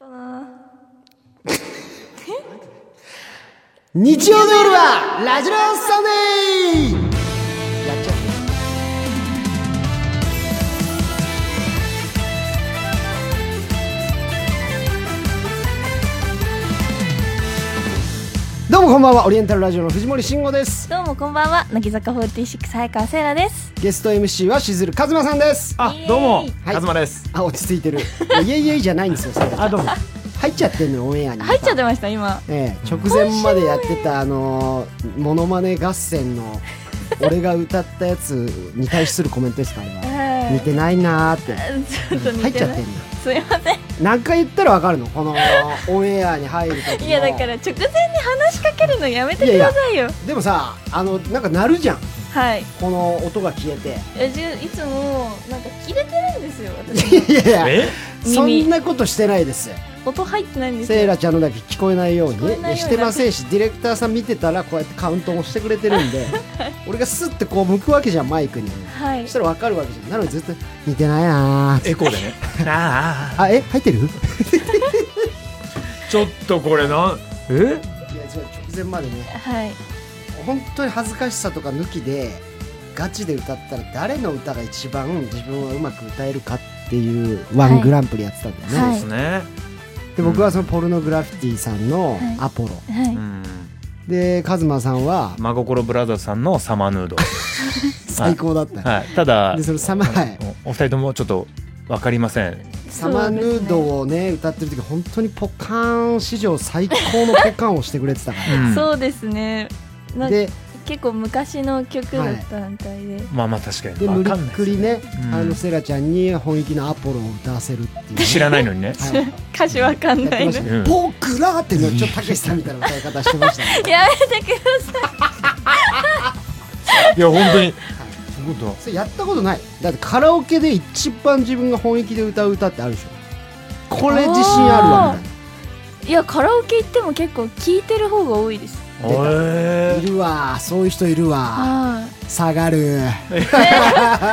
だな日曜の夜はラジラーサンデーやっちゃうどうもこんばんはオリエンタルラジオの藤森慎吾ですどうもこんばんは乃木坂46早川せいらですゲスト MC はしずるかずまさんですあイエーイ、どうも、はいカズマです。あ落ち着いてるいえいえいじゃないんですよそれあ、どうも。入っちゃってんのよオンエアに入っちゃってました今ええ、直前までやってたあのーモノマネ合戦の俺が歌ったやつに対するコメントですかあれは似えてないなーってーちょっと入似っちてゃっなていんのすいません何回言ったらわかるのこのオンエアに入る時のいやだから直前に話しかけるのやめてくださいよでもさあのなんか鳴るじゃんはいこの音が消 えてえじゅいつもなんか切れてるんですよ私いやいや え、そ耳んなことしてないです音入ってないんですセイよラちゃんのだけ聞こえないように聞こえないようにしてませんしディレクターさん見てたらこうやってカウントもしてくれてるんで 俺がスッてこう向くわけじゃんマイクに。はいそしたらわかるわけじゃんなのにずっと似てないなーエコーでね。 あああえ入ってるいやあ、ちょっとこれなん、え、違う直前までねはい本当に恥ずかしさとか抜きでガチで歌ったら誰の歌が一番自分はうまく歌えるかっていうワはンいグランプリやってたんだよね、そうはいですね。で僕はそのポルノグラフィティさんのはい「アポロ」はいうん、でカズマさんは真心ブラザーズさんのサマーヌ ード。最高だった、はい、ただで、そのサマ,、はい、おお二人ともちょっとわかりません。サマーヌードをね歌ってる時本当にポカーン史上最高のポカーンをしてくれてたかうんそうですね なんからで結構昔の曲だったみたいでまあまあ確かに。でわ無理かっんないくりね、うんあのセラちゃんに本域のアポロを歌わせるっていう、ね、知らないのにね。はい歌詞わかんやっなていのましたやねうん僕らっていうのをちょっとたけしさんみたいな歌い方してましたねめてくださいいや、本当に。そういうことそれやったことないだってカラオケで一番自分が本域で歌う歌ってあるでしょこれ自信あるわみたいいやカラオケ行っても結構聴いてる方が多いです出たえないるわそういう人いるわあ下がる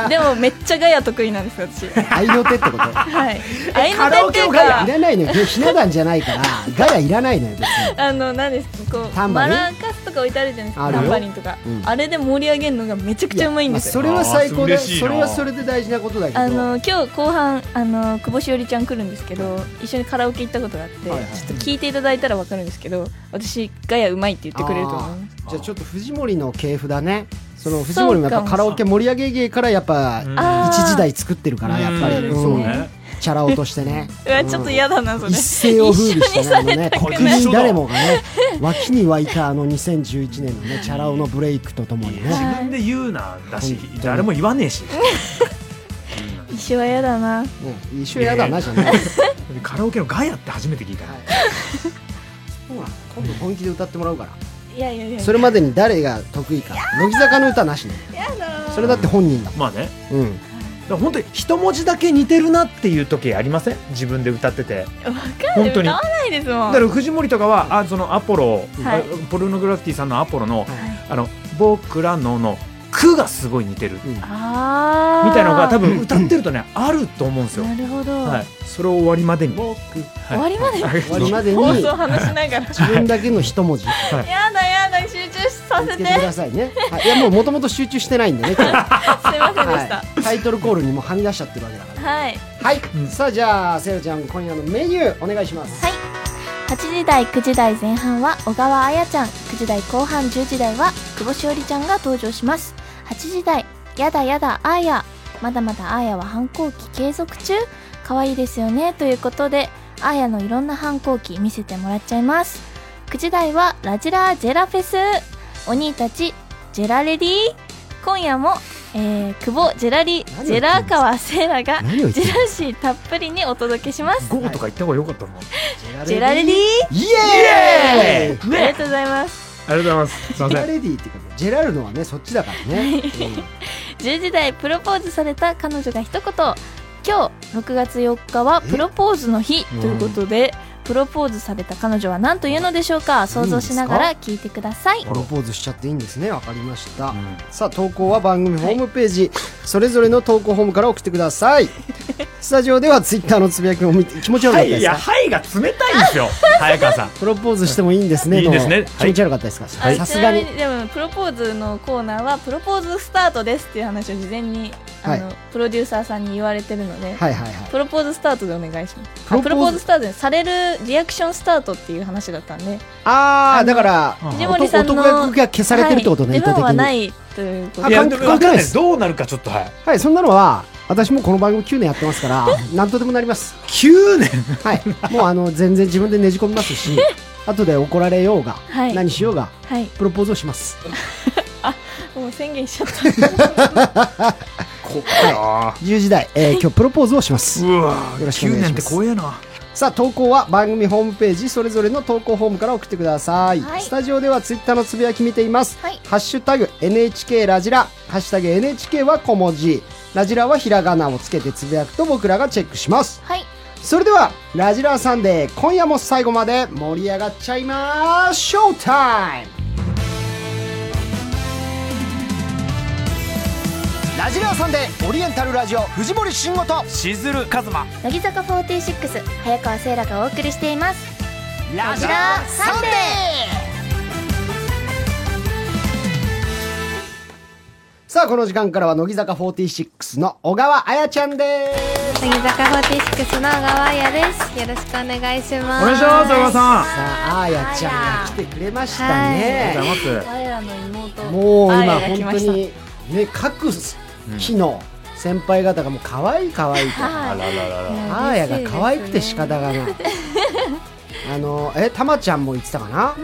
あでもめっちゃガヤ得意なんです 私愛の手ってことはい合いカラのオ手ケっていもうガヤいからないのよひな壇じゃないからガヤいらないのよ別にあの何ですこタうンバマリンラカスとか置いてあるじゃないですかあるタよンバリンとか、うんあれで盛り上げるのがめちゃくちゃうまいんですよそれは最高だよあー嬉しいそなれはそれで大事なことだけどあの今日後半あの久保しおりちゃん来るんですけど一緒にカラオケ行ったことがあって、はいはいちょっと聞いていただいたら分かるんですけど私ガヤうまいって言ってくれると思いますじゃあちょっと藤森の系譜だねその藤森もやっぱカラオケ盛り上げ芸からやっぱうんあー一時代作ってるからやっぱり、そうですねそうんね。チャラ男としてねうわちょっと嫌だなそれ一世を風靡したねあのねこれ国民誰もがね脇に湧いたあの2011年のねチャラ男のブレイクとともに自ねは分で言うなだし本当、に誰も言わねえし。 一緒は嫌だなうん一緒やだなじゃないですはいうんカラオケのガヤって初めて聞いた。そうなん今度本気で歌ってもらうからいやいやいやそれまでに誰が得意か乃木坂の歌なしね嫌だそれだって本人だもまあね。んうんだから本当に一文字だけ似てるなっていう時ありません自分で歌ってて分かんな本い当に歌わないですもだんから藤森とかはあそのアポロ、はいあポルノグラフィティさんのアポロのはい「あの僕らの」の「句がすごい似てるうんあーみたいのが多分歌ってると ねあると思うんですよな、るほど、はい、それを終わりまでに、はい僕終わりまで終わりまでに放送話しながら自分だけの一文字やだやだ集中さ見せてすつけいてくださいねはいいやもうもともと集中してないんで ね今日ませんでしたはいタイトルコールにもはみ出しちゃってるわけだからはいはい、うんさあじゃあせいらちゃん今夜のメニューお願いしますはい8時台9時台前半は小川彩ちゃん9時台後半10時台は久保しおりちゃんが登場します8時台やだやだあーやまだまだあーやは反抗期継続中可愛いですよねということであーやのいろんな反抗期見せてもらっちゃいます9時台はラジラージェラフェスお兄たちジェラレディ今夜も、えー、久保ジェラリジ何を言ってェんですかラ川セイラが何を言ってジんェのラシーたっぷりにお届けしますゴーとか言った方が良かったな、ジェラレディイエーイねありがとうございます。ありがとうございますすいまジェラせんレディってことジェラルドはねそっちだからね、 10時台プロポーズされた彼女が一言。今日6月4日はプロポーズの日えということで、プロポーズされた彼女は何というのでしょうか。想像しながら聞いてくださいうん。プロポーズしちゃっていいんですねわかりました、うんさあ投稿は番組ホームページ、それぞれの投稿ホームから送ってくださいスタジオではツイッターのつぶやきも見て気持ち悪かったはい、でいすや、かはいが冷たいんですよ。 早川さん。プロポーズしてもいいんですねいいですねのは気い持ち悪かったですかあさすがにちなみでもプロポーズのコーナーはプロポーズスタートですっていう話を事前にあの、はプロデューサーさんに言われてるので、はいはいはいプロポーズスタートでお願いしますあプロポーズプロポーズスタートでされるリアクションスタートっていう話だったんであああのだからうん藤森さんの男男役が消されてるってことねはい、意図出的番はにないということあいでや、関で係も関わかん係なないいですどうなるかちょっと、はい。はいそんなのは私もこの番組9年やってますから 何とでもなります9年はいもうあの全然自分でねじ込みます し後で怒られようが、はい何しようがはいプロポーズをしますもう宣言しちゃったここ か10時台、えー今日プロポーズをしますうわよろしくお願いしますえな。さあ投稿は番組ホームページそれぞれの投稿フォームから送ってください、はいスタジオではツイッターのつぶやき見ています「はいハッシュタグ #NHK ラジラ」「ハッシュタグ #NHK は小文字」「ラジラ」はひらがなをつけてつぶやくと僕らがチェックしますはいそれでは「ラジラーサンデー」今夜も最後まで盛り上がっちゃいまーショータイムラジラーサンデーオリエンタルラジオ藤森慎吾としずるかずま。乃木坂46早川せいらがお送りしていますラジラーサンデさあこの時間からは乃木坂46の小川彩ちゃんです乃木坂46の小川彩ですよろしくお願いしますお願いします、小川さん。あさあ彩ちゃんが来てくれましたりがね、とうございます。我らの妹もう今彩が来本ました当にね各日の先輩方がもう可愛い可愛いとあらららら。あーやが可愛くて仕方がない。あのえたまちゃんも言ってたかな、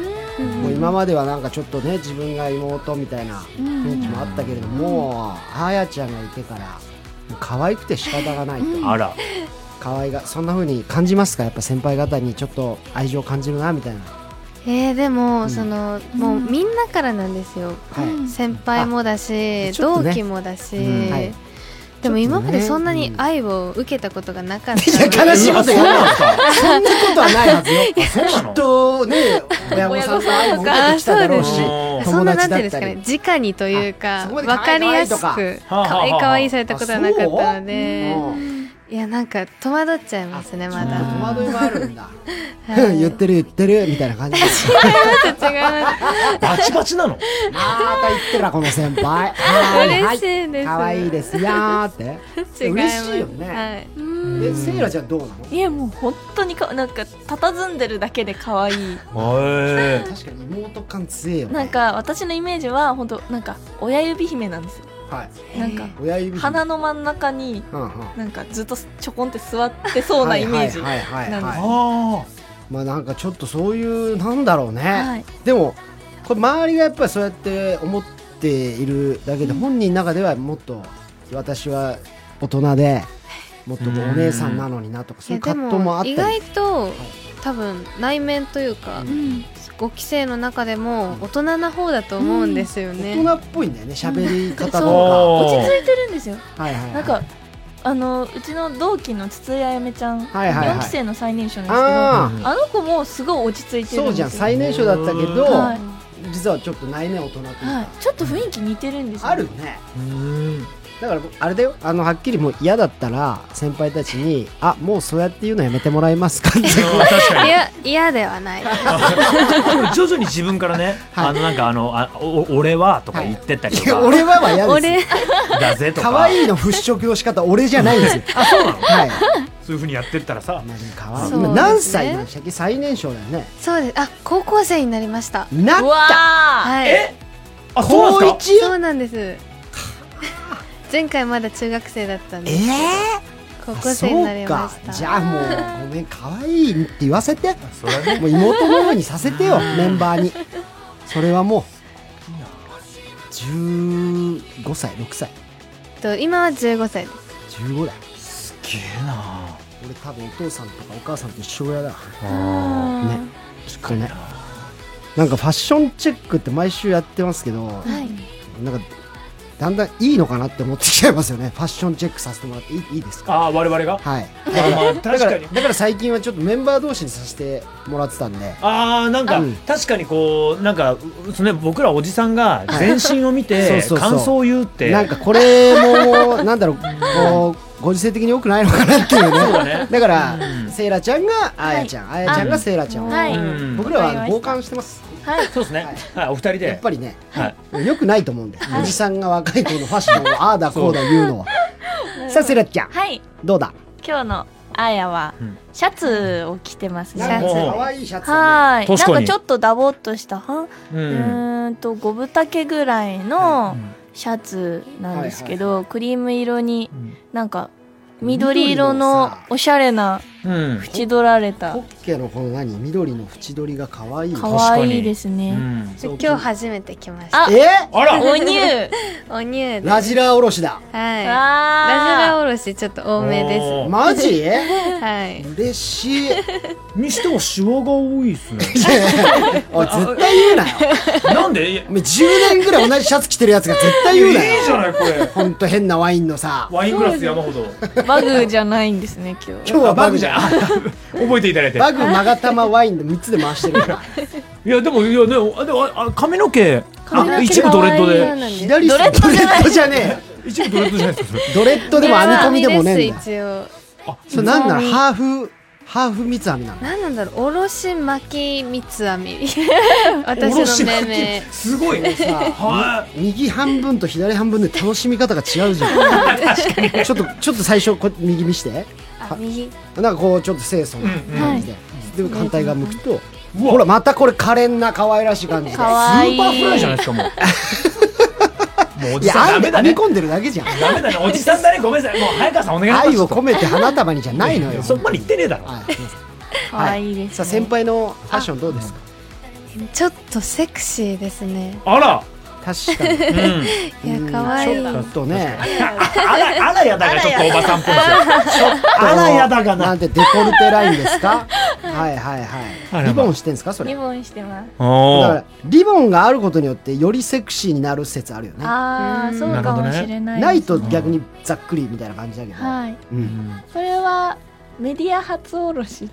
もう今まではなんかちょっとね自分が妹みたいな雰囲気もあったけれども、あやちゃんがいてからもう可愛くて仕方がないと、あら。可愛がそんな風に感じますかやっぱ先輩方にちょっと愛情を感じるなみ たいな、えー、でも、んそのもうみんなからなんですよ、はい先輩もだし、あちょっと同ね期もだし、うんはいでも今までそんなうにん愛を受けたことがなかっいやたので、悲しいことやうなわそうなそんですか。んなことはないはずよきそうなのっとね親御さんと愛も受けてきただろうしあそ友んなな達んていうだっんですたかりね直にというあかそこま分で可愛いかりやすく可可愛いとかはあはあは愛いあ可愛いされたことはなかったのでうんいやなんか戸惑っちゃいますねまだ戸惑いはあるんだ は い言ってる言ってるみたいな感 じで違いますバチバチなの。また言ってるなこの先輩嬉しいです、可愛いですやーって 違います嬉しいよねはいえセイラちゃんどうなのいやもう本当にかなんか佇んでるだけで可愛いへ確かに妹感強いよ ねなんか私のイメージは本当なんか親指姫なんですよはいなんか親指鼻の真ん中にうんうんなんかずっとちょこんって座ってそうなイメージはいはいはいはいなんあではいあまあなんかちょっとそういうなんだろうね、はいでもこれ周りがやっぱりそうやって思っているだけで、本人の中ではもっと私は大人でもっとこううんお姉さんなのになとかいそういやうで葛藤もあもったり意外と多分内面というか、うんご規制の中でも大人な方だと思うんですよね、大人っぽいんだよね喋り方とか、そ落ち着いてるんですよはいはいはいなんかあのうちの同期の筒井あやめちゃん、はいはいはい4期生の最年少なんですけどああうんの子もすごい落ち着いあてるんですよそうじゃん最年少だったけど、は実はちょっと内面大人というか、はい、ちょっと雰囲気似てるんですよあるよねー。だからあれだよあのはっきりもう嫌だったら先輩たちに「あもうそうやって言うのやめてもらえますか」っ て確かいに。や嫌ではないでも徐々に自分からね、はいあのなんかあのあお俺はとか言ってったりいとやか、俺はは嫌です 俺だぜとか、可愛いの払拭の仕方俺じゃないんです よあそうなのはいそういう風にやってったらさ、まあでも可愛いそうですね今何歳なんでしたっけ最年少だよねそうですあ高校生になりましたなうわったーはいえ、あそう高なんです一そうなんです 前回まだ中学生だったんえでえ高ー、校生になりましそうかたじゃあもうごめん可愛いって言わせてか。それはね、もう妹のようにさせて よメンバーにそれはもう15歳6歳えっと今は15歳です15だすげえな。俺多分お父さんとかお母さんと一緒ぐらいだあねきっとねなんかファッションチェックって毎週やってますけど、なんかだんだんいいのかなって思ってきちゃいますよねファッションチェックさせてもらっていいいいですかあー我々が。はいまあまあだ確かからに。だから最近はちょっとメンバー同士にさせてもらってたんであーなんか、うん確かにこうなんかうそのね僕らおじさんが全身を見はていそうそうそう感想を言うってなんかこれもなんだろうこうご時世的に良くないのかなっていうねそうねだから、うんセイラちゃんがあやちゃん、あやちゃんがセイラちゃんを、はいうん僕らわかはりました傍観してますはいそうですね。はい、お二人で。やっぱりねはい。良くないと思うんで、おじさんが若い子のファッションをああだこうだ言うのはさあセイラちゃん、はいどうだ今日のあやはうんシャツを着てますねななんんかかシャツ可愛いシャツだねはいなん確かにかちょっとダボっとしたはううーんと五分丈ぐらいのシャツなんですけど、クリーム色になんか緑色のおしゃれなうん。縁取られたコッケのこの何緑の縁取りが可愛いかわいいですうね。ん。そう今日初めて来ましたあえあら。お乳 お乳でラジラおろしだはいラジラあおろしちょっと多めでおーマジすはい嬉しいにしてもシワが多い ですね。おい絶対言うなよなんで。いやお前10年ぐらい同じシャツ着てるやつが絶対言うなよいいじゃない、これ。ほんと変なワインのさワイングラス山ほど。ーバグじゃないんですね今日。 今日はあババググじじゃゃんん。覚えていただいて。バグマガタマワインで3つで回してるからいや、でも、いや、でも、あでも、ああ髪の毛。髪の毛あ一部ドレッド可そうで。なんです左下ドレッドじゃないドレッドじゃね一部ドレッドじゃない ですか。えドレッドでも編み込みでもねえんだ一応それなんなのハーフハーフ三つ編みなの何なんだろうおろし巻き三つ 編み私おろしの巻命き名すご い。さは右半分と左半分で楽しみ方が違うじゃんちょっとちょっと最初こ右見してあ右なんかこうちょっと清楚な感じで、で反対側向くとい。うわほらまたこれ可憐な可愛らしい感じで可ス愛いーパーフライじゃないですか、もう。 もうおいじやさ編ん、ダんで編メだみね。込んでるだけじゃんダメだね、おじさんだね、ごめんなさい。もう、早川さん、お願いします。愛を込めて花束にじゃないのよそこまで言ってねえだろ。はいすいません可愛いです、ね。さあ先輩のファッションどうですかちょっとセクシーですねあら。確かにうん。いやうん可愛いちょっとねあら、あらやだがちょっとおばさんっぽいですよ。あらやだがなな。んてデコルテラインです かはいはいはあいらリボンしてんですかそれリだボンしてます。かおらリボンがあることによってよりセクシーになる説あるよねああうーんそうかもしれない、ないと。逆にざっくりみたいな感じだけど、はい。うん、これはメディア初おろしで。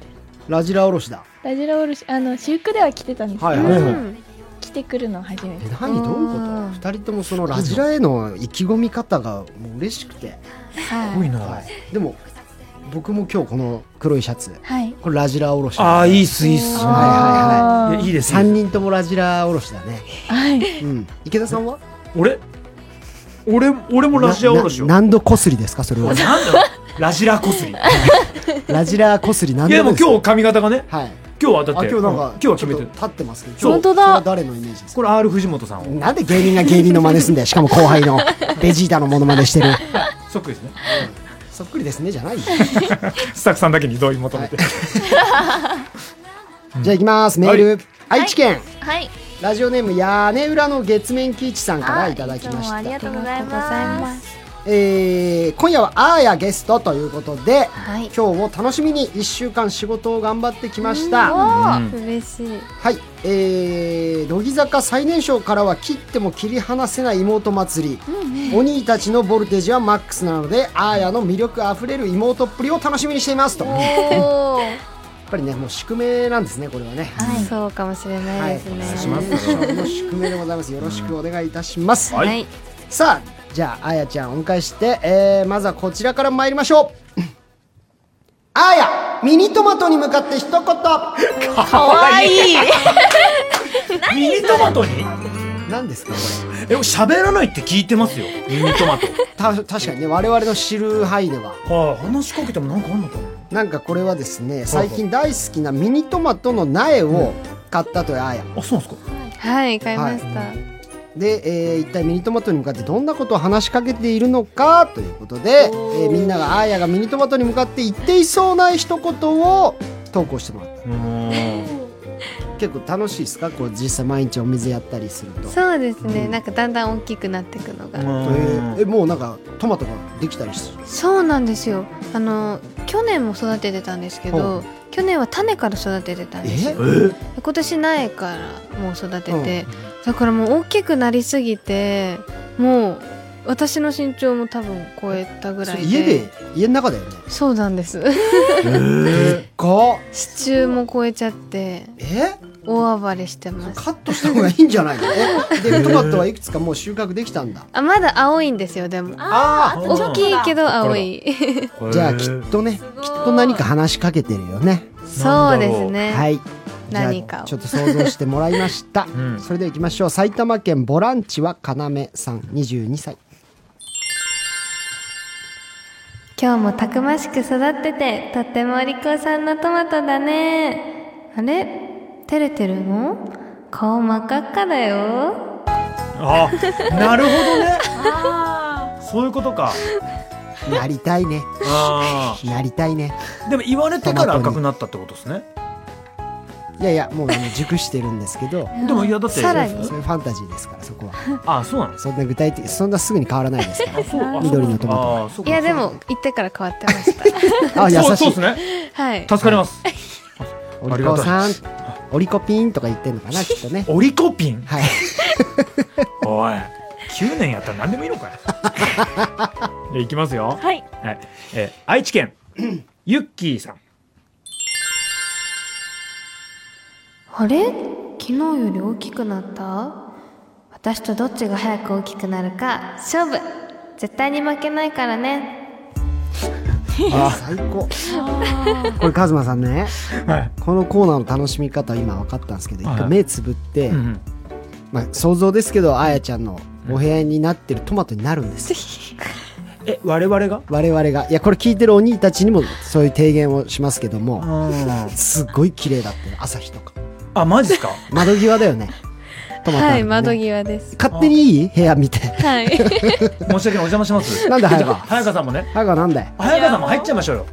ラジラおろしだラジラおろしあの私服では着てたんですけど、はいはういんうん着てくるの初めてえ。何どういうこと二人ともそのラジラへの意気込み方がもう嬉しくて、すごはいは、ないでも僕も今日この黒いシャツはい。これラジラおろしああいいっっすいいっすはいはいいやいいです3人ともラジラおろしだね、はい。うん、池田さんは俺俺俺もラジラおろしよなな何度こすりですかそれなはんだろうラジラこすりいやラジラこすり何度でもですか今日髪型がねはい今日はだっあて今日なんか今日は決めてちょるっと立ってますけどそう本当だそれは誰のイメージですかこれ R 藤本さんをなんで芸人が芸人の真似すんだよしかも後輩のベジータのモノマ ネしてるそっくりですねそっくりですねじゃないよスタッフさんだけに同意求めてじゃあ行きますメール、愛知県、はい。ラジオネーム屋根裏の月面喜一さんからいただきましあいつもありがたとうございます。えー今夜はあーやゲストということで、はい今日も楽しみに1週間仕事を頑張ってきました、うん嬉しいはい、えー、乃木坂最年少からは切っても切り離せない妹祭り、お兄たちのボルテージはマックスなのであーやの魅力あふれる妹っぷりを楽しみにしていますとやっおーぱりねもう宿命なんですねこれはねそうかもしれないですおね願いしはまいすの宿命でございますよろしくお願いいたします、はいさあじゃああやちゃんをお迎えして、えー、まずはこちらから参りましょうあーやミニトマトに向かって一言かわいい。ミニトマトに何ですかこれえ喋らないって聞いてますよミニトマトた確かにね我々の知る範囲では はい話しかけてもなんかあんのかななんかこれはですね最近大好きなミニトマトの苗を買ったというあーやあそうなんですかはい買いましたで、えー一体ミニトマトに向かってどんなことを話しかけているのかということで、えーみんながあーやがミニトマトに向かって言っていそうな一言を投稿してもらっうーんた結構楽しいですかこう実際毎日お水やったりするとそうですねなんかだんだん大きくなっていくのがえーえもうなんかトマトができたりするそうなんですよあの去年も育ててたんですけほど去年は種から育ててたんですよえ今年苗からもう育てて、だからもう大きくなりすぎてもう私の身長も多分超えたぐらそれいで家で家の中だよねそうなんです えか支柱も超えちゃってえ大暴れしてそれますカットした方がいいんじゃないのえでトマトはいくつかもう収穫できたんだあまだ青いんですよでもあーああーとちょ大っとだきいけど青 いじゃあきっとねすごいきっと何か話しかけてるよねそうですね、はいじゃあ何かをちょっと想像してもらいました、んそれでは行きましょう埼玉県ボランチは要さん22歳今日もたくましく育っててとってもお利口さんのトマトだねあれ照れてるの顔真っ赤っかだよあなるほどねそういうことかなりたいねあなりたいねーでも言われてから赤くなったってことですねいやいやもうあの熟してるんですけどでもいやだってさらにそういうファンタジーですからそこはあそうなのそんな具体的そんなすぐに変わらないですから そうあ緑のトマトあーそういかやでも行ってから変わってましたあ優そうしそういですね はい助かりますお利口さんお利こピンとか言ってんのかなきっとねオリコピンはいおい9年やったら何でもいいの かよでいきますよはいはい、えー愛知 県ユッキーさんあれ昨日より大きくなった私とどっちが早く大きくなるか勝負絶対に負けないからね最高これカズマさんねはい、このコーナーの楽しみ方今分かったんですけど一は回い目つぶって、うんうんまあ、想像ですけどあやちゃんのお部屋になってるトマトになるんですよえ我々が我々がいやこれ聞いてるお兄たちにもそういう提言をしますけどもすっごい綺麗だって朝日とかあマジです か窓際だよねトマト、ね、はい窓際です勝手にいい部屋見てはい申し訳ないお邪魔しますなんで早じゃあ川早川さんもね早川なんだよ早川さんも入っちゃいましょうよ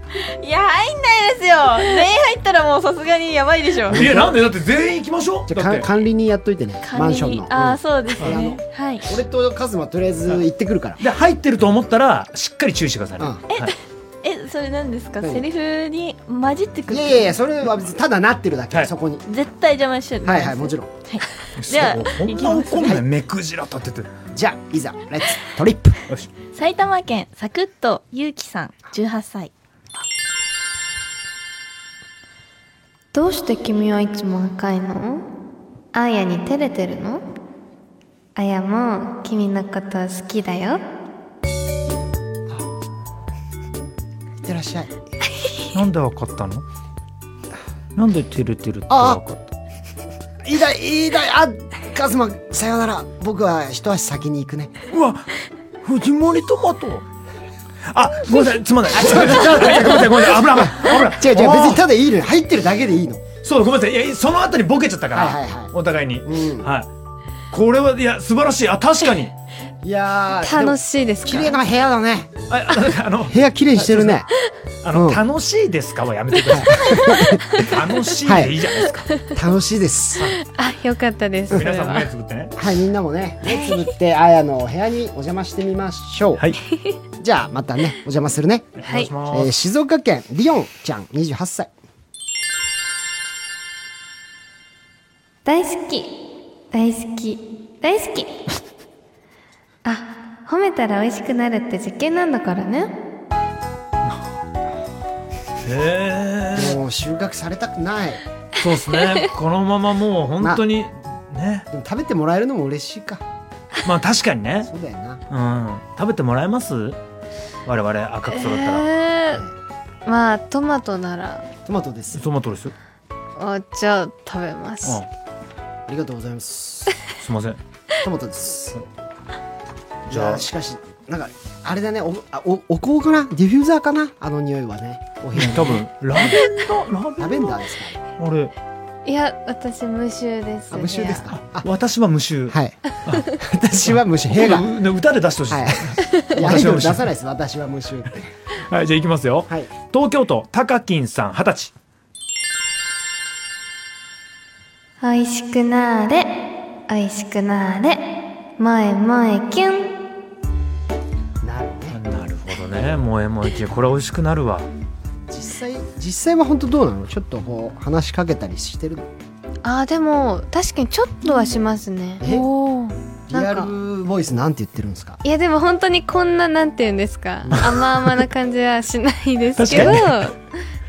いや入んないですよ全員入ったらもうさすがにやばいでしょいやなんでだって全員行きましょうじゃあだっかて管理人やっといてねマンションの、あうあんそうですあねのはい俺とカズマとりあえず行ってくるからで入ってると思ったらしっかり注意してくださいね、うんはいえそれ何ですか何セリフに混じってくいるやいやいやそれは別にただなってるだけ、はいそこに絶対邪魔しちゃうんですはいはいもちろんじゃあそう本行き当はます怒んない目くじら立ててじゃあいざレッツトリップよし埼玉県サクッとゆうきさん18歳どうして君はいつも赤いのあやに照れてるのあやも君のこと好きだよいってらっしゃいなんでわかったのなんでてるてるってわかったいいだいいだあカズマさよなら僕は一足先に行くね うわ藤森トマトあごめんなさいつまんないちょっと待ってごめんなさいごめんなさい危ない危ない危違う違なうい別にただいいのよ入ってるだけでいいのそうごめんなさいいやその後にボケちゃったから、はいはいはいお互いに、うんはいこれはいや素晴らしいあ確かにいやー楽しいですでもか綺麗な部屋だねあなんかあの部屋綺麗にしてるねあの、うん楽しいですかはやめてくだ さい楽しいでいいじゃないですか、楽しいですあよかったです皆さんも目つぶってねはいみんなもね目つぶってあやのお部屋にお邪魔してみましょう、はいじゃあまたねお邪魔するね、お願いしえます、ー静岡県リオンちゃん28歳大好き大好き大好きあ褒めたら美味しくなるって実験なんだからねへーもう収穫されたくないそうですねこのままもう本当にねでも食べてもらえるのも嬉しいかまあ確かにねそうだよなうん食べてもらえます我々赤く育ったら、えーまあトマトならトマトですトマトですよ、あじゃあ食べますうありがとうございますん、すいませんトマトですじゃあいやしかしなんかあれだねおあおお香かなディフューザーかなあの匂いはねお 部屋多分ラベンダーラベンダーラベンダーですかあれいや私無臭ですあ無臭です部屋かあ私は無臭はい私は無臭部屋がうね歌で出してほしいではす、いいやアイ私ドル出は無臭さないです私は無臭ってはい、じゃあいきますよ、はい東京都たかきんさん二十歳美味しくなーれ美味しくなーれ萌え萌えキュンなるねなるほどねもえもえきこれ美味しくなるわ実際実際は本当どうなのちょっとこう話しかけたりしてるのあーでも確かにちょっとはしますね、えおおリアルボイスなんて言ってるんですかいやでも本当にこんななんて言うんですか甘々な感じはしないですけど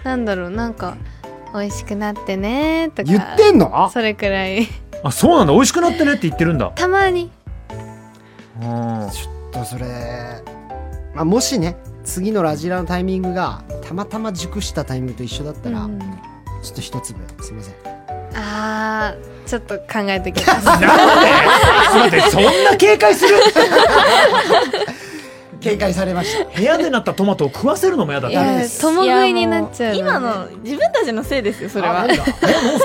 なんだろうなんか美味しくなってねとか言ってんのそれくらいあそうなんだ美味しくなってねって言ってるんだたまにうんちょっとそれ、まあ、もしね次のラジラのタイミングがたまたま熟したタイミングと一緒だったら、うんちょっと一粒すみませんあーちょっと考えてき ますなんで待って そんな警 戒する警戒されました部屋でなったトマトを食わせるのも嫌だっいてダメやです共食いになっちゃういやも今の自分たちのせいですよそれはあなんだえ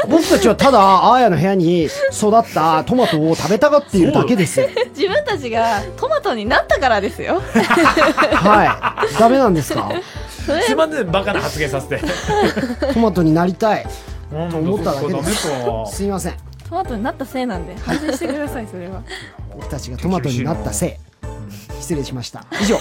僕たちはただあーやの部屋に育ったトマトを食べたがっているだ けです 自分たちがトマトになったからですよはいダメなんですか それすまんねバカな発言させてトマトになりたいうん思っただけですそっかダメかすいませんトマトになったせいなんで反省してくださいそれは僕たちがトマトになったせい失礼しました以上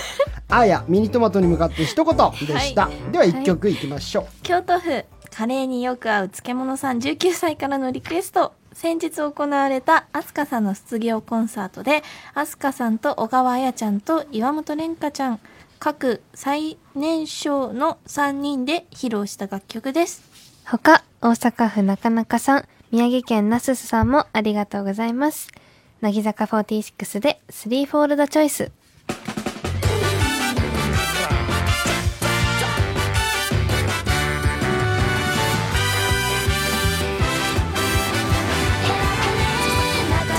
あーやミニトマトに向かって一言でした、では一曲いきましょう、 京都府カレーによく合う漬物さん19歳からのリクエスト先日行われた飛鳥さんの卒業コンサートで飛鳥さんと小川彩ちゃんと岩本蓮香ちゃん各最年少の3人で披露した楽曲です他大阪府中中さん宮城県なすすさんもありがとうございます乃木坂46で3フォールドチョイス「なかった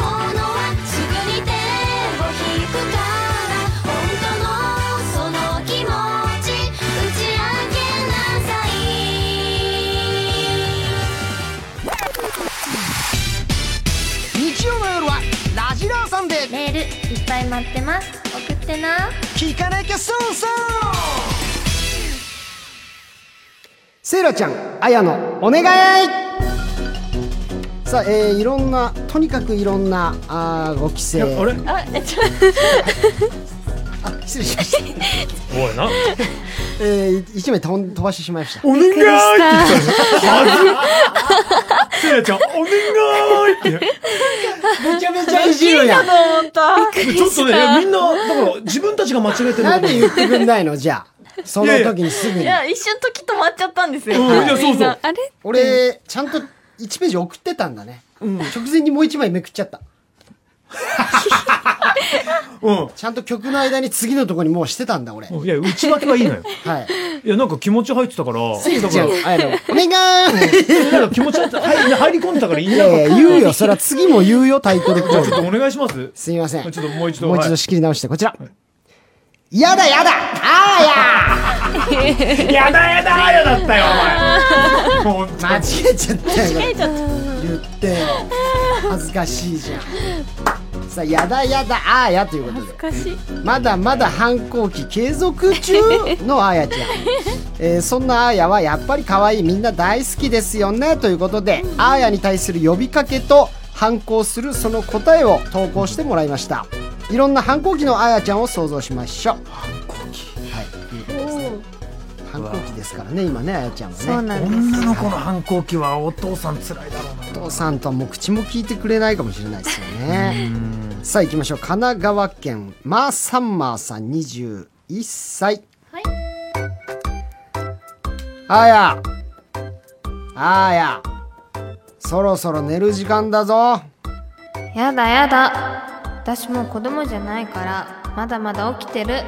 ものはすぐに手を引くから」「本当のその気持ち打ち明けなさい」日曜の夜はラジラーサンデーメールいっぱい待ってます送ってな聞かなきゃ損損セイラちゃん、あやのお願いさあ、えー、いろんなとにかくいろんなあーご規い制やあれあえちょあ失礼しました、おいなえー、一名とん飛ばしてしまいましたお願いって言ったじゃん。せいやちゃん、お願いって。めちゃめちゃいじるやんっと思ったちょっとね、みんな、だから自分たちが間違えてるの なんかとで思っ言ってくんないのじゃあその時にすぐにいや一瞬時止まっちゃったんですよ、うんいやそうそうみんなあれ俺ちゃんと1ページ送ってたんだね、直前にもう1枚めくっちゃったたちゃんと曲の間に次のとこにもうしてたんだ俺、うん。いや、内訳はい いのよ。はいいや、なんか気持ち入ってたから、せいだちかゃんあ やのお願いら、なんか気持ち入って、入入り込んでたから言いいなかっやいや、言うよ。それは次も言うよ、タイトルコた。ちーょっとル。お願いします。すみません。ちょっともう一度。もう一度仕切り直して、こちら。やだやだあはいやだやだやだったよ、お前。ほんとーや間違えちゃったよ。間違えちゃった言ってよ。恥ずかしいじゃん。さあ、やだやだあーやということで。おかしいまだまだ反抗期継続中のあやちゃん、えーそんなあやはやっぱり可愛いみんな大好きですよねということで、あやに対する呼びかけと反抗するその答えを投稿してもらいましたいろんな反抗期のあやちゃんを想像しましょう反抗期はいということですね反抗期ですからね今ねあやちゃんはねそうなんです女の子の反抗期はお父さん辛いだろうな。お父さんとはもう口も聞いてくれないかもしれないですよね。さあ行きましょう。神奈川県マーサンマーさん21歳。はいあや。あや。そろそろ寝る時間だぞ。やだやだ私もう子供じゃないからまだまだ起きてる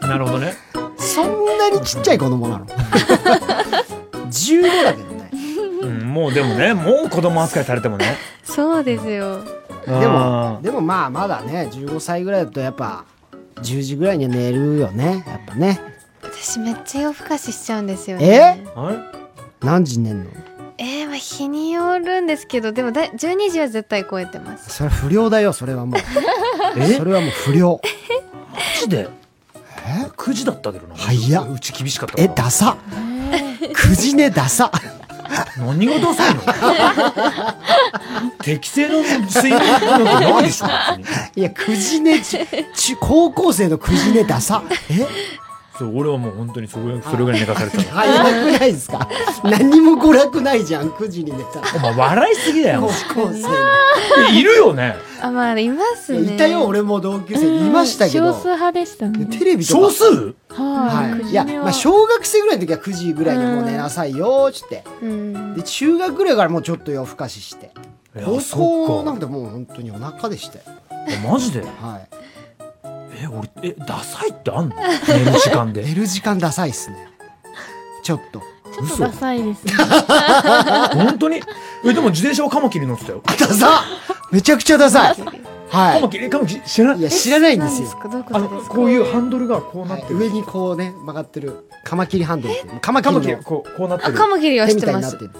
なるほどね。そんなにちっちゃい子供なの ?15 だけどね。うん、もうでもね、もう子供扱いされてもね。そうですよででも、でもまあまだね、15歳ぐらいだとやっぱ10時ぐらいには寝るよね。やっぱね。私めっちゃ夜更かししちゃうんですよねはい何時に寝るのえー、まあ日によるんですけどでもだい12時は絶対超えてますそれ不良だよ、それはもう。え それはもう不良。 9時で9時だったけどな早っうち厳しかったえからダサくじねダサ何がダサい の適正の睡眠なんてないでしょ別に いやくじねちち高校生のくじねダサえそう俺はもう本当にそれそれぐらい寝かされてたの早くないですか何も娯楽ないじゃんくじに寝たら お前笑いすぎだよ高校生いるよねあまあいますのねいたよ俺も同級生いましたけ少ど数派でしたねテレビとか少数はいはい、くいじや、めはまあ、小学生ぐらいの時は9時ぐらいにもう寝なさいよっつってうんで中学ぐらいからもうちょっと夜更かししていや高そ校っなんかてもう本当にお腹でしたよあマジではいえ俺えダサいってあんの寝る時間 で寝る時間ダサいっすねちょっとちょっと嘘ダサいですね。本当にえでも自転車はカマキリ乗ってたよダサめちゃくちゃダサいカマはキリカマキリ知らいいないや知らないんです何よですかどういうこあのとですかこういうハンドルがこうなはっいてる、上にこうね曲がってるカマキリハンドルっていうカマキカリのマキ手リみこうこうなってあるカマキリは知ってたいになまっすて る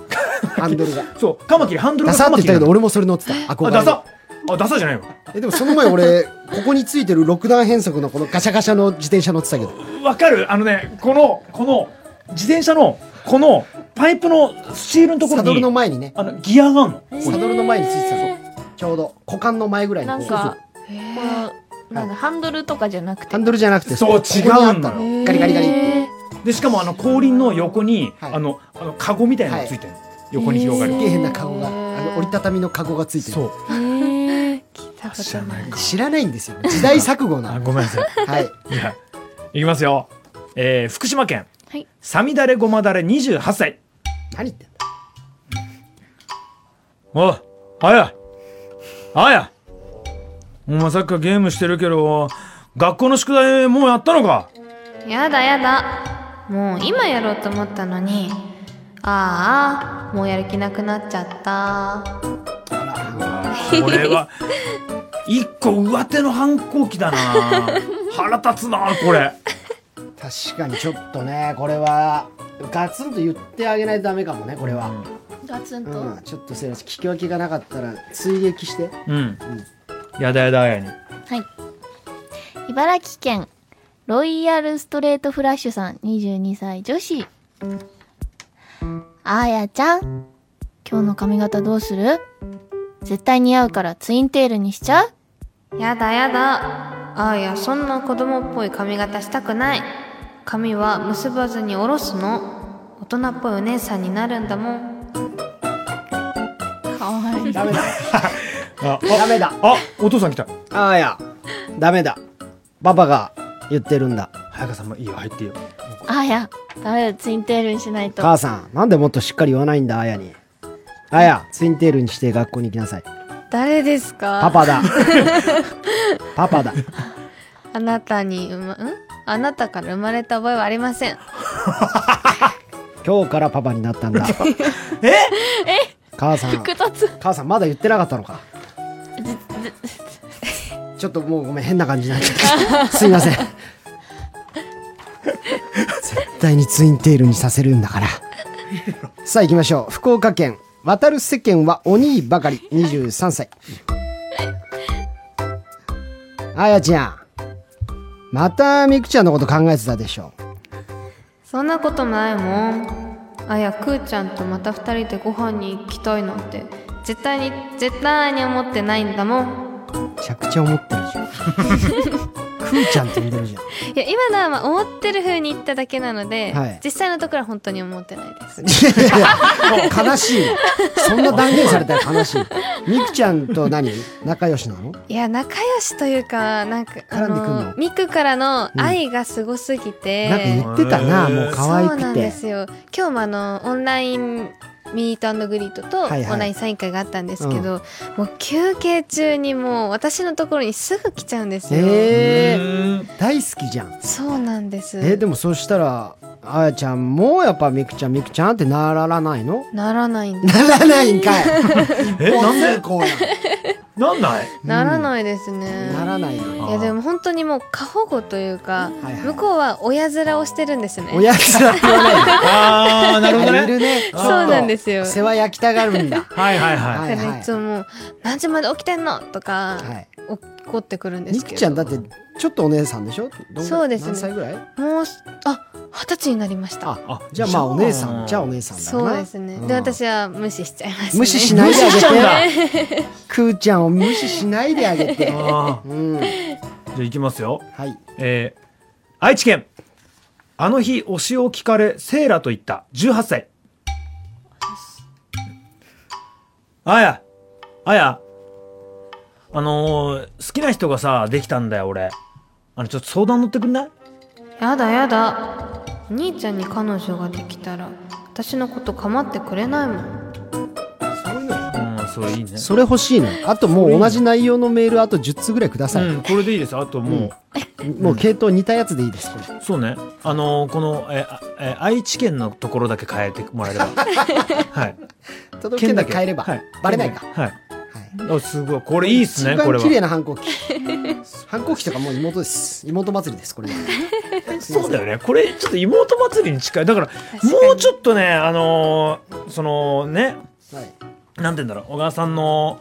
ハンドルがそうカマキリハンドルダがサカってマ言っキリたけなどの俺もそれ乗ってた憧あれダサあダサじゃないわえでもその前俺ここについてる六段変速のこのガシャガシャの自転車乗ってたけどわかるあのねこのこの自転車のこのパイプのスチールのところサドルにの前にねあのギアがあるの サドルの前についてたぞちょうど股間の前ぐらいになこうんか、この、いなんだ、ハンドルとかじゃなくて。ハンドルじゃなくてそこうこにあった違うのガリガリガリってでしかもあの後輪の横に、はいあのあのカゴみたいなのがついてる、横に広がる、すげえ変なカゴがあの折りたたみのカゴがついてるそう聞いたこ知とらなないいか知らないんですよ時代錯誤あなごめんなさいはいいやいきますよ、えー、福島県はい。さみだれごまだれ28歳何言ってんだおいあやあやお前さっきからゲームしてるけど学校の宿題もうやったのかやだやだもう今やろうと思ったのにああもうやる気なくなっちゃったこれは一個上手の反抗期だな腹立つなこれ確かにちょっとねこれはガツンと言ってあげないとダメかもねこれは、ガツンうと。んちょっとせいらし聞き分けがなかったら追撃してうん、やだやだあやにはい。茨城県、ロイヤルストレートフラッシュさん、22歳女子。あーやちゃん、今日の髪型どうする絶対似合うからツインテールにしちゃうやだやだああいやそんな子供っぽい髪型したくない髪は結ばずに下ろすの大人っぽいお姉さんになるんだもんかわいい。ダメ だあダメだあお父さん来たあーやダメだパパが言ってるんだ早川さんもいいよ入っていいよあーや、ダメだ、ツインテールにしないと。母さんなんでもっとしっかり言わないんだあやにあやツインテールにして学校に行きなさい誰ですかパパ だパパだあなたに生ま、んあなたから生まれた覚えはありません。今日からパパになったんだえ母さん複雑。母さんまだ言ってなかったのかちょっともうごめん変な感じになっちゃった すいません絶対にツインテールにさせるんだからさあ行きましょう福岡県渡る世間は鬼ばかり23歳あやちゃんまたみくちゃんのこと考えてたでしょそんなことないもん。あや、くーちゃんとまた二人でご飯に行きたいなんて、絶対に、絶対に思ってないんだもん。めちゃくちゃ思ってる じゃんくーちゃんって呼んでるじゃんいや、今のはまあ思ってる風に言っただけなので、はい実際のところは本当に思ってないです。いやいやいや悲しいわそんな断言されたら悲しいみくちゃんと何仲良しなのいや、仲良しというか、なんか、あ絡んでくんのの、ミクからの愛がすごすぎて、なんか言ってたな、えーもう可愛そうなくんでてすよ今日もあのオンラインミートグリートとオはいはいンラインサイン会があったんですけど、もう休憩中にもう私のところにすぐ来ちゃうんですよ、えー、ー大好きじゃんそうなんです、えーでもそしたらあやちゃんもやっぱみくちゃんみくちゃんってならないのならないんでならないんかいえなんでこうなんないならないですね、ならないのいやでも本当にもう過保護というか、はいはい向こうは親面をしてるんですね親父さん言わないあ あなるほどのねいるねそうなんですよ世話焼きたがるん だはいはいはい。はだからいつももう何時まで起きてんのとか、はい怒ってくるんでみすけくどちゃんだってちょっとお姉さんでしょどんそうですね何歳ぐらいもうあ二十歳になりましたあじゃあまあお姉さんじゃあお姉さんだなそうですね。で、私は無視しちゃいます、ね。無視しないであちゃんげてだ。くーちゃんを無視しないであげ てあうんはいーじゃあ行きますよ。えー、愛知県。あの日、推しを聞かれ、セーラと言った、18歳。あや、あや、あのー好きな人がさ、できたんだよ、俺。あの、ちょっと相談乗ってくんないやだやだ兄ちゃんに彼女ができたら私のこと構ってくれないもうんんそれいいねそれ欲しいねあともう同じ内容のメールあと10通ぐらいください、うんこれでいいですあともう、もう系統似たやつでいいですこれそうねあのーこのえあえ愛知県のところだけ変えてもらえ ればはい都道府県で変えれば、はいバレないか、はいはいあすごいこれいいっすね一これ番は綺麗な反抗期 反抗期とかもう妹です妹祭りですこれそうだよねこれちょっと妹祭りに近いだからもうちょっとねあのーそのねはいなんて言うんだろう小川さんの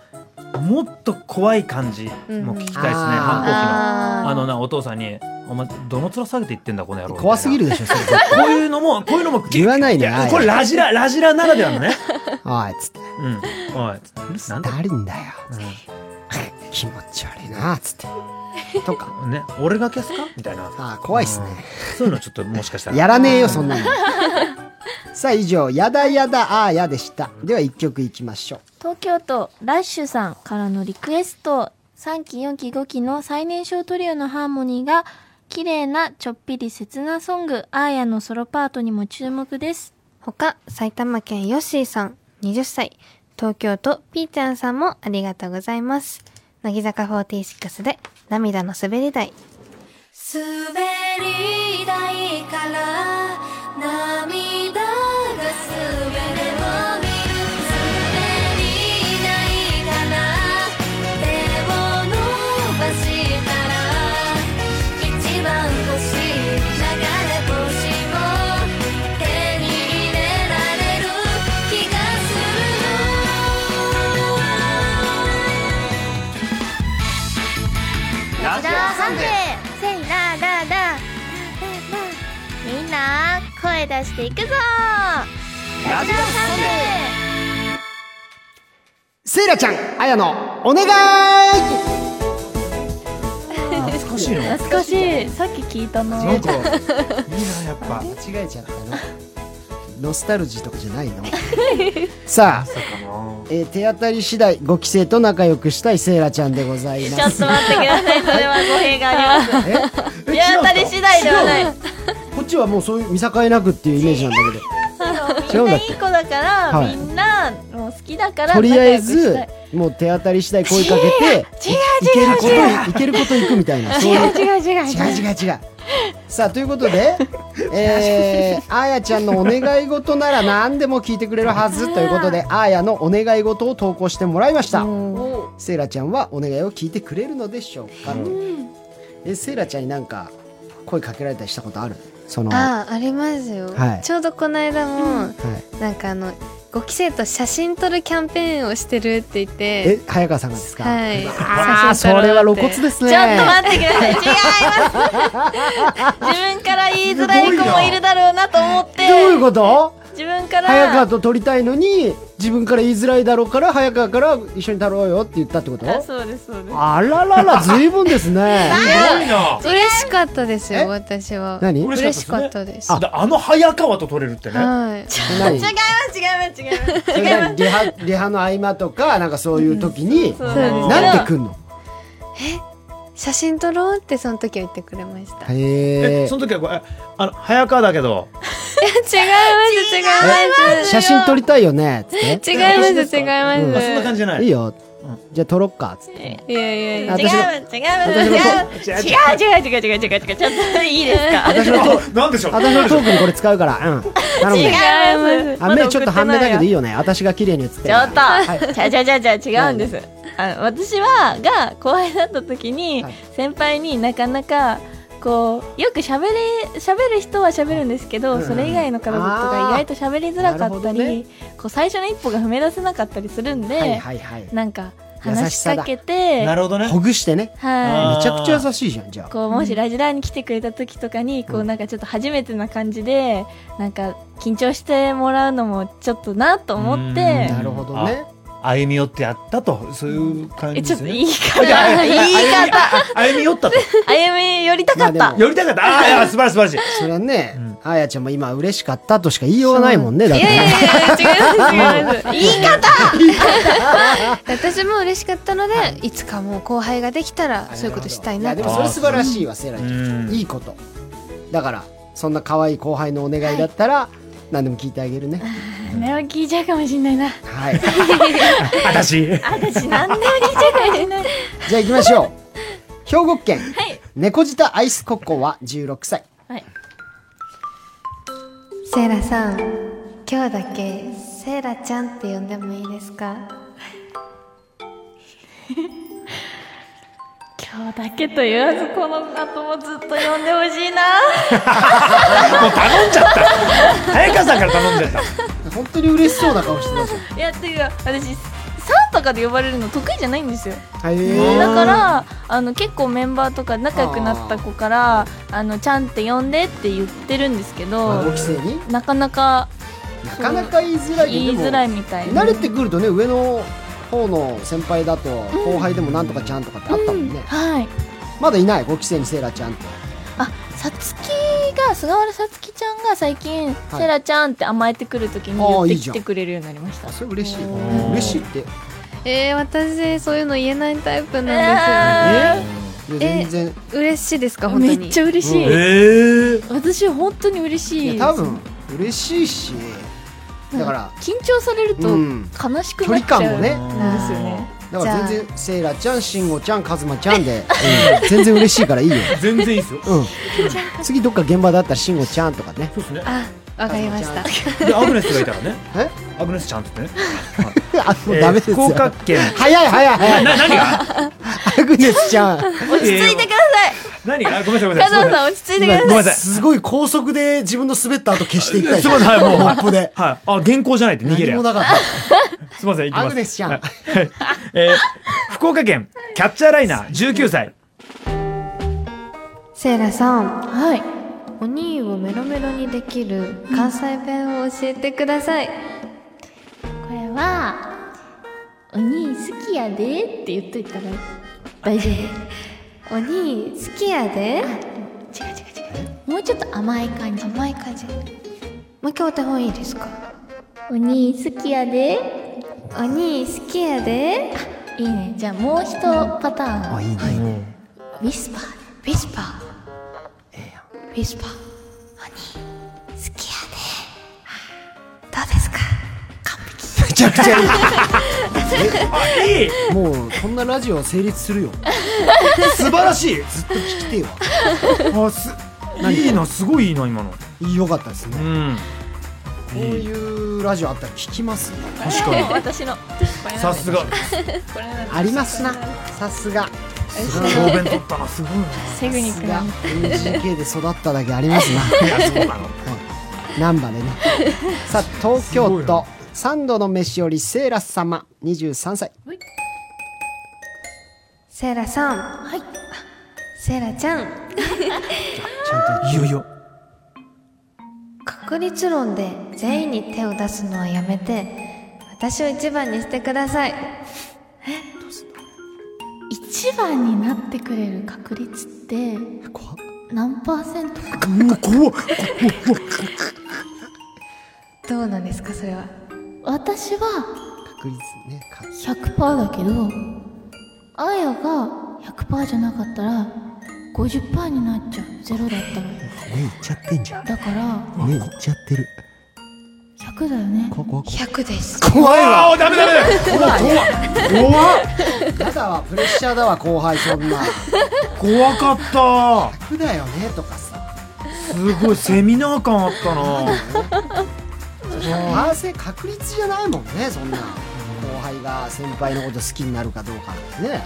もっと怖い感じも聞きたいですね、うん反抗期のああのなお父さんに「お前どの面下げて言ってんだこの野郎」怖すぎるでしょそれこういうのもこういう のも言わないねああ これラジララジラならではのねあいつって うんおいなんだ誰んだよ、 気持ち悪いなつってとかね俺が消すかみたいなあー怖いっすねそういうのちょっともしかしたらやらねえよそんなのさあ以上「やだやだあーや」でしたでは一曲いきましょう東京都ラッシュさんからのリクエスト3期4期5期の最年少トリオのハーモニーが綺麗なちょっぴり切なソング「アーヤのソロパートにも注目です他埼玉県ヨッシーさん20歳東京都ピーちゃんさんもありがとうございます乃木坂46で涙の滑り台滑り台から涙が全てを見る滑り台から手を伸ばしたら一番欲しい流れ星を手に入れられる気がするよラジオサンデーせいららららみんな声出していくぞラジオサンデーセイラちゃんあやのお願い懐かしいのなんか懐かしいさっき聞いたないいなやっぱ間違えちゃったのノスタルジーとかじゃないのさあ、えー手当たり次第ご帰省と仲良くしたいセイラちゃんでございちょまっすと待ってくださいそれは語弊があります え手当たり次第ではない違うのこっちはもうそういう見境なくっていうイメージなんだけどみ違うんんなだいっいけ子だから、はいみんなもう好きだからとりあ仲え良ずくしたいもう手当たり次第声かけていけることいけることいくみたいなそういう違う違違うう違う違うさあということで、えー、あやちゃんのお願い事なら何でも聞いてくれるはずということであやのお願い事を投稿してもらいましたセイラちゃんはお願いを聞いてくれるのでしょうか、えセイラちゃんになんか声かけられたりしたことあるそのはああありますよ、はいちょうどこの間も、なんかあのご期生と写真撮るキャンペーンをしてるって言い、ってえ早川さんがですか、はいああ写真そ撮ろうってれは露骨ですねちょっと待ってください。違 います。自分から言いづらい子もいるだろうなと思っどういうて、こと自分から早川と撮りたいのに自分から言いづらいだろうから早川から一緒に撮ろうよって言ったってことあそうですそうです。あら らら、ずいぶんですね。すごいな嬉しかったですえよ私は何嬉嬉ししかかっったたですああの早川と撮れるってねはい何違います違います違います。それ何リハ、リハの合間とか、なんかそういう時に、そうですねなんで来んの写真撮ろうってその時は言ってくれました違いへええそ。の時はこれえあの早川だけどます違います写真撮りたいよね、つって。違います違います、うんあそんな感じじゃないいいよ。じゃあ撮ろっか、つって。いやいやいやあ違い私のます違います違う違う違う違う違う違う違う違う違うちょっといいですか。私のトーク、なんでしょう私のトークにこれ使うから、うん。頼む違いね。ます。あ、目ちょっと半目だけどいいい。よね。私が綺麗に映ってるちょっと、じゃじゃじゃじゃ違うんです。あの私はが後輩だった時にはい先輩になかなか。こうよく喋れ喋る人は喋るんですけど、それ以外の方とか意外と喋りづらかったあーなるほり、どねこう最初の一歩が踏み出せなかったりするんで、はいは いはい。なんか優話ししさだかけてなるほどねほぐしてね。はあーめちゃくちゃ優しいじゃん、じゃい、あ。こうもしラジラーに来てくれた時とかにこうなんかちょっと初めてな感じでなんか緊張してもらうのもちょっとなと思っうてんなるほどね。歩み寄ってやったとそういう感えちじょでっすとねいいかいやないや言い方あ歩み寄ったと歩み寄りたかった、まあでも寄りたかったああいや素晴らしい素晴らしそれはねうん、あやちゃんも今嬉しかったとしか言いようがないもんね、だっいてやいやね。いや違います違います言い方私も嬉しかったので、い、つかもう後輩ができたらそういうことしたいなやでともそれ素晴らしいわセイラちゃうんんいいことだからそんな可愛い後輩のお願いだったら、何でも聞いてあげるねメロ聞いちゃうかもしれないな。はい私私なんでも聞いちゃうかもしれない。じゃあ行きましょう。兵庫県、猫舌アイスココは16歳。セイラさん、今日だけセイラちゃんって呼んでもいいですか今日だけと言わずこの後もずっと呼んでほしいなもう頼んじゃった早川さんから頼んじゃった本当に嬉しそうな顔してますよ。いやっていうか私さんとかで呼ばれるの得意じゃないんですよへだからあの結構メンバーとか仲良くなった子から「あのちゃんって呼んで」って言ってるんですけまあごど規制になかなかなかなか言いづらいけど言いづらいみたいでもな慣れてくるとね上の方の先輩だと後輩でもなんとかちゃんとかってあったもんね、はいまだいないご期生にセイラちゃんってあさつきが菅原さつきちゃんが最近「はいセラちゃん」って甘えてくるときにあ言っーいていじきゃんてくれるようになりましたそれ嬉しいー嬉しいっていえー、私そういうの言えないタイプなんでえや全然すよ嬉しいですかー本当めにっちゃ嬉しえいー、私本当に嬉しいいや多分嬉しいしだから緊張されるとうん悲しくなっちゃう距離感もねなんですよねだから全然セイラちゃん慎吾ちゃんカズマちゃんで、うん全然嬉しいからいいよ全然いいですようん、次どっか現場だったら慎吾ちゃんとかねそうですねあわかりましたでアグネスがいたらねえアグネスちゃんってねあもうダメですよ、えー福岡県早い早い早いな何がアグネスちゃん落ち着いてください何があごめんなさいごめんな加さい藤さん落ち着いてくださごめんなさいすごい高速で自分の滑った後消していきたい すいませんはいもうマップではい、あ原稿じゃないと逃げ何るやもんなかっすみません、いきたます。アグネスちゃんはいえー福岡県キャッチャーライナー19歳。セイラさんいはいお兄をメロメロにできる関西弁を教えてくださいこれは「お兄好きやで」って言っといたら大丈お兄好きやで夫もうちょっと甘い感じ甘い感じもう一回お手本いいですか「お兄好きやでお兄好きやで」いいねじゃあもう一パターンあいいね、ウィスパーウィスパーウィスパーお兄好きやでどうですかめちゃくちゃいいいいもうこんなラジオ成立するよ素晴らしい。ずっと聞きてえわあすいいなすごいいいな今の。良かったですうねんこういうラジオあったら聞きますね確か 私のにさすがありますなさすがすごい答弁取ったなすごいな。テクニッさクすがが NGK で育っただけあります ないやそうなの。難波でねさあ東京すごいな都三度の飯よりセーラス様23歳セイラさんはいセイラちゃんちゃんといよいよ確率論で全員に手を出すのはやめて私を一番にしてください一番になってくれる確率って何パーセントかどうなんですかそれは私は確率ねか100%だけどあやが100%じゃなかったら50%になっちゃうゼロだったら上行っちゃってんじゃんだから上行っちゃってる100だよね怖怖怖100です怖いわあーダメダメダメ。怖い怖い やだわプレッシャーだわ後輩そ んな怖かっ楽だよねとかさた。すごいセミナー感あったな。合わせ確率じゃないもんねそんな後輩が先輩のこと好きになるかどうかなんてね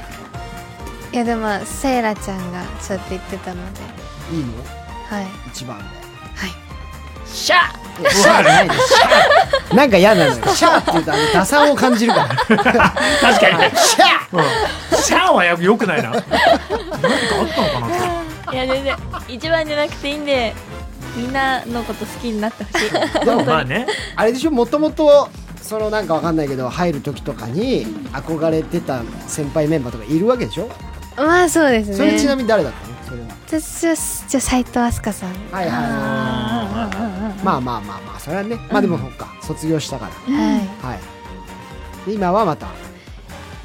いやでもセイラちゃんがそうやって言ってたのでいいのはい一番ではいシャいやシャーじゃないのシャーなんか嫌なのよシャーって言うとあの打算を感じるから確かにね。シャーうんシャーはよくないな。何かあったのかなっいて。や全然一番じゃなくていいんでみんなのこと好きになってほしい でもまあね。あれでしょもともとそのなんかわかんないけど入る時とかに憧れてた先輩メンバーとかいるわけでしょまあそうですねそれちなみに誰だったのそれは私はじゃあ斎藤飛鳥さんはいはあいまあまあまあまあそれはねまあでもそっか卒業したからはいはいで今はまた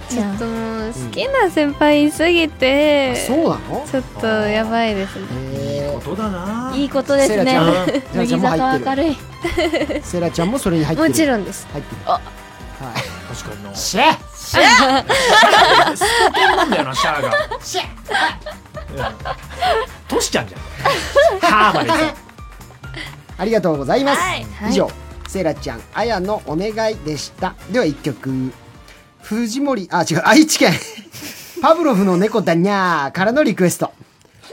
ちょっともう好きな先輩いすぎて、そうなのちょっとやばいですねへことだないいことですセイラねちゃんうん 乃木坂明るいセラちゃんもそれに入ってるもちろんです入ってるあはい確かになシェスポケンなんだよなシャアがシャアトシちゃんじゃんハーまで言ったありがとうございます、い以上セイラちゃんあやのお願いでしたでは一曲藤森あ違う愛知県 パブロフの猫だにゃーからのリクエスト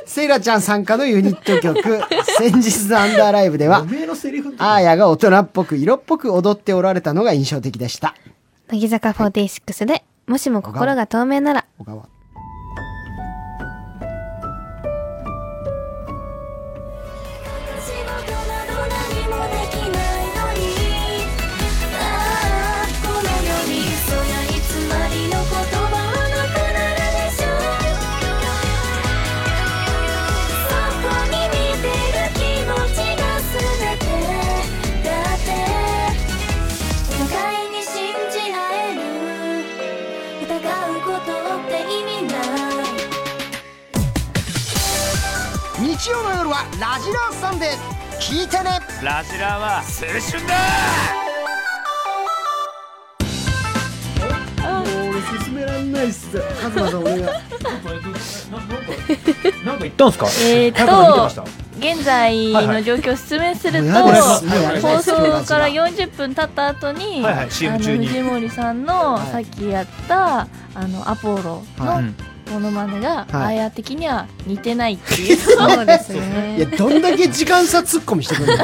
セイラちゃん参加のユニット曲「先日のアンダーライブ」ではおめえのセリフあーやが大人っぽく色っぽく踊っておられたのが印象的でした乃木坂46で、もしも心が透明なら、小川仕事など何もできないのにああこの世にそや偽りの言葉はなくなるでしょうそこに似てる気持ちが全てだって互いに信じ合える疑うことって意味ない日曜の夜は「ラジラーサンデー」聞いてねラジラは青春だもう俺進めらんないっすカズマさんお願いなんか言ったんすかえーっと早く見てました現在の状況を説明すると、もうやだっすもうやりたい放っす送から40分経った後に、はいはい CM 中にあの藤森さんのはいさっきやったあのアポロはのうんモノマネが、はいあや的には似てないっていうそうですいやね。どんだけ時間差ツッコミしてくる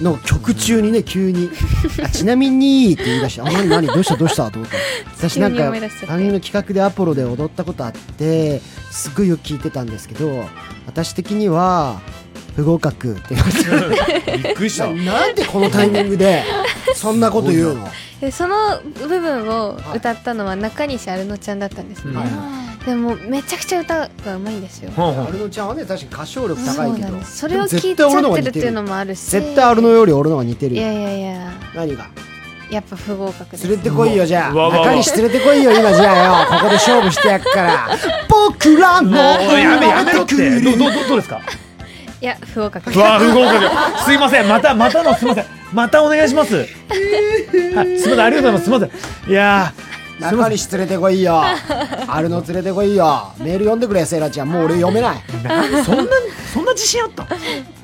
のの曲中にね急に「あちなみに」って言い出して「あ何何どうしたどうした」と思って 私なん急にか思い出しちゃって番組の企画でアポロで踊ったことあってすごいよく聞いてたんですけど私的には不合格って言われてびっくり したなんでこのタイミングでそんなこと言うのでその部分を歌ったのは中西アルノちゃんだったんですね。はいでもめちゃくちゃ歌がうまいんですよ。ほうほアうルノちゃんはね確かに歌唱力そ高いうけなどんです。それを聞いちゃってるっていうのもあるし。絶対アルノより俺の方が似てるいやよいやいや、何がやっぱ不合格です。連れてこいよじゃあうわうわうわ中西連れてこいよ今じゃあよここで勝負してやっから僕らももうやめやめろってどうどうどうどうですかいや、不合格。うわあ不合格すいませんまたまたのすいませんまたお願いしますはいすいませんありがとうございますすいませんいやーすいま中せん西連れてこいよアルノ連れてこいよメール読んでくれセイラちゃんもう俺読めないなそんなそんな自信あった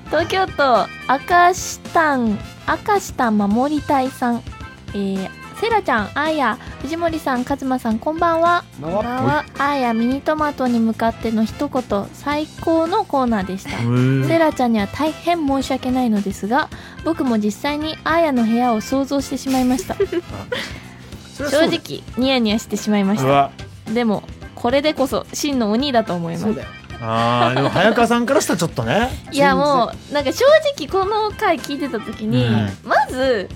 東京都赤下ん赤下守り隊さん、えー、セラちゃんあや藤森さん和馬さんこんばんはまこんあばんはあーやミニトマトに向かっての一言最高のコーナーでしたセラちゃんには大変申し訳ないのですが僕も実際にあーやの部屋を想像してしまいました正直ニヤニヤしてしまいましうたわでもこれでこそ真の鬼だと思いまそうすだよあーでも早川さんからしたらちょっとねいやもうなんか正直この回聞いてた時に、うまず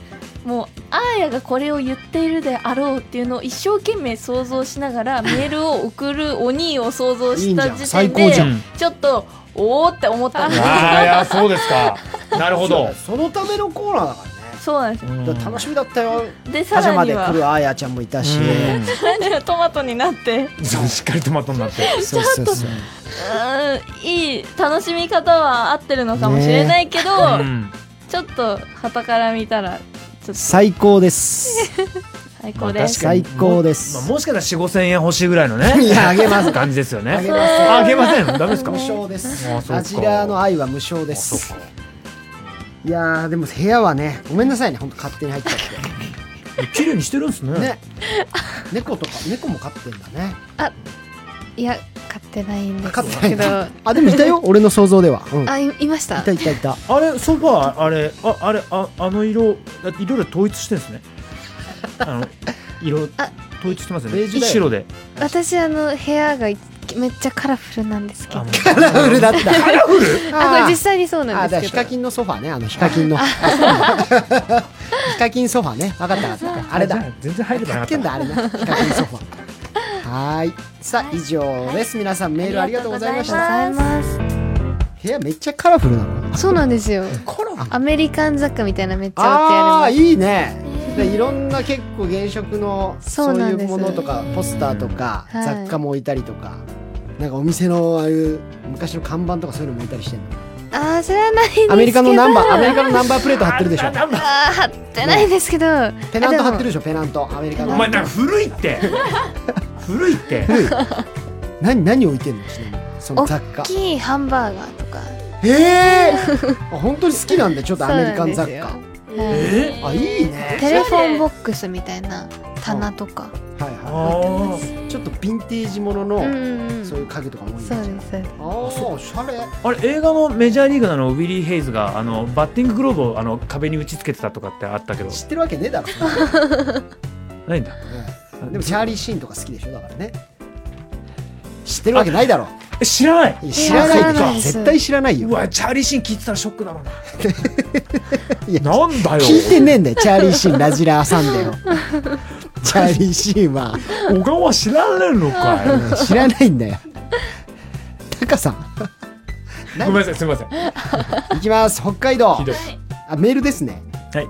もうあーやがこれを言っているであろうっていうのを一生懸命想像しなが らメールを送る鬼を想像いいしんじゃたん時最点高でじゃんうんちょっとおおって思ったんですああいやそうですかなるほそうだどよそのためのコーナーだからねそうなんですよだから楽しみだったよでさパジャらマにで来はるあーやちゃんもいたしうさらには トマトになってうんそうしっかりトマトになってそうそうそうーんいい楽しみ方は合ってるのかもしれないけど、うんちょっと傍から見たらちょっと最 高です最高です、まあ確かに最高ですまあもしかしたら四五千円欲しいぐらいのねいやあげます感じですよあねげませんあげませんダメですか無償ですあそうかラジラーの愛は無償であそすっかいやーでも部屋はねごめんなさいね本当勝手に入っちゃっ綺麗にしてるんですねてね猫とか猫も飼ってんだねいや、買ってないんで飼ってすないけど。あでもいたよ俺の想像では、うん、いあ、いいましたた。いたいたあれソファーあれああれああの色あ色で統一してるんです ねあの色あ統一してますよベねージュだよ白で私、あの、部屋がいめっちゃカラフルなんですけど。あのカラフルだったカラフルあ、これ実際にそうなあんでだすヒけどカ。キンのソファーねあのヒカキンのヒカキンソファーね分かった分かったあれだじゃ全然入ればなかかっけんただあれなヒカキンソファーはーいさあ以上です、皆さんメールありがとうございましあたありがとうございます部屋めっちゃカラフルなのそうなんですよ。カラフルアメリカン雑貨みたいなめっちゃああ売ってあります。いいねでいろんな結構原色のそそううなんいですうものとかポスターとかはい雑貨も置いたりとかなんかお店のああいう昔の看板とかそういうのもいたりしてんのあー知らないんですけどアメリカのナンバーアメリカのナンバープレート貼ってるでしょあんたなんだ あー貼ってないですけどペナント貼ってるるでしょペナントアメリカのお前なんか古いって古いって古い何何置いてんのちなみにその雑 貨大きいハンバーガーとかええー、あ本当に好きなんだちょっとアメリカン雑そう貨なんえーあいいねテレフォンボックスみたいな棚とかはいはあいちょっとヴィンテージものうんのうんうんそそうういう家具とかも多いでんすじゃんそうですああおしゃれあれ映画のメジャーリーグなのウィリー・ヘイズがあのバッティンググローブをあの壁に打ち付けてたとかってあったけど知ってるわけねえだろそんなのないんだうんでもチャーリー・シーンとか好きでしょだからね知ってるわけないだろえ知らないいや知ら知らなないいでですす絶対知らないようわチャーリー・シーン聞いてたらショックだろ ういやななんだよ聞いてねえんだよチャーリー・シーンラジラーサンデーをチャーリー・シーンは小川知られるのかいうん知らないんだよタカさんごめんなさいすみませんいきます北海道ひどいあメールですねはい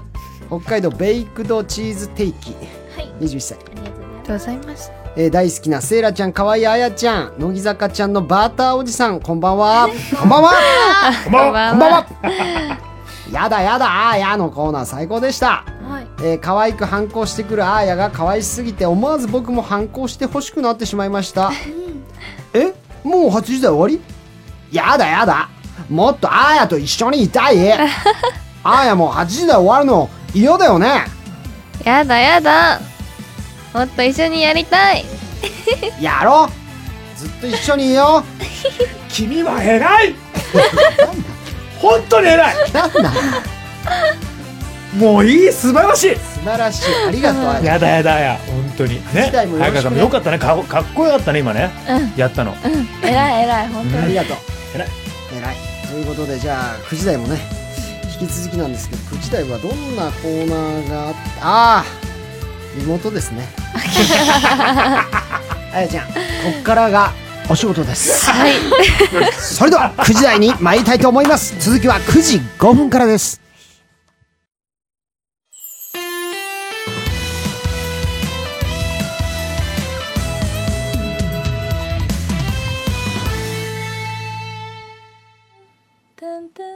北海道ベイクドチーズテイキはい21歳、ありがとうございまありがとうございますえー大好きなセイラちゃん可愛いあやちゃん乃木坂ちゃんのバーターおじさんこんばんはこんばんは こんばんははこんばんはやだやだあーやのコーナー最高でしたすはいえー、可愛く反抗してくるあーやが可愛すぎて思わず僕も反抗して欲しくなってしまいましたえもう8時台終わりやだやだもっとあーやと一緒にいた いあーやもう8時台終わるの嫌だよねやだやだもっと一緒にやりたいやろうずっと一緒にいよ 君は偉い本当に偉いうなんだもういい素晴らしい素晴らしいありがとうあーややだやだや本当にね次回もよろしくね早川さんもよかったねかかっこよかったね今ねうんやったのえらいえらい本当あにりがとう偉い偉いということでじゃあ9時台もね引き続きなんですけど9時台はどんなコーナーがあってああリモートですね あやちゃんこっからがお仕事ですはい それでは9時台に参りたいと思います続きは9時5分からです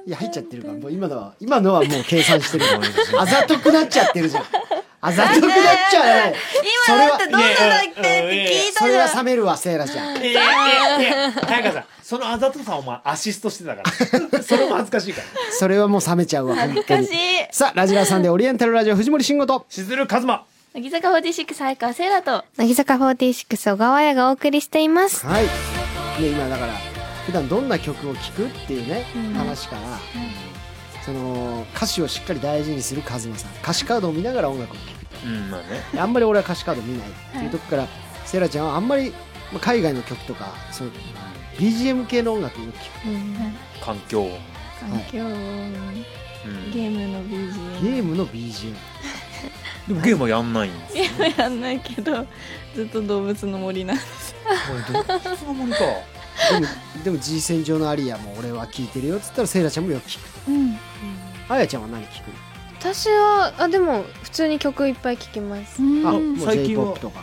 いや入っちゃってるからもう今のは今のはもう計算してるあざとくなっちゃってるじゃんあざとくなっちゃうそれはどんなの言って聞いそれは冷めるわセイラち ゃんいやいやいや早川さんそのあざとさをお前アシストしてたからそれも恥ずかしいからそれはもう冷めちゃうわ本当にさあラジラさんでオリエンタルラジオ藤森慎吾としずるかずま乃木坂46早川セイラと乃木坂46小川屋がお送りしていますはい、ね、今だから普段どんな曲を聴くっていうね、話から、その歌詞をしっかり大事にするカズマさん歌詞カードを見ながら音楽を聴うんまあねくあんまり俺は歌詞カード見ないっていうとこから、セイラちゃんはあんまりまあ海外の曲とかそういう BGM 系の音楽を聴く環境音環境音うんゲームの BGM ゲームの BGM でもゲームはやんないんですゲ ームやんないけどずっと動物の森なこれどっちの森かでもでも G 戦場のアリアも俺は聴いてるよっつったらセイラちゃんもよく聴くうんあやちゃんは何聴く私はあでも普通に曲いっぱい聴きますのあうもう最近は J−POP とか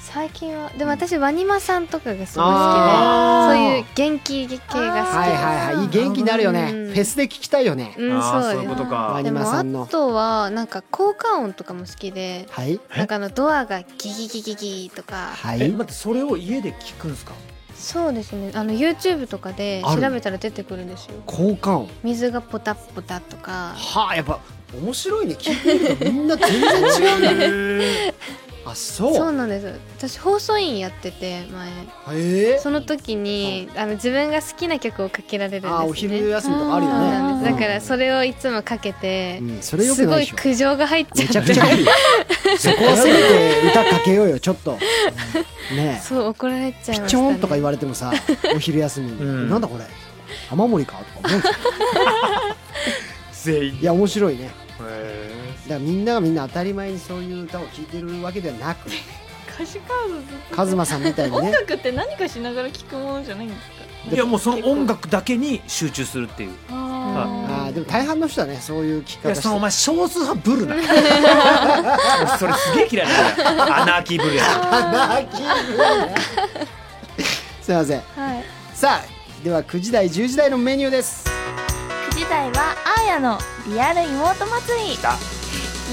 最近はでも私ワニマさんとかがすごいあ好きでーそういう元気系が好はいきはいはいいい元気になるよねうんフェスで聴きたいよねですうんああそそうういでうすことワかニでマもさあんのとはなんか効果音とかも好きではいなんかあのドアがギギギギギとかはえい待ってそれを家で聞くんですかそうですねあの YouTube とかであ調るべたら出てくるんですよ交換音水がポタポタとかはあやっぱ面白いね聞いてるとみんな全然違うんだね あそうそうなんです私放送委員やってて前へえその時にあの自分が好きな曲をかけられるんですねあお昼休みとかあるそうなんよですねだからそれをいつもかけてうんうんそれよくすないごでいしょ苦情が入っちめちゃゃっくちゃていいよそこはせめて歌かけようよちょ っとねえそう怒られちゃいピましチたョねンとか言われてもさお昼休うみんになんだこれ雨漏りかとか思うじゃん全員いや面白いねへだからみんながみんな当たり前にそういう歌を聴いてるわけではなく歌詞カードずっとカズマさんみたいに音ね楽って何かしながら聞くものじゃないんですかいやもうその音楽だけに集中するっていうああーでも大半の人はねそういう聴きい方やしてそのお前少数派ブルな もうそれすげえ嫌いなんだよアナーキーブルやアナーキーブルーねすい ませんはいさあでは9時台10時台のメニューです9時台はあーやのリアル妹祭りだ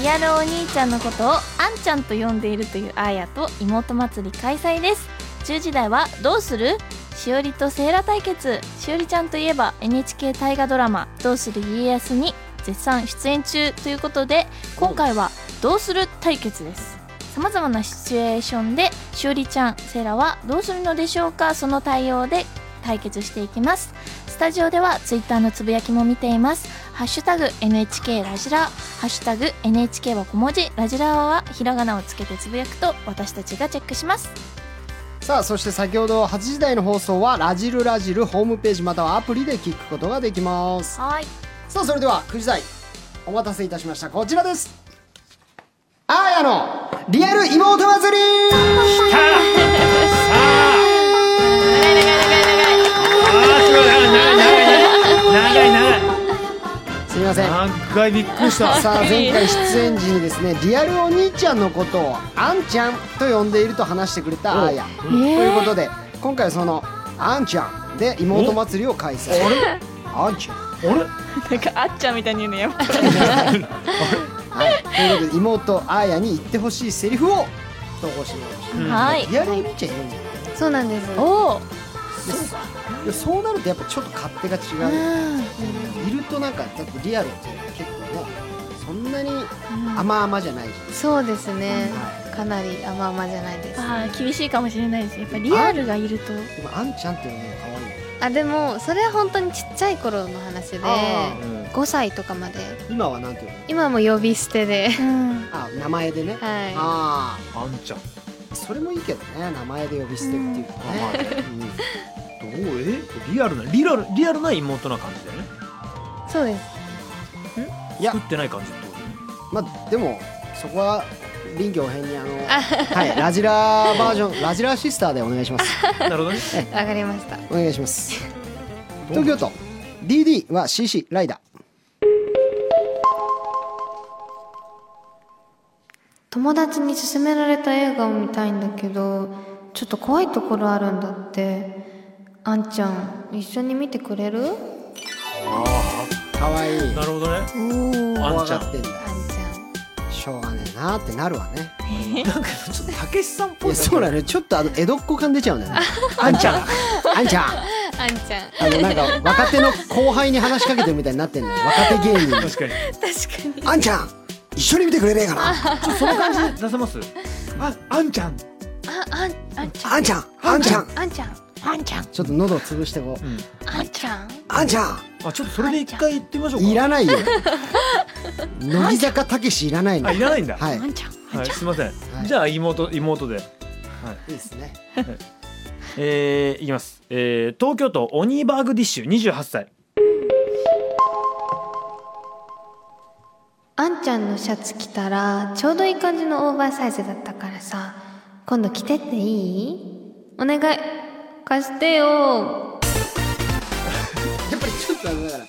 リアルお兄ちゃんのことをあんちゃんと呼んでいるというあーやと妹祭り開催です10時台はどうするしおりとセーラ対決しおりちゃんといえば NHK 大河ドラマ「どうする家康」に絶賛出演中ということで今回は「どうする対決」ですさまざまなシチュエーションでしおりちゃんセーラはどうするのでしょうかその対応で対決していきますスタジオではツイッターのつぶやきも見ています「ハッシュタグ #NHK ラジラー」「ハッシュタグ #NHK は小文字ラジラーはひらがなをつけてつぶやくと私たちがチェックしますさあそして先ほど8時台の放送は「ラジルラジル」ホームページまたはアプリで聞くことができますはいさあそれでは9時台お待たせいたしましたこちらですあーやのリアル妹祭りさあ長い長い長い長い長い長い長い長いすみません長いびっくり したさあ前回出演時にですねリアルお兄ちゃんのことをあんちゃんと呼んでいると話してくれたあーやということで今回はそのあんちゃんで妹祭りを開催あんちゃんなんかあっちゃんみたいに言うのやばいはい、ということで妹あーやに言ってほしいセリフを投稿してもらいましはいたリアルお兄ちゃんいるんじゃないそうなんですおおいやそうなるとやっぱちょっと勝手が違ういるとなんかだってリアルって結構ねそんなに甘々じゃないじそうですねはかなり甘々じゃないですあー厳しいかもしれないですやっぱリアルがいるとゃんでもあんちゃんっていうのも可愛いあでもそれは本当にちっちゃい頃の話であ5歳とかまで今はなんていうの今も呼び捨てでうんあ名前でねはああんちゃんあそれもいいけどね名前で呼び捨てっていうかね、うんどうえリアルなリアルリアルな妹な感じだよねいそうですいや作ってない感じってことねまあでもそこは臨機応変にあの、はい、ラジラバージョン ラジラシスターでお願いし ますなるほどねわかりましたお願いします東京都 DD は CC ライダー友達に勧められた映画を見たいんだけどちょっと怖いところあるんだってあんちゃん一緒に見てくれるかわいいなるほどねあ怖んちゃんがってんだよあんちしょうがねえなってなるわねなんかちょっとたけしさんっいぽいやそうだねちょっとあの江戸っ子感出ちゃうん だよねあんちゃんあんちゃんゃんあんちゃんあのなんか若手の後輩に話しかけてるみたいになってんのよ若手芸人に確かにあんちゃん一緒に見てくれねえかなちょっとその感 じで出せますああんちゃんあああんちゃんあんちゃんあんちゃんあんちゃんあんちゃんちょっと喉を潰してこうあんちゃんあんちゃあちょっとそれで一回言ってみましょうんかいらない よ乃木坂たけしいらないのあいらないんだはいあんちゃんはいすいませんいじゃあ妹妹でいいですねえー、いきます、えー、東京都オニーバーグディッシュ28歳あんちゃんのシャツ着たらちょうどいい感じのオーバーサイズだったからさ今度着てっていいお願い貸してよやっぱりちょっとあのだから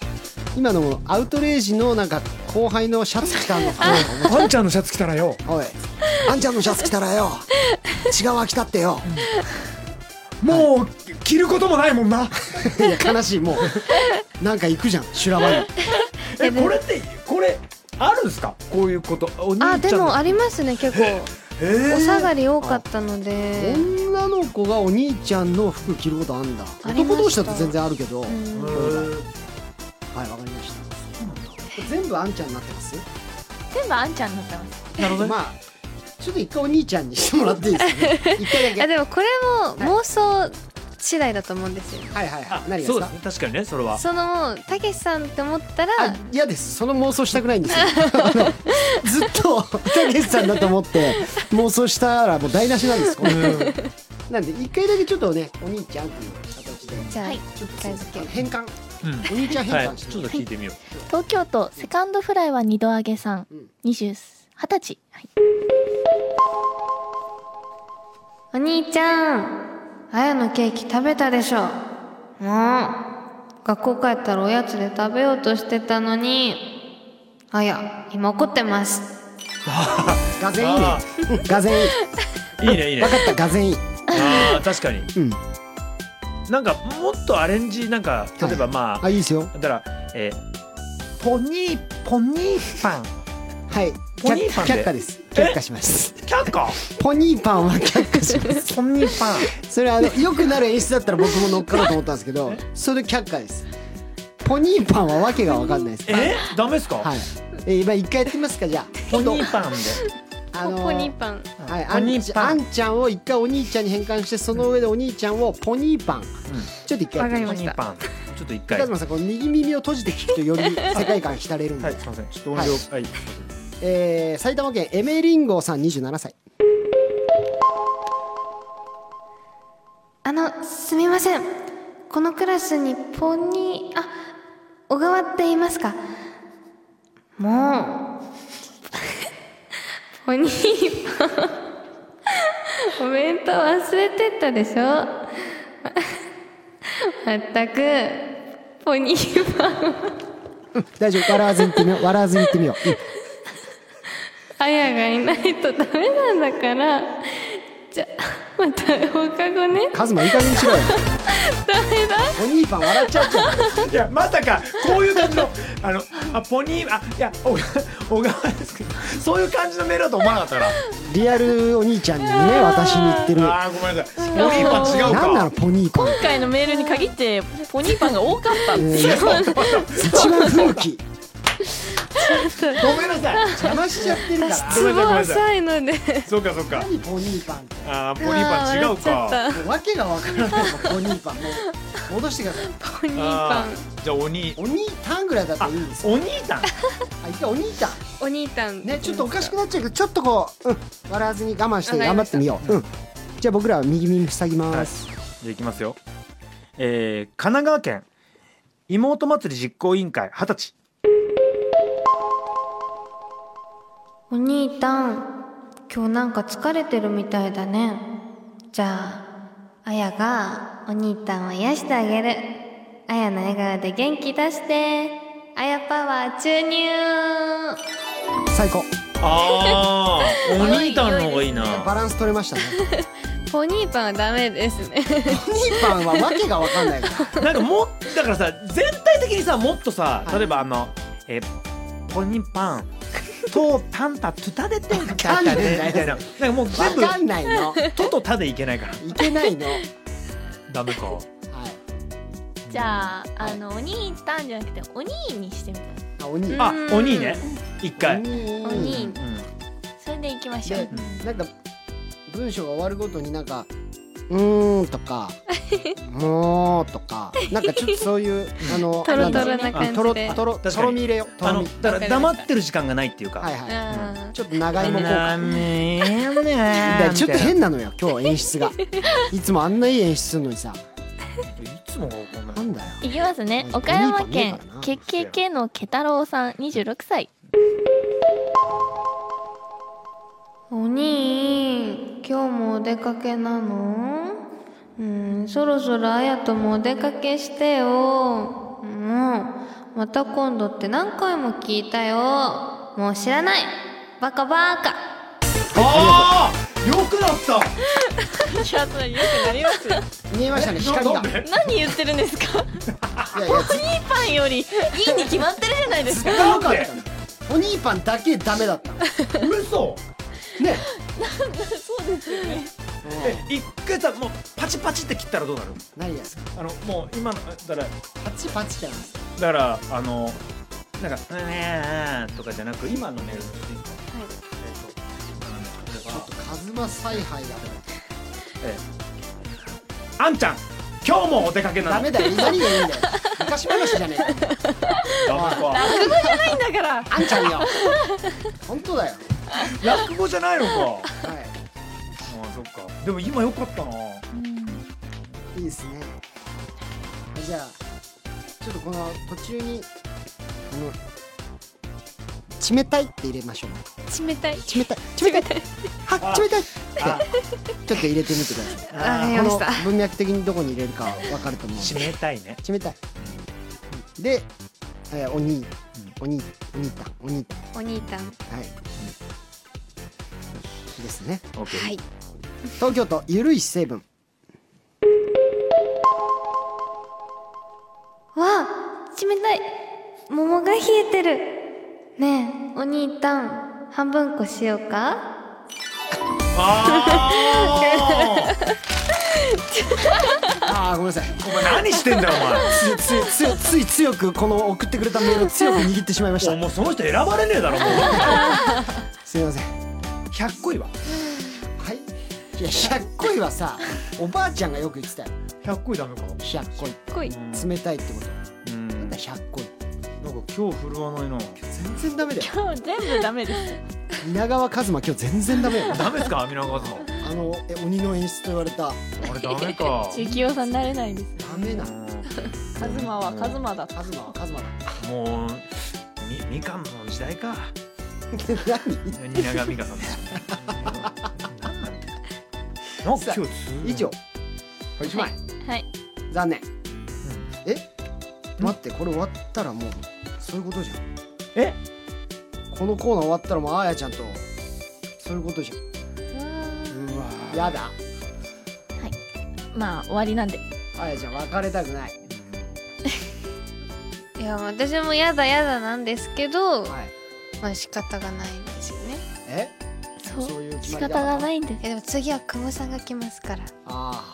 今のもアウトレイジのなんか後輩のシャツ着たのかなあんちゃんのシャツ着たらよ おいあんちゃんのシャツ着たら よ違う飽きたってよもう着ることもないもんないや悲しいもうなんか行くじゃん修羅場にえこれってこれあるんですかこういうことお兄ちゃんあでもありますね結構えーお下がり多かったので女の子がお兄ちゃんの服着ることあんだありまし男た同士だと全然あるけど、うはんいわかりました全部あんちゃんになってます全部あんちゃんになってますなるほどねまあちょっと一回お兄ちゃんにしてもらっていいですか、ね、一回だけあでもこれも妄想次第だと思うんですよはいはいあはい何がですそうでかすね確かにねそれはそのたけしさんって思ったらあ嫌ですその妄想したくないんですよずっとたけしさんだと思って妄想したらもう台無しなんですこれなんで一回だけちょっとねお兄ちゃんっていう形でじゃあ、はいちょっと一回だけ変換うおん兄ちゃん変は換いしちて、ょっと聞いてみよ東京都セカンドフライは二度揚げさんうん20二十歳はいお兄ちゃんあやのケーキ食べたでしょもう学校帰ったらおやつで食べようとしてたのにあや今怒ってますがぜんいいねがぜんいいういいねいいね分かったがぜんいいあー確かにうんなんかもっとアレンジなんか例えばまあ、あいいですよだから、えーポニーポニーパンはいポニーパンで却下です却下します 却下ポニーパンは却下し ますポニーパンそれあの良くなる演出だったら僕も乗っかろうと思ったんですけどそれ却下ですポニーパンはわけがわかんないですえダメですか、はいえ今一回やってみますかじゃあポニーパンであのーポニーパンはい、ポあんニーちパンあんちゃんを一回お兄ちゃんに変換してその上でお兄ちゃんをポニーパン、ちょっと一回やってみわかポりましニたーパンちょっと一回北島さんこの右耳を閉じて聞くとより世界観浸れるんで、はいすいませんちょっと音量ははい、えー埼玉県エメリンゴさん27歳あのすみませんこのクラスにポニーあ小川って言いますかもう ポニーパンお弁当忘れてったでしょ まったくポニーパン大丈夫笑わずに言ってみよう笑わずに言ってみよう、うんあやがいないとダメなんだからじゃまた放課後ねカズマいい加減にしろよダメだポニーパン笑っちゃうじゃんいやまさかこういう感じのあのあポニーあいや小小川ですけどそういう感じのメールだと思わなかったからリアルお兄ちゃんにね私に言ってる何あーごめんなさいポニーパン違うかなのポニーパン今回のメールに限ってポニーパンが多かったってえいうー一番奮起ごめんなさい邪魔しちゃってる からごめ都んなさいごめんなさ合浅いのでそうかそうか何ポニーパンってあーポニーパン違うあー笑っちかゃっもう訳がわからないもんポニーパンもう戻してくださいたポニーパあンーじゃあおにお兄たんぐらいだったあらいいんですよお兄さんあ一回お兄たんお兄たんねちょっとおかしくなっちゃうけどちょっとこう、うん、笑わずに我慢してわか頑り張まっしてたみよう、うん、じゃあ僕らは右耳塞ぎます、じゃあいきますよ。えー、神奈川県妹祭り実行委員会二十歳。お兄たん今日なんか疲れてるみたいだねじゃああやがお兄たんを癒してあげるあやの笑顔で元気出してあやパワー注入最高ああ、 お兄さんの方がいいな。バランス取れましたねポニーパンはダメですねポニーパンは訳がわかんないからなんかもっだからさ全体的にさもっとさはい例えばあの、えー、ポニパ ン。とタンタトゥタでてんかんないみたいな。なんかもうわ全部かんないのととたでいけないから。いけないの、はい、ダメか。じゃああのお兄たんじゃなくてお兄にしてみたあお兄あ、お兄ね。一回。うおん。お兄それでいきましょうでなんか文章が終わるごとになんか「うーん」と か「もう」とかなんかちょっとそういうあの トロんだトろロうなトロ感じでトロかにとろみ入れようとあろのみだから黙ってる時間がないっていうか。はいうんはいあちょっと長芋効ダ果メ ね。でちょっと変なのよ今日演出 がいつもあんないい演出するのにさいつもこんななんだよいきますねうん岡山お兄県パンね KKK のケタロウさん26歳お兄今日もお出かけなのうんそろそろあやともお出かけしてようんまた今度って何回も聞いたよもう知らないバカバカああ、良くなった。いやそれよくなりますよ見えましたね光がなんで 何言ってるんですかいやいやポニーパンよりいいに決まってるじゃないですか絶対良かったのお兄パンだけダメだったのね嘘。そうですよねえ一回さもうパチパチって切ったらどうなる何がですかあのもう今のだからだパチパチってなんですかからあのなんか「うねー」とかじゃなく今のメールのスピーちょっとカズマ采配だあんちゃん今日もお出かけなダのメだよ何がいいんだよ昔話じゃねえかダメか落語じゃないんだからあんちゃんよ本当だよ落語じゃないのかはあーそっかでも今よかったなはいいいいですねじゃあちょっとこの途中にあの「冷たい」って入れましょうね冷たい冷たい冷たいは冷たいってあちょっと入れてみてくださいこあやりまのした文脈的にどこに入れるかは分かると思う締めたいね冷たいで、えー、お兄お兄お兄たんお兄たんお兄たんはい、ですね OK 東京都ゆるい成分冷たい桃が冷えてるねえお兄たん半分こしようかあーああごめんなさいお前何してんだよ つつつつい強くこの送ってくれたメールを強く握ってしまいましおた前もうその人選ばれねえだろもうすいません100個いわはいいや100個いはさおばあちゃんがよく言ってたよ100個いダメかな100個い恋冷たいってことうんなんだか100個い今日振るわないな全然ダメだよ今日全部ダメです稲川一馬今日全然ダメよ ダメですか皆川さんあのえ鬼の演出と言われたあれダメか中清さんなれないですダメな一カズマはカズマだった馬は一馬だもうみみかんの時代か何蜷川美香さんです何なのなんか今日以上1枚はい残念え待ってこれ終わったらもうそういうことじゃんえこのコーナー終わったらもうあーやちゃんとそういうことじゃんうわーやだまあ終わりなんであーやちゃん別れたくないいや私もやだやだなんですけど、はいまあ仕方がないんですよねえそうそういう決仕まり方がないいんですえでも次は久保さんが来ますからああ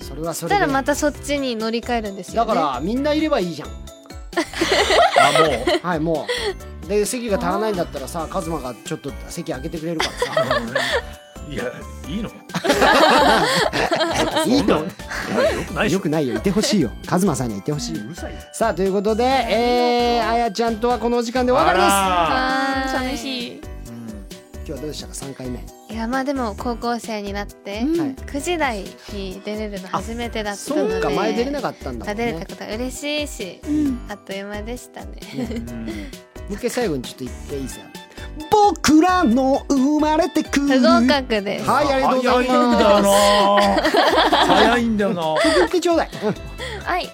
それはそそしれたでらまたそっちに乗り換えるんですよ、だね、からみんないればいいじゃんあもうはいもうで席が足らないんだったらさカズマがちょっと席空けてくれるからさいやいいの いいのよくないでしよょくないよいてほしいよカズマさんにはいてほしいようるさいよさあということで、えー、あやちゃんとはこのお時間でお別れですあはー寂しい今日はどうでしたか3回目いやまあでも高校生になってんはい9時台に出れるの初めてだったそので、うか前出れなかったんだもん出れたねことは嬉しいし、あっという間でしたね。らうんもう一回最後にちょっと言っていいですか僕らの生まれてくる不合格です。はいありがとうございます 早いんだよな早いんだよ言ってちょうだい、うんはい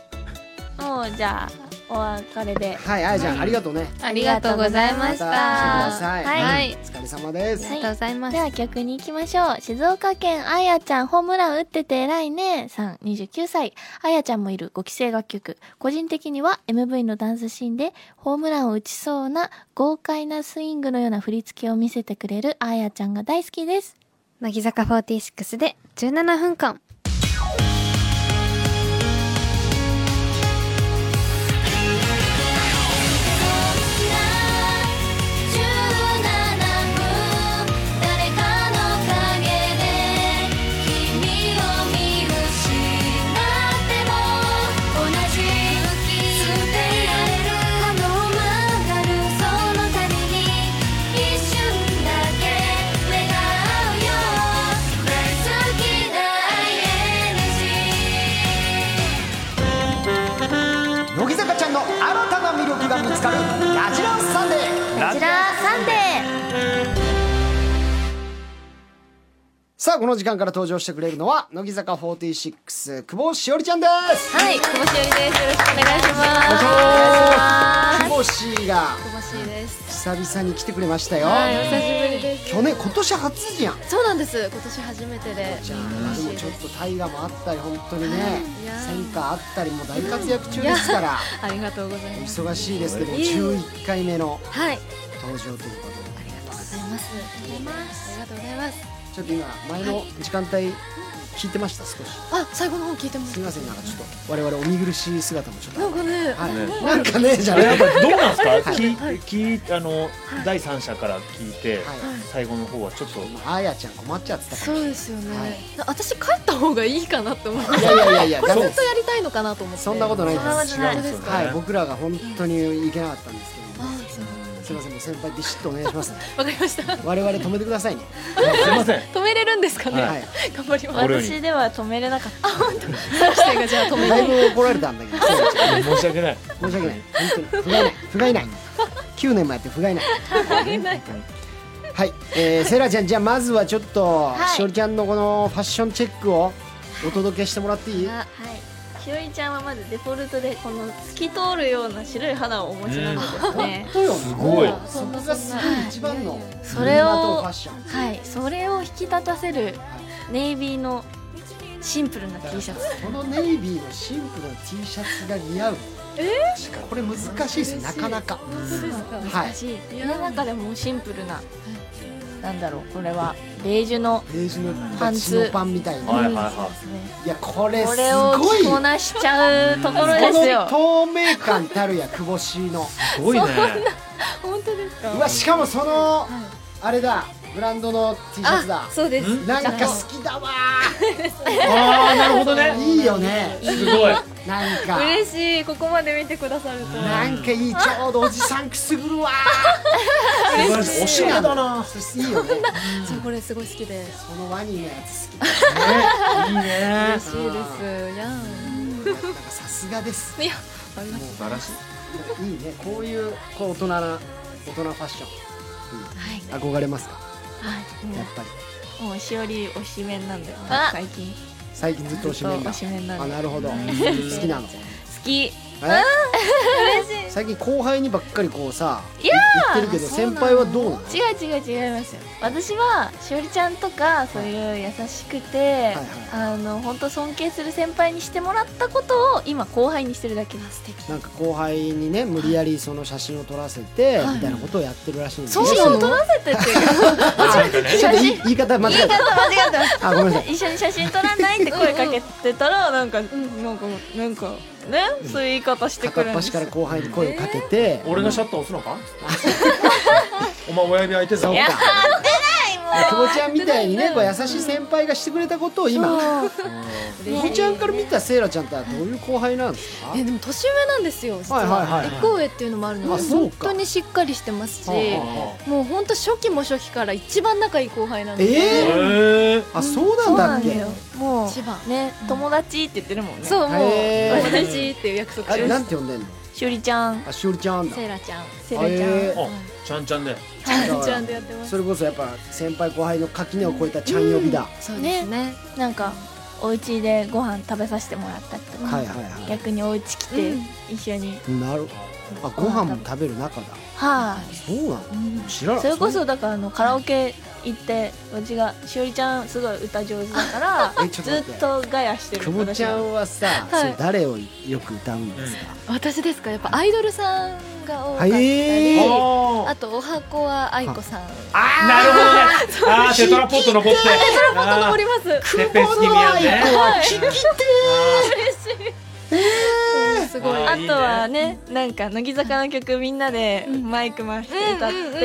もうじゃあお別れではいあやちゃん、ありがとうねありがとうございままた来しくてた。ださい、はい、お疲れ様です、ありがとうございますで。は逆に行きましょう。静岡県あやちゃんホームラン打ってて偉いね。さん、29歳。あやちゃんもいる5期生楽曲。個人的には MV のダンスシーンでホームランを打ちそうな豪快なスイングのような振り付けを見せてくれるあやちゃんが大好きです。乃木坂46で17分「17分誰かのため間。に」「影で君を見失っても」「同じ浮き捨てられる」「あの曲がるそのために」「一瞬だけ願うよ」「大好きな ING」乃木坂ちゃんの新たな魅力が見つかるラジランサンデーなこちらサンデーさあこの時間から登場してくれるのは乃木坂46久保しおりちゃんですはい、久保しおりです。よろしくお願いします。久保しが久保しおりです。久々に来てくれましたよ、はい、お久しぶりです。去年今年初じゃんそうなんです。今年初めてで。じゃあでもちょっと大河もあったり本当にねいやー戦果あったりもう大活躍中ですからありがとうございます。忙しいですけどいえいえ11回目のはい、登場ということでありがとうございます。ありがとうございます。ちょっと今前の時間帯聞いてました少しあ、最後の方聞いてますすみませんなんかちょっと我々お見苦しい姿もちょっとなんかね、はい、なんかねじゃねやっぱどうなんですか、き、き、あの、第三者から聞いて、はい最後の方はちょっと。まああやちゃん困っちゃってたかそもうしですよね、はいな私帰った方がいいかなって思ってれないいやいやいやいやダメ本で当すやりたいのかなと思ってそんなことないで違うんすですよね。はい僕らが本当にいけなかったんですけどもあそうすみませんもう先輩ビシッとお願いしますねわかりました我々止めてくださいねすみません。止めれるんですかね、はい頑張ります俺より私では止めれなかった。サクシがじゃあ止めだないぶ怒られたんだけどそうです申し訳ない。申し訳ない本当に不甲斐ない不甲斐ない9年もやって不甲斐ないはい、えー、セイラちゃんじゃあまずはちょっと、はいしおりちゃんのこのファッションチェックをお届けしてもらっていいはい。しおりちゃんはまずデフォルトでこの透き通るような白い肌をお持ちなのですね。とよすごいそこがすごい一番のそれを今とファッションはい。それを引き立たせるネイビーのシンプルな T シャツ。このネイビーのシンプルな T シャツが似合うこれ難しいですなかなかはいしいの中でもシンプルな、なんだろうこれはベージュのベージュのパンツ血のパンみたいはいなはいはいやこれこすれをごい着ここのなしちゃうところですよ透明感たるや久保氏のすごいね本当ですかうわしかもそのあれだブランドの T シャツだそうですなんか好きだわああなるほどねいいよねすごいなんか嬉しいここまで見てくださるとなんかいいちょうどおじさんくすぐるわおしゃれだなそしていいよねそうこれすごい好きで嬉しそのワニのやつ好きいいねいですやんなんかさすがですいやありがと素晴らしいいいねこういうこう大人な大人ファッション、うん憧れますか、やっぱりもうしおり推しメンなんだよな最近最近ずっとおしめんだ推しメンなんあだなるほど好きなの好きえ最近後輩にばっかりこうさい言ってるけど先輩はどうなの違う違う違いますよ私はしおりちゃんとかそういう優しくて、はいあの本当尊敬する先輩にしてもらったことを今後輩にしてるだけですなんか後輩にね無理やりその写真を撮らせてみたいなことをやってるらしいんです写真を撮らせてっていうなんかねちょっと言い言い方間違えた間違ったあごめんなさい一緒に写真撮らないって声かけてたらなんかなんかなんかねそういう言い方してく片るっんです端から後輩に声をかけて俺がシャッター押すのか お前親指開いてたそうかない久保ちゃんみたいにねこう優しい先輩がしてくれたことを今久保ちゃんから見たセイラちゃんってのはどういう後輩なんですかえでも年上なんですよ実はは,、いはいはいはいエコ上っていうのもあるのあでそう本か当にしっかりしてますしはあはもう本当初期も初期から一番仲いい後輩なんですええー、ーあそうなんだっけも一番うね友達って言ってるもんねそうもうへー友達っていう約束あしれなまんすて呼んでんのしおりちゃんあしおりちゃんあんだセイラちゃんセラちゃん、えーあちゃんちゃんでちゃんちゃんでやってますそれこそやっぱ先輩後輩の垣根を越えたちゃん呼びだ、そうですねなんかお家でご飯食べさせてもらったりとか、はいはいは逆にお家来てうん一緒に、いなるあご飯も食べる中だはそうなの知いらないそれこそだからあのカラオケ行ってうちがしおりちゃんすごい歌上手だからえちょっと待ずってっとガヤしてる久保ちゃんはさ、はいそれ誰をよく歌うんですか、私ですかやっぱアイドルさんが多かったはり、いああとお箱は愛子さんあなるほど ねあーテトラポット登ってテトラポット登りりますすてっぺん好き見合うねすごいあ いいねとはねなんか乃木坂の曲みんなでマイク回して歌って、うんうんうん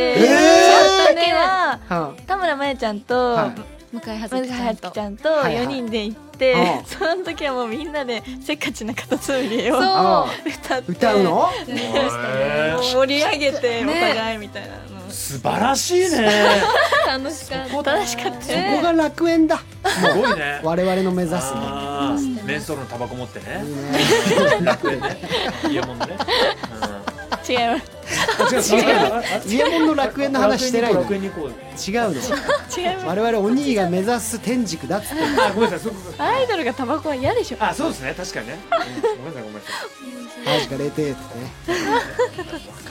その時はは田村真由ちゃんと、はい向井葉松月坂さん彩とちゃんとはいは4い人で行って、うんその時はもうみんなでせっかちなカタツムリをそうあ歌って歌うの へー盛り上げてお互いみたいなの、素晴らしいね楽しかった楽しかったそこが楽園だすごいね我々の目指すねあーメンソールのタバコ持ってねいいね楽園ねいいもんねうん違います伊右衛門の楽園の話してないの違う楽園に行こう楽園に行この違います我々お兄が目指す天竺だっつってうあごめんなさいそうそうそうアイドルがタバコは嫌でしょあそうですね確かにねうんごめんなさいごめんなさいマジか0点って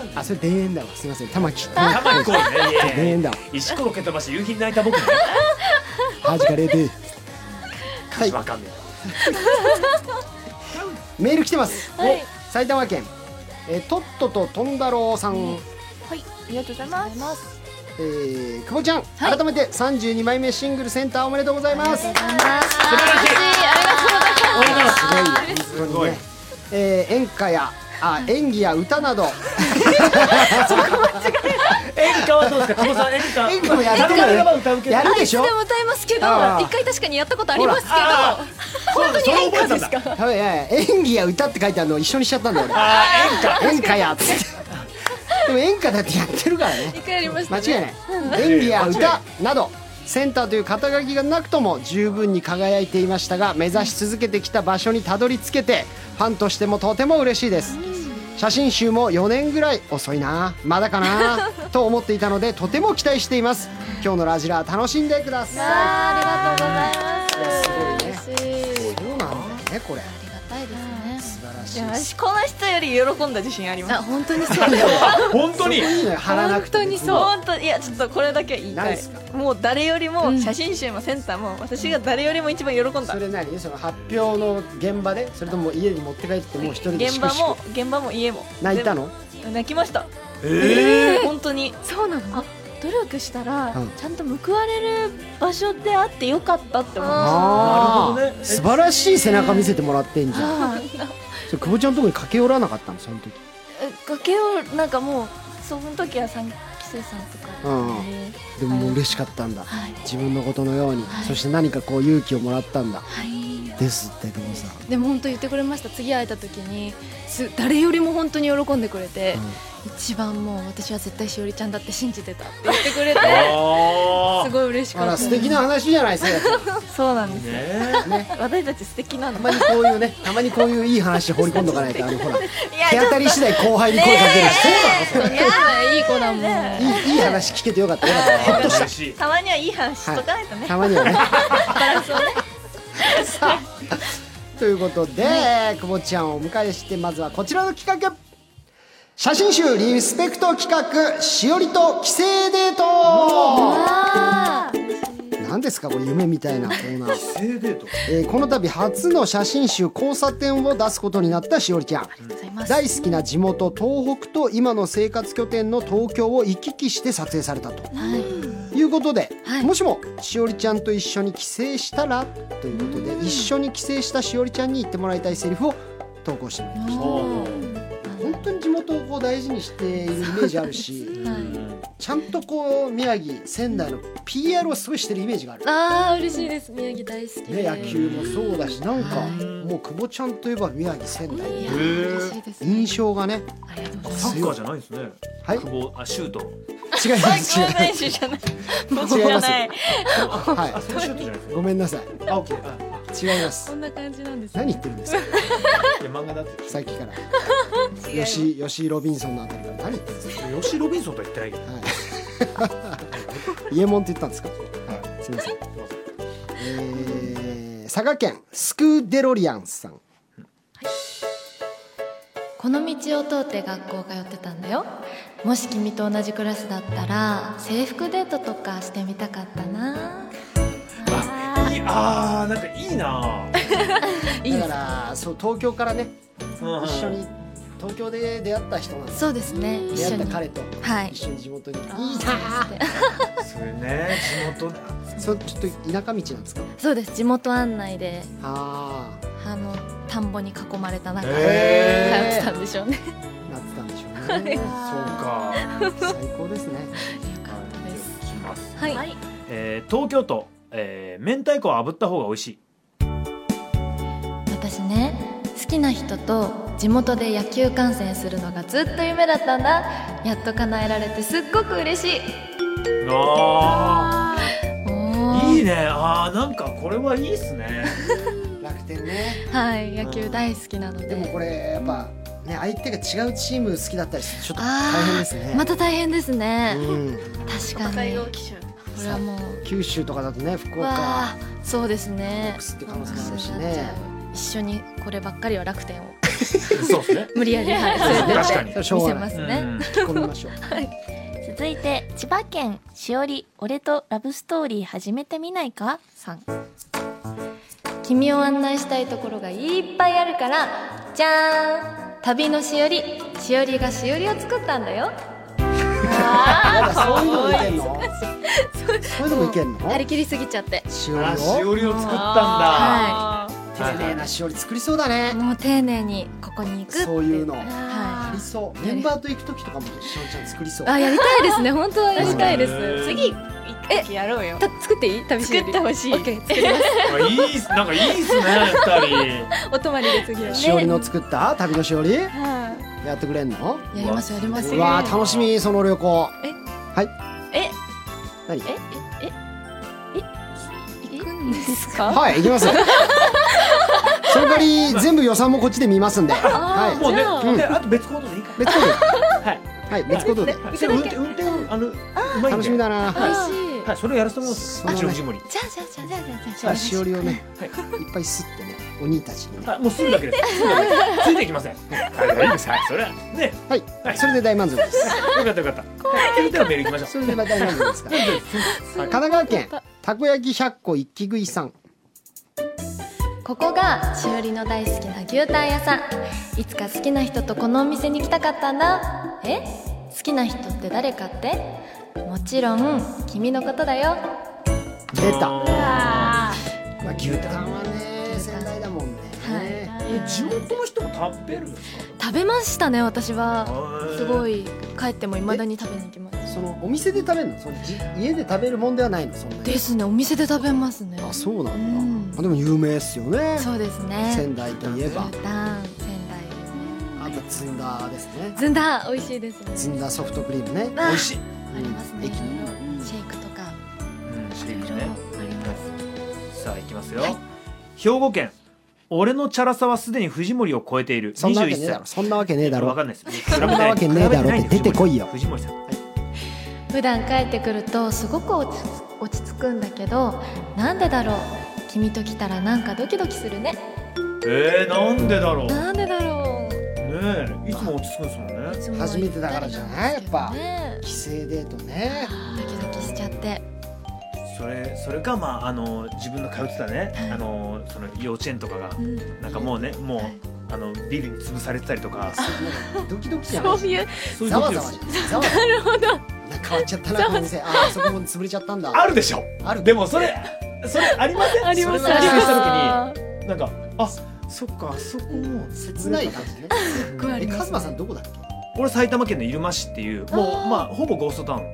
ねあそれ田園だわすいません玉木たまにこうねい田えいえ園だわ石ころ蹴飛ばして夕日に泣いた僕ねマジか0点歌詞わかんねメール来てます、お埼玉県えー、とっとととんだろうさはん、いありがとうございますえー、久保ちゃん、改めて32枚目シングルセンターおめでとうございますすごいえ素晴らしいよ本当にね、えー、演歌やあ演技や歌 など演歌はどうですか久保さん演歌演歌もやる食べながらは歌うけどやるでしょでも歌いますけどあー一回確かにやったことありますけどあーそうだそれ覚えてたんだ多分いやいや演技や歌って書いてあるの一緒にしちゃったんだよ俺あー演歌演歌やっつってでも演歌だってやってるからね一回やりました間ね違いない演技や歌などセンターという肩書きがなくとも十分に輝いていましたが目指し続けてきた場所にたどり着けてファンとしてもとても嬉しいです写真集も4年ぐらい遅いなまだかなと思っていたのでとても期待しています今日のラジラ楽しんでくださありがとうございますいいやすごいねそうなんだよねこれありがたいですね素晴らししいよしこの人より喜んだ自信ありますあ本当にそうだよ本当にいいのよ貼らなくて本当にそう本当いやちょっとこれだけは言いたないいっすかもう誰よりうもん写真集もセンターも私が誰よりも一番喜んだそれ何その発表の現場でそれとも家に持って帰ってもう一人で現し場くしも現場も家もく泣いたの全部泣きましたええ本当にそうなの努力したらうんちゃんと報われる場所であってよかったって思うあなるほどねー素晴らしい背中見せてもらってんじゃんはいそれ久保ちゃんのとこに駆け寄らなかったのその時え崖をなんかもうその時は三期生さんとかうんうんででももう嬉しかったんだ、はい自分のことのように、そして何かこう勇気をもらったんだ、はいですって久保さんでも本当言ってくれました次会えた時にす誰よりも本当に喜んでくれて、一番もう私は絶対しおりちゃんだって信じてたって言ってくれてあすごい嬉しかあったら素敵な話じゃないですかそうなんでーすね私たち素敵なたのまにこういうねたまにこういういい話放り込んどかないとあのほらいや手当たり次第後輩に声かけるし、そうなのいい子だもん、いいいい話聞けてよかったよかったほっとした嬉しいたまにはいい話しとかないとね、たまに はね。さあということで、久保ちゃんをお迎えしてまずはこちらの企画写真集リスペクト企画しおりと帰省デート何ですかこれ夢みたいなコーナー帰省デートえーこの度初の写真集「交差点」を出すことになったしおりちゃん大好きな地元東北と今の生活拠点の東京を行き来して撮影されたと、い、うことで、もしもしおりちゃんと一緒に帰省したらということで一緒に帰省したしおりちゃんに言ってもらいたいセリフを投稿してもらいましおた本当に地元をこう大事にしているイメージあるしーちゃんとこう宮城仙台の PR をすごいしてるイメージがある。ああ嬉しいです宮城大好きね、で、野球もそうだしなんかもう久保ちゃんといえば宮城仙台いやへー嬉しいです、印象がねサッカーじゃないんですね はい久保あシュート違います久違保い選手じゃないま僕す違じいゃ ますないあはそれシュートじゃないですいねごめんなさいあオッケーあ違いますこんな感じなんです何言ってるんです かいや漫画だってさっきから吉吉井ロビンソンのあたりから何言ってるんですか吉井ロビンソンとは言ってないけどはい伊右衛門って言ったんですかはいすみませんえー佐賀県スクデロリアンさんこの道を通って学校通ってたんだよもし君と同じクラスだったら制服デートとかしてみたかったなあいいあーなんかいいなだからそう東京からねうん一緒に東京で出会った人なんですそうですね出一緒会ったに彼とはい一緒に地元にいいなそれね地元そうちょっと田舎道なんですかそうです地元案内であああの田んぼに囲まれた中へ通ってたんでしょうね、なってたんでしょ うねそうか最高ですねはい行きますはい、えー東京都えー明太子は炙った方が美味しい私ね好きな人と地元で野球観戦するのがずっと夢だったんだやっと叶えられてすっごく嬉しいあおーーいいねあーなんかこれはいいっすね楽天ねはい野球大好きなのででもこれやっぱね相手が違うチーム好きだったりするとちょっとあー大変ですねまた大変ですね、うん確かにこ機種れはもう九州とかだとね福岡わあそうですボッねクスって可能性もあるしね一緒にこればっかりは楽天を そうですね無理やりはい確連れか にそれはしょ見うせがなまいすうねん聞き込みましょう続いて千葉県しおり俺とラブストーリー始めてみないかさん君を案内したいところがいっぱいあるからじゃーん旅のしおりしおりがしおりを作ったんだよまだそういうのもいけんのそういうのもいけんのやりきりすぎちゃってしあおしりをおりを作ったんだは丁寧なしおり作りそうだねもう丁寧にここに行くってそういうのはありそうメンバーと行く時とかもしおりちゃん作りそういあやりたいですね本当はやりたいでへーす次一回やろうよた作っていい旅しおり作ってほしいオッケー作りますあいいっすなんかいいっすね二お泊まりで次はしおりの作った旅のしおりやってくれんのやりますやりまうすうわー楽しみその旅行えはいえ何ええ行くんですかはい行きますその代わり全部予算もこっちで見ますんではい人もうねうんであと別行動でいいか別行動ではいはい別行動でそれ運転運転あのうまいん楽しみだな嬉しいははい、それをやると思うんですそのよ。ね一応藤森。じゃあじゃあじゃあじゃあじゃあじゃあじゃあしおりをねはいっぱい吸ってねお兄たちにねはい、もうすぐだけです。すぐだけですついていきません。はい、はいいいです。はい、それはね、はいはいそれで大満足 ですよかったよかった。はい、それではメール行きましょう。それで大満足ですから神奈川県たこ焼き100個一気食いさんここがしおりの大好きな牛タン屋さんいつか好きな人とこのお店に来たかったんだえ好きな人って誰かってもちろん君のことだよ出たまああ牛タンはね仙台だもんねえ地元の人も食べるんですか。食べましたね私はすごい。い帰っても未だに食べに行きますそのお店で食べるのそのじ家で食べるもんではないのそんなにですねお店で食べますねあそうなうんんだあでも有名っすよねそうですね仙台といえば牛タン仙台ですねあとずんだですねずんだ美味しいですねずんだソフトクリームねあ美味しい。ありますね駅のシェイクとかうん、していいろいくろね。ありますさあ、行きますよ。兵庫県。俺のチャラさはすでに藤森を超えている。そん二なわ十け一ねえだ歳ろ。そんなわけねえだわかろんないです。そんなわけねえだろって出てこいよ藤森さん。普段帰ってくるとすごく落ち落ち着くんだけどなんでだろう君と来たらなんかドキドキするねえー、なんでだろう。ねなんでだろうえ、いつも落ち着くんですもんね。いつも初めてだからじゃないやっぱね帰省デート ねドキドキしちゃってそれ、それか、まあ、あの、自分の通ってたねはい、あの、その幼稚園とかが。うんなんかもうね、もうはい、あの、ビルに潰されてたりとか。なんかドキドキじゃなそいういうそういうざこわとでざわすじゃないざわざわなるほど変わっちゃったなこの店ああそこも潰れちゃったんだあるでしょあるでもそれそれありませんありますそれあがりますした時になんかあそっかあそこも切ない感じねくあえりますねカズマさんどこ だっ俺埼玉県の入間市っていうもうまあほぼゴーストタウン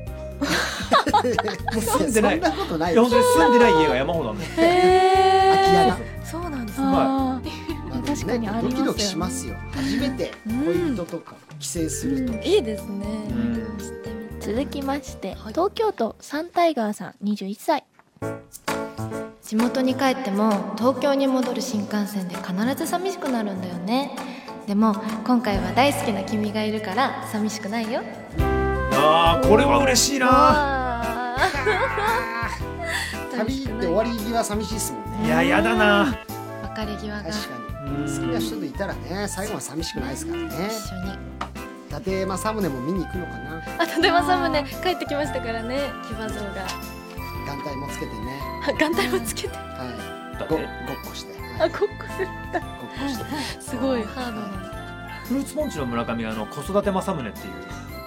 け住んでないそんなことないいでやし本ょ当に住んでない家が山ほどあるの空き家がそうなんですねはまあでもね確かにありますよねドキドキしますよ初めて恋人とか帰省するとうんいいですねうん知ってみたい続きまして、東京都サンタイガーさん21歳地元に帰っても東京に戻る新幹線で必ず寂しくなるんだよねでも今回は大好きな君がいるから寂しくないよあーこれは嬉しいなあ旅って終わり際寂しいですもんねいややだな別れ際が確一かうに好きんな人といたらね最後は寂しくないですからね緒に伊達政宗も見に行くのかなあとでまさむね帰ってきましたからね騎馬像が眼帯もつけてねあ眼帯もつけてはだいっごごってこしてあはいこっこごっこしてすすごいハードなフルーツポンチの村上があの子育て政宗って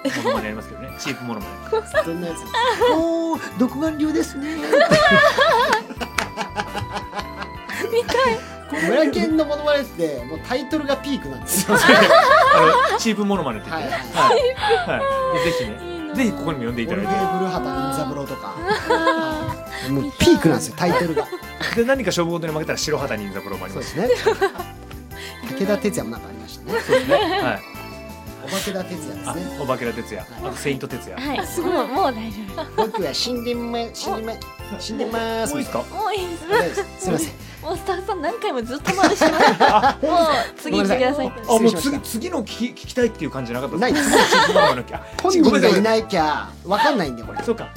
いうものまでやりま すけどねチープものまでどんなやつおお独眼流ですねみたい村県のモノマネってもうタイトルがピークなんですよあのチープものまねって言ってねはいはいでぜひねぜひここにも呼んでいオたルだゲいーてブルハタ銀三郎とかはい もうピークなんですよタイトルがで何か勝負事に負けたら白旗忍三郎もあ りそうまですすね武田鉄矢もなんかありましたね はいおばけだ鉄矢ですあねお化けだ哲也あとセイント哲也ーはいもうもう大丈夫僕は死んでま死んでま死んでまーすもういいですかもういいです大丈夫ですすいませんもうスタッフさん何回もずっと回してますもう次行ってくださいあもう失礼しま次し次の聞き聞きたいっていう感じじゃなかったないですチープママのきゃ本人がいいないきゃわかんないんでこれそうか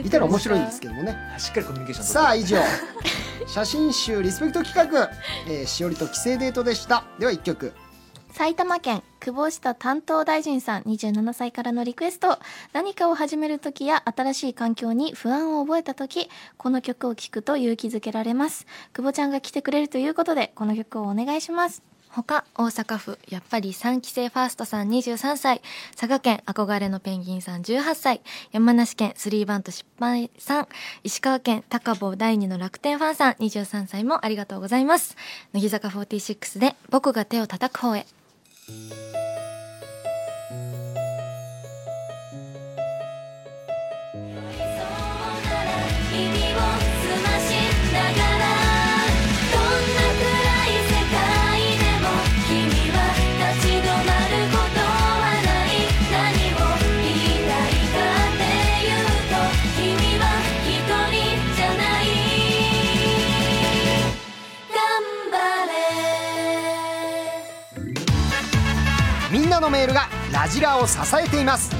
いたら面白いんですけどもねしっかりコミュニケーションさあ以上写真集リスペクト企画、えー、しおりと帰省デートでしたでは一曲埼玉県久保下担当大臣さん27歳からのリクエスト何かを始める時や新しい環境に不安を覚えた時この曲を聴くと勇気づけられます久保ちゃんが来てくれるということでこの曲をお願いします他大阪府やっぱり3期生ファーストさん23歳佐賀県憧れのペンギンさん18歳山梨県スリーバント失敗さん石川県高坊第二の楽天ファンさん23歳もありがとうございます乃木坂46で僕が手を叩く方へ「耳を澄ましながら」「どんな暗い世界でも君は立ち止まることはない」「何を言いたいかっていうと君は一人じゃない」「頑張れ」みんなのメールがラジラを支えています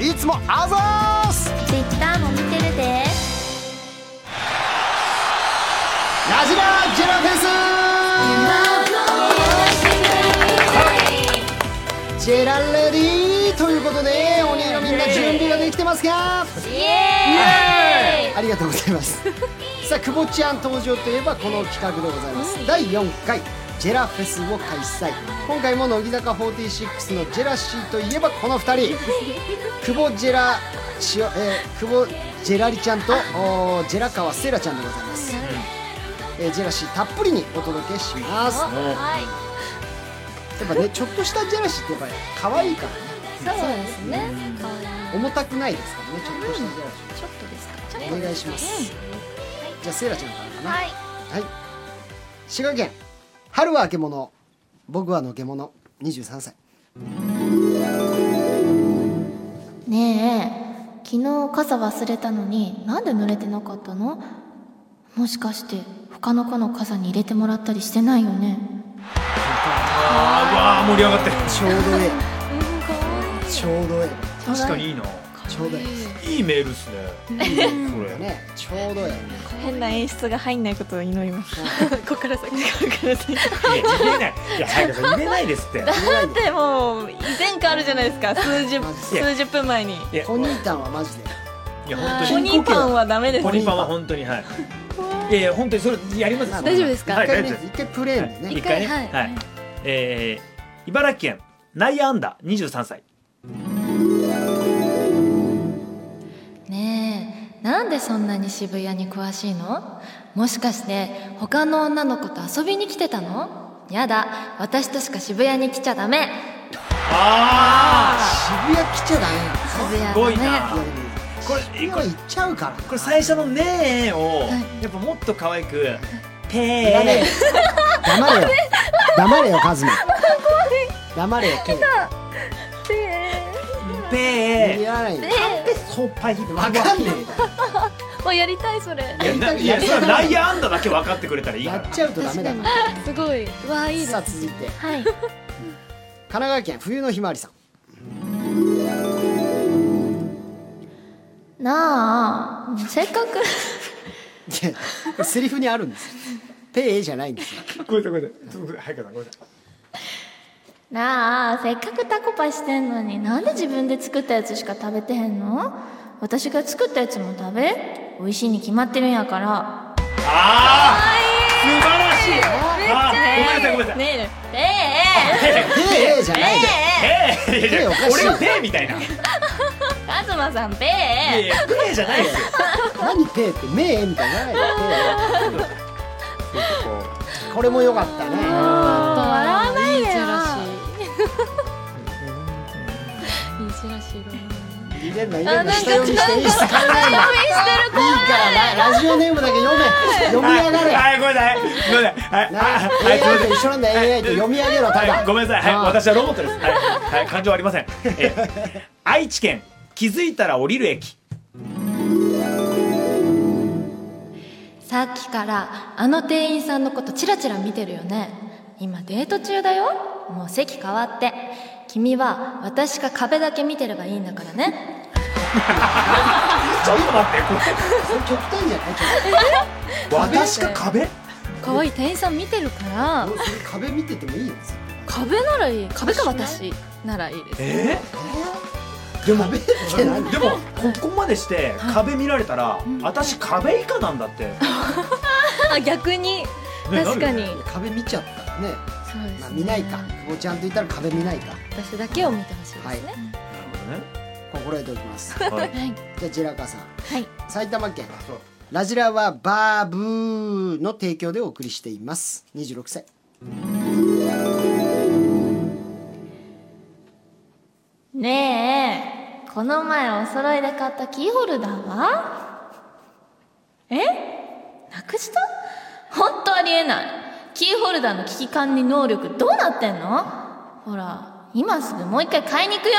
いつもあざーすツイッターも見てるで柱ジェラフェスジェラレディということで鬼のみんな準備ができてますかイエありがとうござ いますさあ久保ちゃん登場といえばこの企画でございます、第4回ジェラフェスを開催今回も乃木坂46のジェラシーといえばこの2人 久保ジェラしお、えー久保ジェラリちゃんとおージェラ川セイラちゃんでございます、えージェラシーたっぷりにお届けしますやーイはいっぱねちょっとしたジェラシーってやっぱり可愛いからねそうですね可愛い重たくないですからねちょっとしたジェラシー、ちょっとですかお願いします、じゃあセイラちゃんからかなはいはい滋賀県春はあけもの僕はのけもの23歳ねえ昨日傘忘れたのになんで濡れてなかったのもしかして他の子の傘に入れてもらったりしてないよねあー盛り上がってるちょうどええちょうどえ確かにいいなえちょうどえいいメールですねこえれねちょうどええ変な演出が入んないことを祈ります ここから先ここから先いや入れないいや早川さん入れないですってだってもう前回あるじゃないです か数十数十分前にいやコニータンはマジでいや本ポ当ニにーパンはダメですポニパンは本当にはいいやいや本当にそれやりますまあ大丈夫ですかはい一回大ね丈夫です一回プレーンではいね一回ねははいい、えー、茨城県内野安打23歳ねえなんでそんなに渋谷に詳しいのもしかして他の女の子と遊びに来てたのやだ私としか渋谷に来ちゃダメあ渋谷来ちゃダメなのす渋谷ごいダなこれいやでも今行っちゃうからこれ最初の「ねえ」をいやっぱもっと可愛く「ぺ黙れよー黙れよ黙れよカズマ黙れよケイぺいーらないよそうぱいわかんねえよもうやりたいそれいやないやそれは内野安打だけ分かってくれたらいいかやらっちゃうとダメだかすらごいメわあいいですさあ続いてはい神奈川県冬のひまわりさんなあせっかくいやセリフにあるんですよペーじゃないんですよごめんなさいごめんなさいちょっと早川さんごめんなさいなあせっかくタコパしてんのになんで自分で作ったやつしか食べてへんの私が作ったやつも食べ美味しいに決まってるんやからああ素晴らしいあーごめんなさいごめんなさいねええペーじゃないんだよえーいやいやおかしい俺が「ぺー」みたいない東さんべやいえや「ぺー」じゃないですよ何ペーってメーみたいなのないよペーこれも良かったね笑わないでよ入れんな入れんな下読みしていいっす考えんないいからなラジオネームだけ読め読み上がれはいごめんなさいごめんなさいはいなはいはいすいま AI せんと一緒なんだ AI と読み上げろたはだい、ごめんなさい、あはい、ー私はロボットです。はい、はい、感情あり ません。えー愛知県、気づいたら降りる駅。さっきからあの店員さんのことチラチラ見てるよね今デート中だよもう席変わって君は私か壁だけ見てればいいんだからねちょっと待って、それ極端じゃないちょこれ、私か壁。可愛い店員さん見てるからっとそれ壁見ててもいいよ壁ならいい壁か私ならいいですえでも壁って何ー、でも、ここまでして、壁見られたら、私壁以下なんだって。ねあ逆に確か。なるよに壁見ちゃったらねそうです、ねまあ見ないか久保ちゃんといたら壁見ないか私だけを見てほしいですね、はい心得ておきますなるほどね。はいじゃあジェラカさん、い埼玉県そうラジラはバーブーの提供でお送りしています26歳ねえこの前お揃いで買ったキーホルダーはえなくした本当ありえないキーホルダーの危機管理能力どうなってんのほら今すぐもう一回買いに行くよ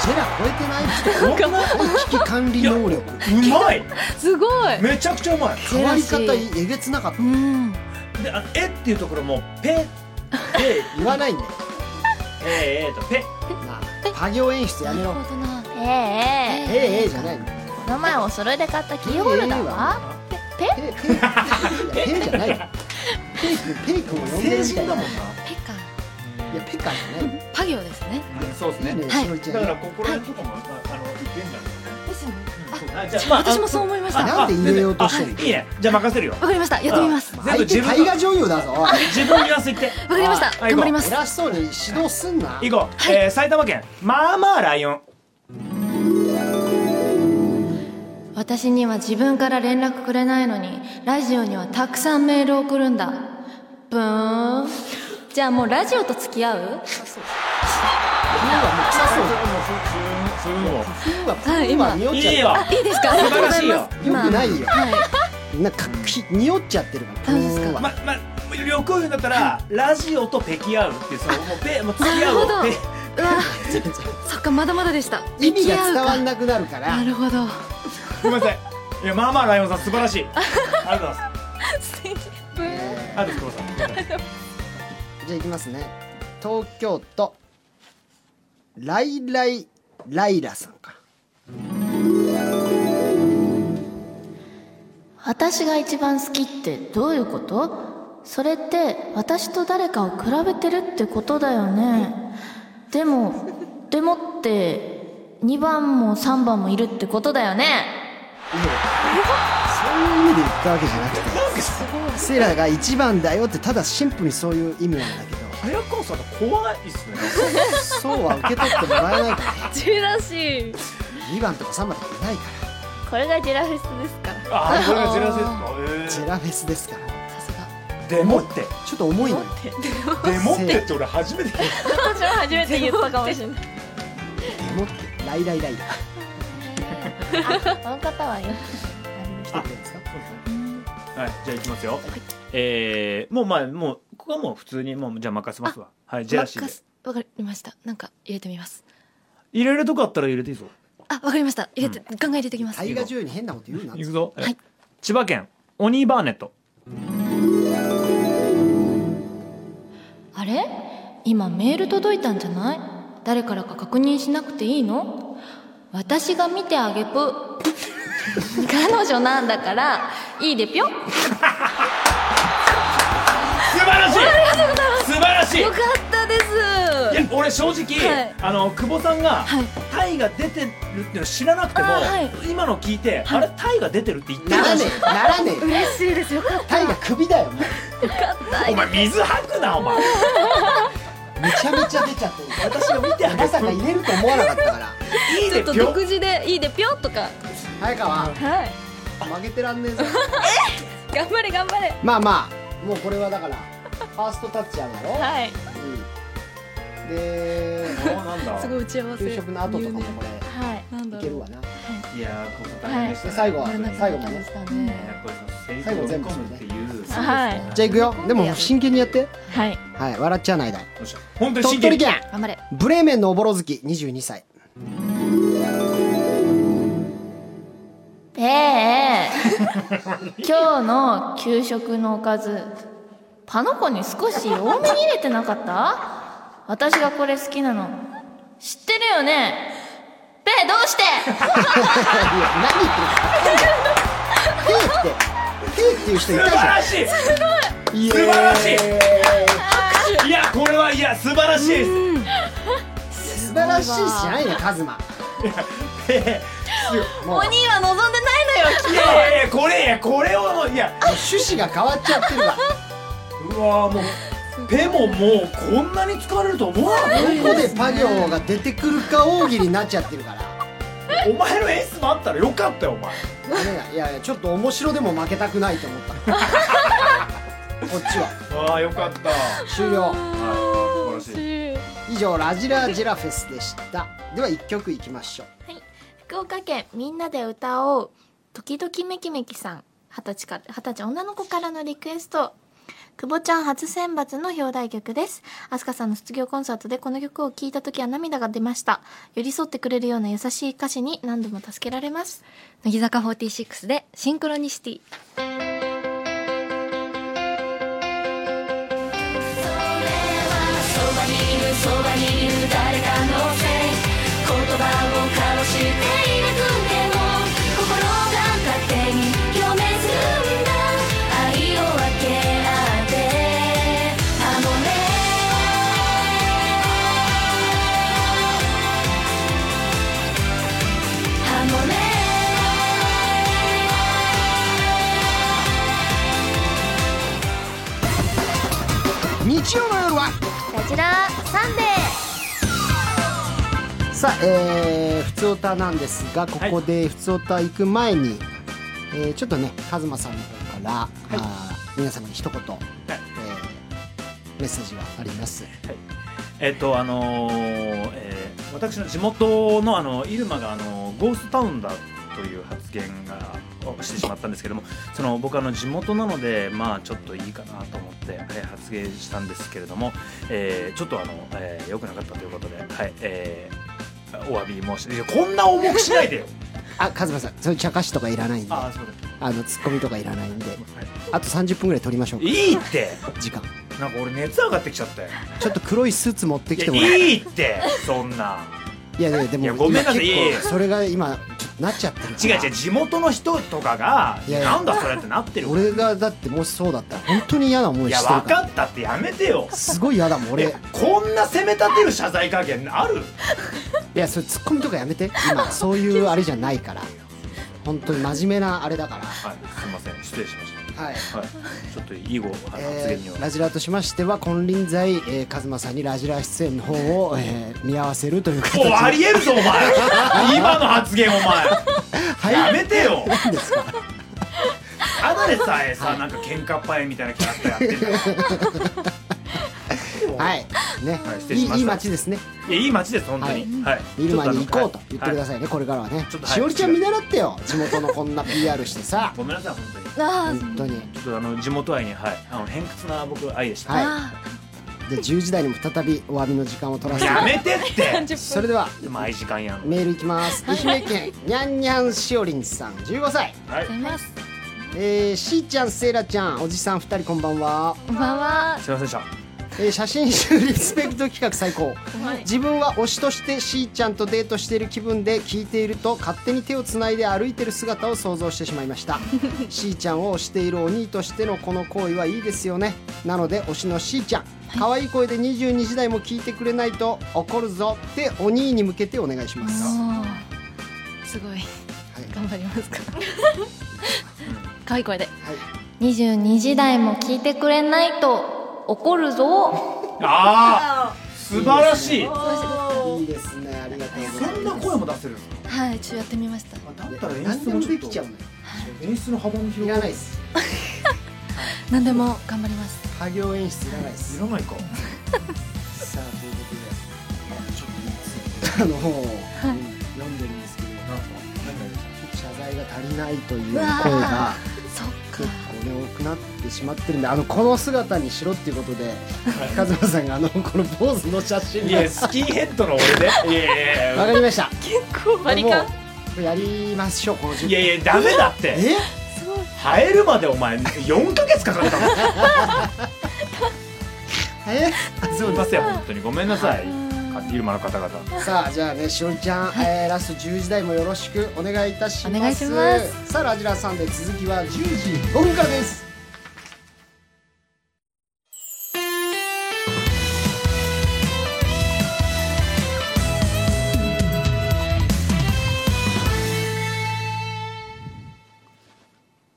ジェラ超えてないです か危機管理能力うまい。すごいめちゃくちゃうまい。変わり方えげつなかったで、あの、えっていうところも、ぺ。ぺ、言わないんだよえー、えーと、ぺ。なあパ行演出やめろええええええええじゃないのこの前お揃いで買ったキーホルダーはペペペじゃないよペイ君ペイ君を呼んでるみ成た人いだなもんいなペカやペカじゃないパ行ですねうんそうですねいいね、はいしのりちゃだんからここら辺とかも、ああのいけんじゃですよねないですかねうんそうあじゃあまあ私もそう思いましたわなんで入れようとしてるあいいねじゃあ任せるよかりましたやってみますわ全部相手自大分河女優だぞ自分に合わせて かりましたあ頑張ります偉そうに指導すんな行こう、えー埼玉県まあまあライオン私には自分から連絡くれないのにラジオにはたくさんメールを送るんだブーンじゃあもうラジオと付き合うそういうのはい今匂っいちゃういよいいですかあり素がとうご晴らざしいいよまよくないよすはいなんかき匂っちゃってるかそらうですかうわまま旅行言うんだったらラジオと北京合うっていうそのもうペもう付き合うをなるほどペうわそっかまだまだでした 意味が伝わ付き合うんなくなるかからなるほどごめんなさいいやまあまあライオンさん素晴ら しいありがとうございますあと久保さんごめんなさいじゃあいきますね東京都ライライライラさんか私が一番好きってどういうことそれって私と誰かを比べてるってことだよねでもでもって2番も3番もいるってことだよねそういう意味で言ったわけじゃなくてセラが一番だよってただシンプルにそういう意味なんだけど早川さんって怖いっすねそうは受け取ってもらえないからジュラシー2番とか3番とかいないからこれがジェラフェスですからあこれがジェラジセェッラフェスですからさすがトでもってちょっと重いのよでもってって俺初めて聞い私も初めて言ったかもしれないでもってライライライラこの方はよ来てくれるんですかたはいじゃあいきますよえーもうまあもうここはもう普通にもうじゃあ任せますわはいジェラシーわでかわかりましたなんか入れてみます入れるとこあったら入れていいぞあわかりました入れて、考え入れてきます大河中に変なこと言うな行くぞ、はい千葉県オニーバーネットあれ今メール届いたんじゃない誰からか確認しなくていいの私が見てあげぷ 彼女なんだからいいでぴょよか素晴らしい素晴らしいったですいや俺正直、はいあの久保さんが、はいタイが出てるっていうの知らなくても、あーはい今の聞いて、あれタイが出てるって言ってなるらねえならねえ嬉しいですよかっタイが首だよもうお前水吐くなお前めちゃめちゃ出ちゃってる私が見てあげまさか入れると思わなかったからいいちょでっとぴょ独自でいいでぴょんとか早川はい負けてらんねえぞ頑張れ頑張れまあまあもうこれはだからファーストタッチあるだろ、はういんでおなんだたすごい打ち合わせ給食の後とかもこはいなんれだいけろるうわないやー久保さん大変でしたでね、最後はやらなきゃ最後いけもなねかったねやっぱりその最後セ全リフ部を込むっていうはいじゃあいくよでも真剣にやってはいはい笑っちゃわないだよっしゃ本当に鳥真取剣に県頑張れブレーメンのおぼろ月22歳ペー今日の給食のおかずパノコに少し多めに入れてなかった私がこれ好きなの知ってるよねペーどうしていや何言ってるんですか P って P っていう人い素たじ晴ゃらしいん素晴らしいいやこれはいや素晴らしいです素晴らしいしないねカズマもう鬼は望んでないのよいやいやいやこれいやこれをもういや趣旨が変わっちゃってるわうわーもうペももうこんなに使われると思わなかったどこでパ行が出てくるか大喜利になっちゃってるからお前のエースもあったらよかったよお前ねいやいやちょっと面白でも負けたくないと思った こっちはああよかった終了はい素晴らしい以上ラジラジラフェスでしたでは1曲いきましょう 福岡県みんなで歌おう時々めきめきさん二十歳から二十歳女の子からのリクエスト久保ちゃん初選抜の表題曲です飛鳥さんの卒業コンサートでこの曲を聴いた時は涙が出ました寄り添ってくれるような優しい歌詞に何度も助けられます乃木坂46でシンクロニシティしているくても心が勝手に読めずに日曜の夜はラジラサンデさあ、えー、ふつおたなんですがここでふつおた行く前に、えーちょっとねカズマさんの方から、あー皆様に一言、えーメッセージがありますえっとあのーえー私の地元のあの入間があのゴーストタウンだという発言がをしてしまったんですけどもその僕あの地元なのでまあちょっといいかなと思って、はい、発言したんですけれども、えーちょっとあの、えー良くなかったということではい、えーお詫び申しいやこんな重くしないでよあカズマさんそういう茶化しとかいらないんであああそうだ、のツッコミとかいらないんではあと30分ぐらい取りましょうい、かいいって時間なんか俺熱上がってきちゃったよちょっと黒いスーツ持ってきていもやらいえいってそんないやいやでいもやごめんなさ今いいやいや結構それが今ちょっとなっちゃってるか違うら違う地元の人とかがいやいやなんだそれってなってるから俺がだってもしそうだったら本当に嫌な思いいやしてる分からかったってやめてよすごい嫌だもん俺いやこんな責め立てる謝罪加減 あるいやそれツッコミとかやめて今そういうあれじゃないから本当に真面目なあれだからはいすいません失礼しましはい、たはい ちょっと以後あの発え言には、ー、ラジラとしましては金輪際、えー、カズマさんにラジラ出演の方を、えー、見合わせるという形おいありでえるぞ お前今の発言お前やはいめてよ何ですかあだでさえさ、なんか喧嘩っ早いみたいなキャラクターやってんだよ はいね、はい失い礼いしましたいい街ですねいやいい街です本当にはい見る前に行こうとちょ言っってあのくださいね、これからはねちょっとはいしおりちゃん見習ってよ地元のこんな PR してさ ごめんなさい本当にーあー本当にちょっとあの地元愛にはいあの偏屈な僕愛でした、はいで10時台にも再びお詫びの時間を取らせてやめてってそれではでも愛時間やんメールいきます、愛媛県にゃんにゃんしおりんさん15歳はいえー、しーちゃんせいらちゃんおじさん2人こんばんは、こんばんはすいませんでしたえー写真集リスペクト企画最高自分は推しとしてしーちゃんとデートしている気分で聞いていると勝手に手をつないで歩いている姿を想像してしまいましたしーちゃんを推しているお兄としてのこの行為はいいですよねなので推しのしーちゃん可愛い声で22時台も聞いてくれないと怒るぞってお兄に向けてお願いします、はすごいい頑張りますか可愛い声ではい、 22時台も聞いてくれないと怒るぞああ素晴らしいいいですねありがとうございますそんな声も出せるんですかはいちょっとやってみましただったら演何出でももちょでっきちゃうとのよ演出の幅もい広らがないるです何でも頑張ります作業演出いらないですいらないかさあということで、あの本を、うん読んでるんですけど、なんか謝罪が足りないという声がそっ結構ね多くなってしまってるんで、あのこの姿にしろっていうことで、カズマさんがあのこのポーズの写真いでやスキンヘッドの俺でいやいやいわかりました。バリカンもうやりましょうこのや順いやいやダメだってえ？生えるまでお前4ヶ月かかったもんえ？すみません本当にごめんなさい入間の方々 さあじゃあねしおりちゃん、えーラスト10時台もよろしくお願いいたしますお願いしまさあラジラさんで続きは10時5分からです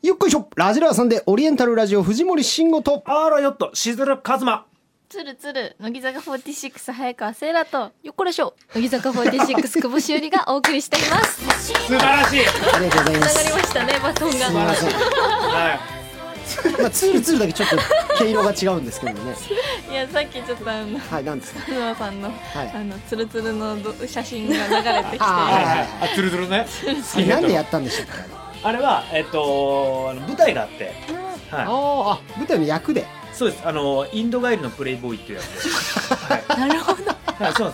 よっこいしょラジラさんでオリエンタルラジオ藤森慎吾とあらよっとしずるかずまつるつる乃木坂46早川セイラとよっこらしょ乃木坂46久保しおりがお送りしてい ます素晴らしいありがとうございますりましたねバトン素晴らしいはいまあ、ツールツールだけちょっと毛色が違うんですけど ね。いやさっきちょっとあのはい、なんですか。角田さんのはい。あのツルツルのど写真が流れてきてああつるつるねあれなんでやったんでしたっけ。あれはえっとあの舞台があってはいああ、あ、舞台の役で。そうです。あのインド帰りのプレイボーイっていうやつ です。はい、なるほどはい、そうなんですよ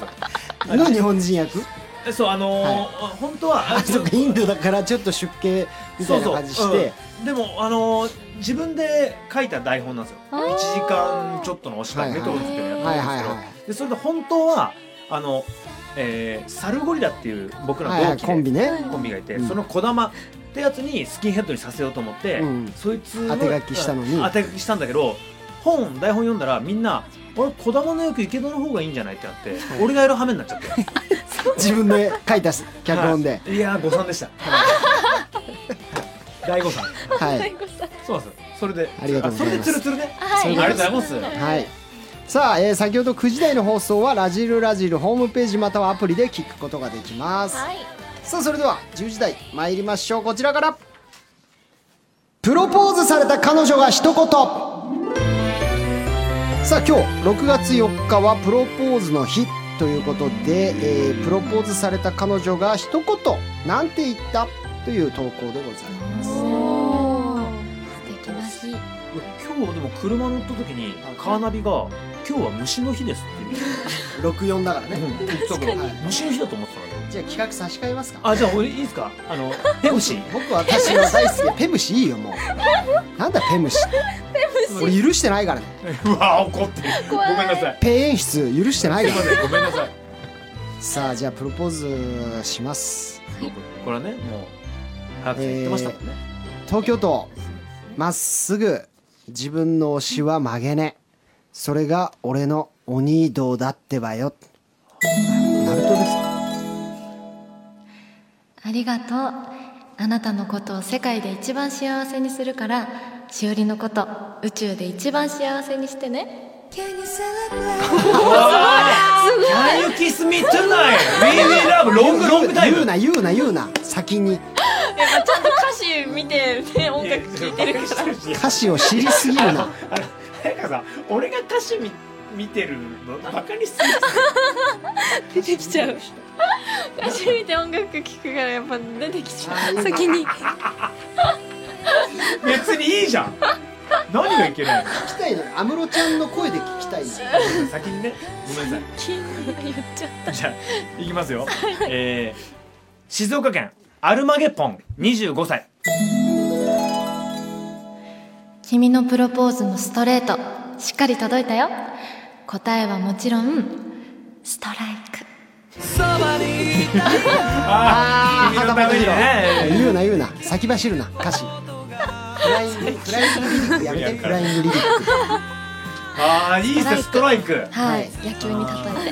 あの日本人役。え。そうあのーはい本当はあ、そうか、インドだから、ちょっと出家みたいな感じして。うんでもあのー自分で書いた台本なんですよ。1時間ちょっとのお芝居はいメはいトロズっていうのはやいったんはいですけど、はでそれで本当はあの、えーサルゴリラっていう僕い。らはいは同い、期で、コンビね。コンビがいて、うんその児玉ってやつにスキンヘッドにさせようと思って、うんそいつの当て書きしたのにうん当て書きしたんだけど本台本読んだらみんな「俺児玉の役池田の方がいいんじゃない?」ってなって、俺がやる羽目になっちゃ って自分で書いた脚本で。はいいやー誤算 でした大誤算はい。そうなんですよそれでありがとうございますあそれでツルツルね、そういうことありですがとうございますはい。さあ、えー先ほど9時台の放送はラジルラジルホームページまたはアプリで聞くことができます、はいさあそれでは10時台参りましょうこちらからプロポーズされた彼女が一言さあ今日6月4日はプロポーズの日ということで、えープロポーズされた彼女が一言なんて言ったという投稿でございます素敵な日今日でも車乗った時にカーナビが「今日は虫の日です」っ て64だから言ね、って言ってたからはい虫の日だと思ってたからじゃあ企画差し替えますかあじゃあ俺いいですかあのペムシー僕は私は大好きペムシいいよも うなんだペムシ俺許してないからねうわ怒ってるごめんなさいペ演出許してなすいいかまらせんごめんなさいさあじゃあプロポーズしますこれはねもう早く言ってましたもんね、東京都まっすぐ自分の推しは曲げねそれが俺の鬼道だってばよナルトですありがとうあなたのことを世界で一番幸せにするからしおりのこと宇宙で一番幸せにしてねキャンユキスミトゥナイウィーウィーラブロングロングタイ言うムな言うな言うな先にやっぱちゃんと歌詞見て、ね、音楽聴いてるから歌詞を知りすぎるなあの早川さん俺が歌詞見見てるのバカにする出てきちゃう歌詞見て音楽聴くからやっぱ出てきちゃう先に別にいいじゃん何がいけない聞きたいのよ安室ちゃんの声で聞きたいのよの先にねごめんなさ気に言っちゃったいじゃあいきますよ、えー、静岡県アルマゲポン25歳君のプロポーズのストレートしっかり届いたよ答えはもちろんストライクあー君のためにね言うな言うな先走るな歌詞フライングフライングリリックやめてフライングリリックああいいっすねストライクはい、野球に例え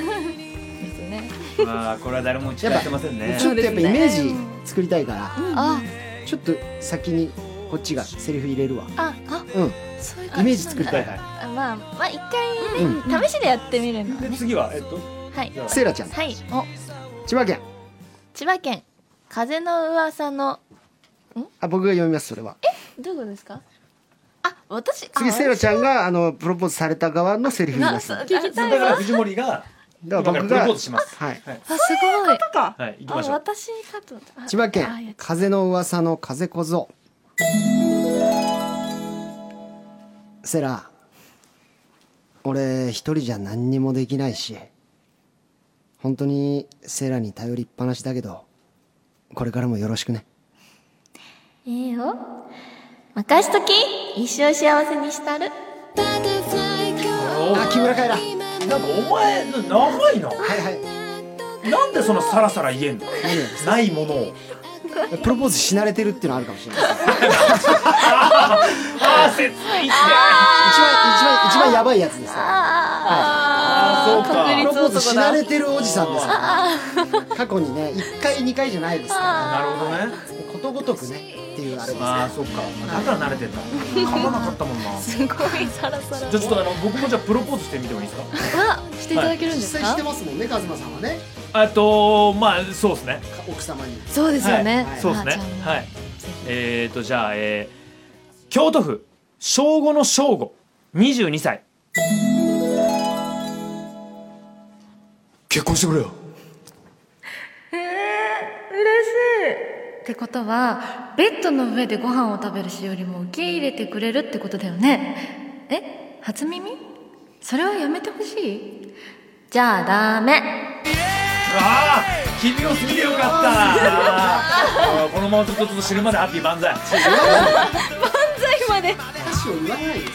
てああこれは誰も打ち返せませんねちょっとやっぱイメージ作りたいからあちょっと先にこっちがセリフ入れるわああうんそういうイメージ作りたいいあまあまあ一回ね、試しでやってみるのはでね次はえっとはいセイラちゃんはいお千葉県千葉県風の噂のあ僕が読みますそれはどういうことですかあ私次セイラちゃんがあのプロポーズされた側のセリフ言いますだか聞きだたいからわ藤森が今からら僕プロがポーズしますはいあすごいはい行きあましょう私かと思ったあ千葉あいや県風の噂の風小僧セラ俺一人じゃ何にもできないし本当にセラに頼りっぱなしだけどこれからもよろしくねええよ任しとき一生幸せにしたるあ木村カエラはなんかお前の長いないはいなんでそのサラサラ言えんの何よないものをプロポーズし慣れてるっていうのはあるかもしれないですねああ切ないって一番一番一番やばいやつですねあそうかプロポーズし慣れてるおじさんですから過去にね1回2回じゃないですからなるほどねことごとくねっていうあれですああそっかだから慣れてんだ噛まなかったもんなじすご いサラサゃあラちょっとあの僕もじゃあプロポーズしてみてもいいですかしていただけるんです実際か、してますもんね、カズマさんはね、えっとまあそうですねか奥様に。そうですよね、はいそうですねあじゃあもうはいえっとじゃあえー京都府正午の正午22歳 結婚してくれよ嬉しいってことはベッドの上でご飯を食べるしおりも受け入れてくれるってことだよねえ初耳それはやめてほしいじゃあダメああ君を過ぎてよかったあー このままずっとずっと死ぬまでハッピー万歳歌詞を言わないです。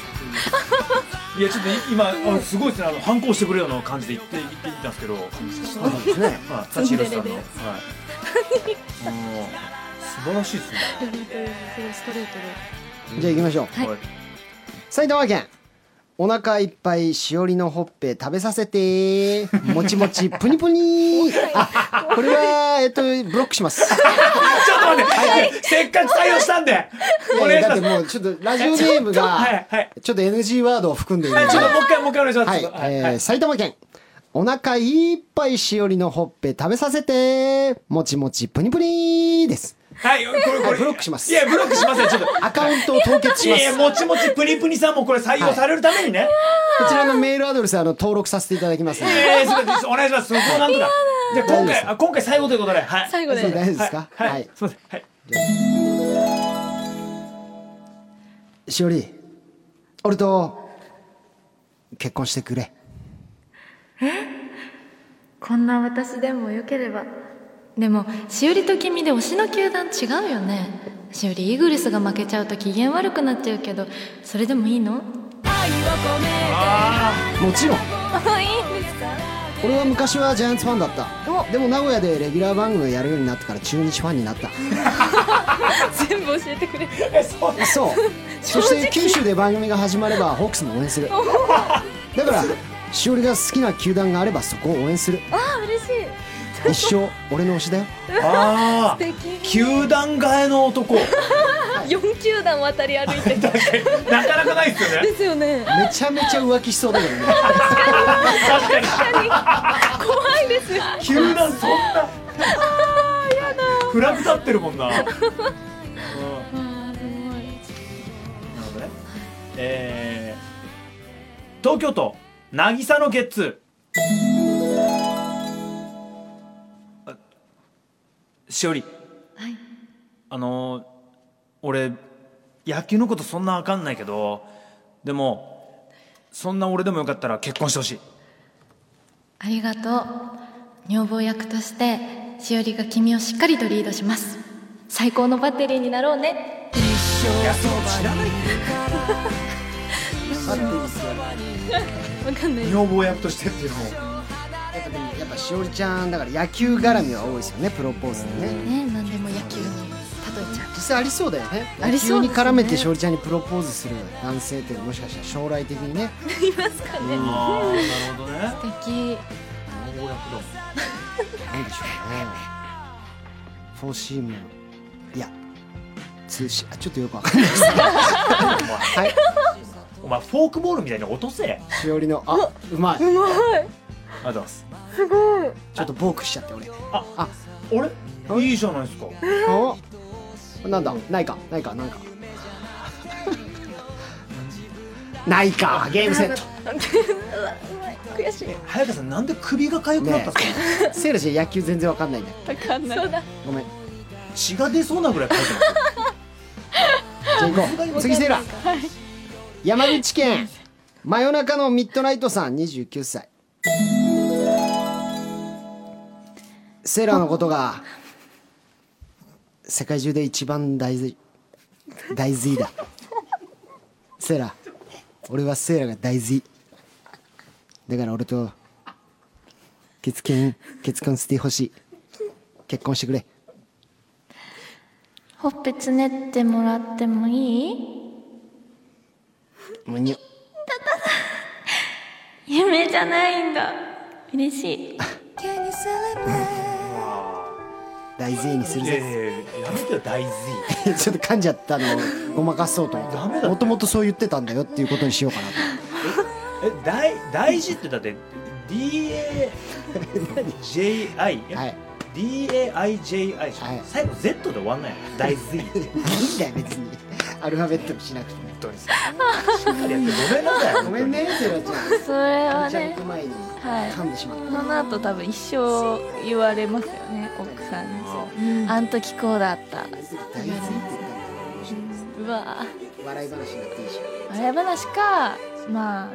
いやちょっと今あすごいですねあの反抗してくれような感じで言って言って言ったんですけどそうなんですね。はい舘ひろしさんのはいもう素晴らしいですねじゃあ行きましょう。はい埼玉県お腹いっぱいしおりのほっぺ食べさせてもちもちぷにぷ にあこれはえっとブロックしますちょっと待って、せっかく採用したんで。おい願やいやだいしまっす。てちょもうちょっっとラジオネー ムとはいはがいちょっと NG ワードを含んでいるんでともう一回、もう一回お願いします。はいちょっとはいえーはい埼玉県お腹いっぱいしおりのほっぺ食べさせてもちもちぷにぷにですはい、これ、こはいれ。ブロックしますいや、ブロックしません。ちょっと。アカウントを凍結しいまやいすや、もちもちプニプニさんもこれ採用されるためにね。こちらのメールアドレスあの登録させていただきますのいでやいやすいませんお願いします。そこをなんとか。じゃあ今大丈夫で回、すあ今回最後ということで。はい。最後そう大丈夫でですかはい。ははいい。すいません。はい。しおり俺と結婚してくれこんな私でもよければでもしおりと君で推しの球団違うよねしおりイーグルスが負けちゃうと機嫌悪くなっちゃうけどそれでもいいのもちろん いいんですか俺は昔はジャイアンツファンだったでも名古屋でレギュラー番組をやるようになってから中日ファンになった全部教えてくれるえ、そう。 そうそして九州で番組が始まればホークスも応援 するだからしおりが好きな球団があればそこを応援するあ嬉しい一生俺の推しだよああ。 球団替えの男。な4球団渡り歩いてたかなかないで すよね。ですよねめちゃめちゃ浮気しそうだけど ね怖いです球団そんな。 フラグ立ってる もんな。うんなるほどね。えー東京都渚のゲッツー。あしおり。あのー俺野球のことそんなわかんないけど、でもそんな俺でもよかったら結婚してほしい。ありがとう女房役としてしおりが君をしっかりとリードします最高のバッテリーになろうねいやそう知らない。わかんない女房役としてっていうのも。やっぱでもやっぱしおりちゃんだから野球絡みは多いですよねプロポーズでねね何でも野球に例えちゃう実際ありそうだよねあり野そ球うですねに絡めてしおりちゃんにプロポーズする男性ってもしかしたら将来的にねああ、なるほどね。素敵なんでしょうねフォーシームいや通信あちょっとよくわかんないですはいお前フォークボールみたいに落とせ。しおりのあうまいありがとうございます。ちょっとボークしちゃって俺あれ、いいじゃないですか。おなんだないかないかないかないかゲームセット悔しい早川さん、なんで首が痒くなったんですか。セールし野球全然わかんないんだよわかんないそうだごめん血が出そうなぐらい痒くなった。じゃあ行こう次セーラ山口県真夜中のミッドナイトさん29歳セーラのことが世界中で一番大事大事だセーラ俺はセーラが大事だから俺と結婚結婚してほしい結婚してくれほっぺつねってもらってもいいむにゅ夢じゃないんだ嬉しい大事にするいぜやいやいややめてよ、大事。 ちょっと噛んじゃったのをごまかそうと思ダメってだってもともとそう言ってたんだよっていうことにしようかなえ、大、大事ってだって、D. A. J. I. とはい D. A. I. J. I. はい最後 Z で終わんないの。大事。本いいんだよ別にアルファベットにしなくても当にさ。しっかりやって、 ごめんなさい。ごめん。ねセラちそれゃはんちゃんねと前にはい噛んでしまっこの後多分一生言われますよね奥さんにそうあん時こうだったた大事って言ったんだうわぁよ笑い話になっていいし笑い話かまあ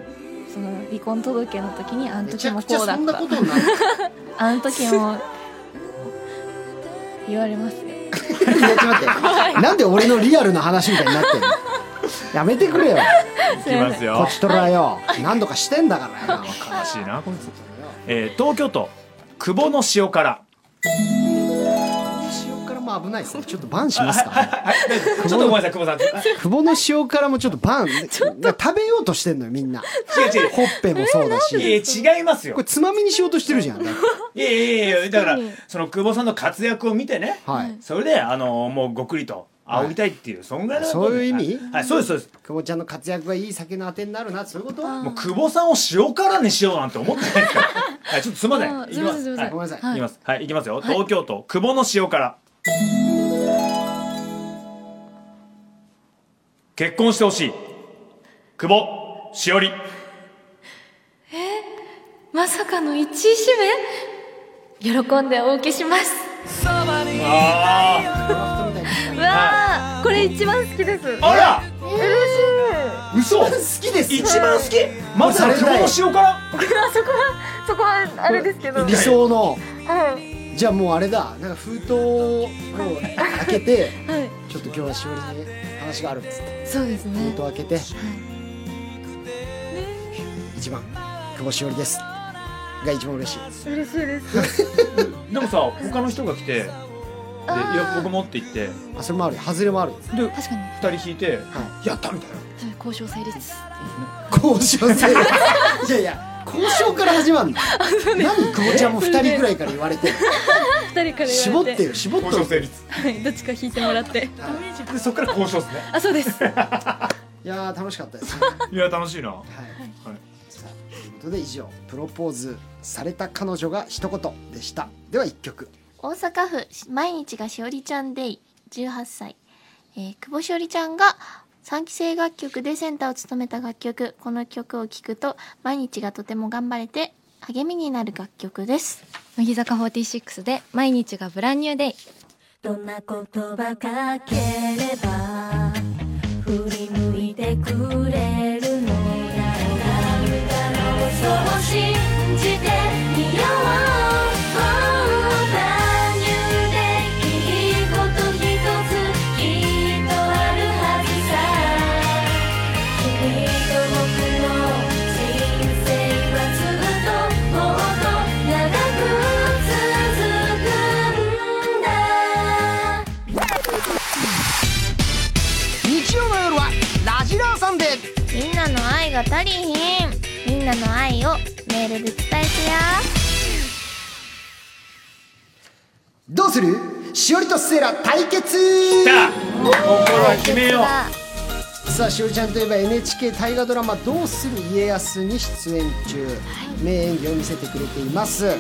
その離婚届の時にあんめち時ゃもくちゃこうだそんっなたことになるあん時も言われますよい やちょっと待ってなんで俺のリアルな話みたいになってんのやめてくれよいきますこよ。っちとらよ何度かしてんだからよ悲しいな、こいつ。えー、東京都。久保の塩辛。塩辛まも危ないですねちょっとバンしますかちょっとごめんなさい、久保さん。違久保の塩辛もちょっとバンなんか食べようとしてんのよみんな う違う。ほっぺもそうだいやし違いますよこれ。つまみにしようとしてるじゃんだっていやいやいやいやだからその久保さんの活躍を見てね、はいそれであのもうごくりと仰ぎたいっていう、そんぐらいのことでそういう意味はいはい、そうですそうです久保ちゃんの活躍がいい酒のあてになるなそういうこともう久保さんを塩辛にしようなんて思ってない ですからはいちょっとすいませんあーいきますすいませんすいませんごはいめんなさいいきますはいいきますよ、東京都久保の塩辛結婚してほしい久保しおりまさかの1位指名喜んでお受けしますあわあこれ一番好きですーあら嬉しい嘘好きです一番好きまさかの久保の塩 辛そこはあれですけど理想のじゃあもうあれだなんか封筒を開けてちょっと今日はしおりに話があるっつってそうです封ね筒開けて一番久保しおりですが一番嬉しいでもさ他の人が来てでいや僕もって言ってあそれもある外れもあるで確かに2人引いて、はやったみたいな交渉成立交渉せいや いや交渉から始まるの何久保ちゃんも二人ぐらいから言われて二人から言絞わっれててる絞っと交渉る成立はいどっちか引いてもらってでそっから交渉ですねあそうですいやー楽しかったですね いや楽しいなはい、さあということで以上「プロポーズされた彼女が一言」でしたでは1曲大阪府毎日がしおりちゃんデイ18歳、えー久保しおりちゃんが3期生楽曲でセンターを務めた楽曲この曲を聴くと毎日がとても頑張れて励みになる楽曲です乃木坂46で毎日がブランニューデイどんな言葉かければ振り向いてくれるのだろうそう信じてみよう Oh, brand new day いいこと一つきっとあるはずさ君と僕の人生はずっともっと長く続くんだ日曜の夜は「ラジラーサンデーみんなの愛が足りひんみんなの愛をメールで伝えてや」どうするしおりとセイラ対決じゃあ心は決めようさあしおりちゃんといえば NHK 大河ドラマ「どうする家康」に出演中、名演技を見せてくれています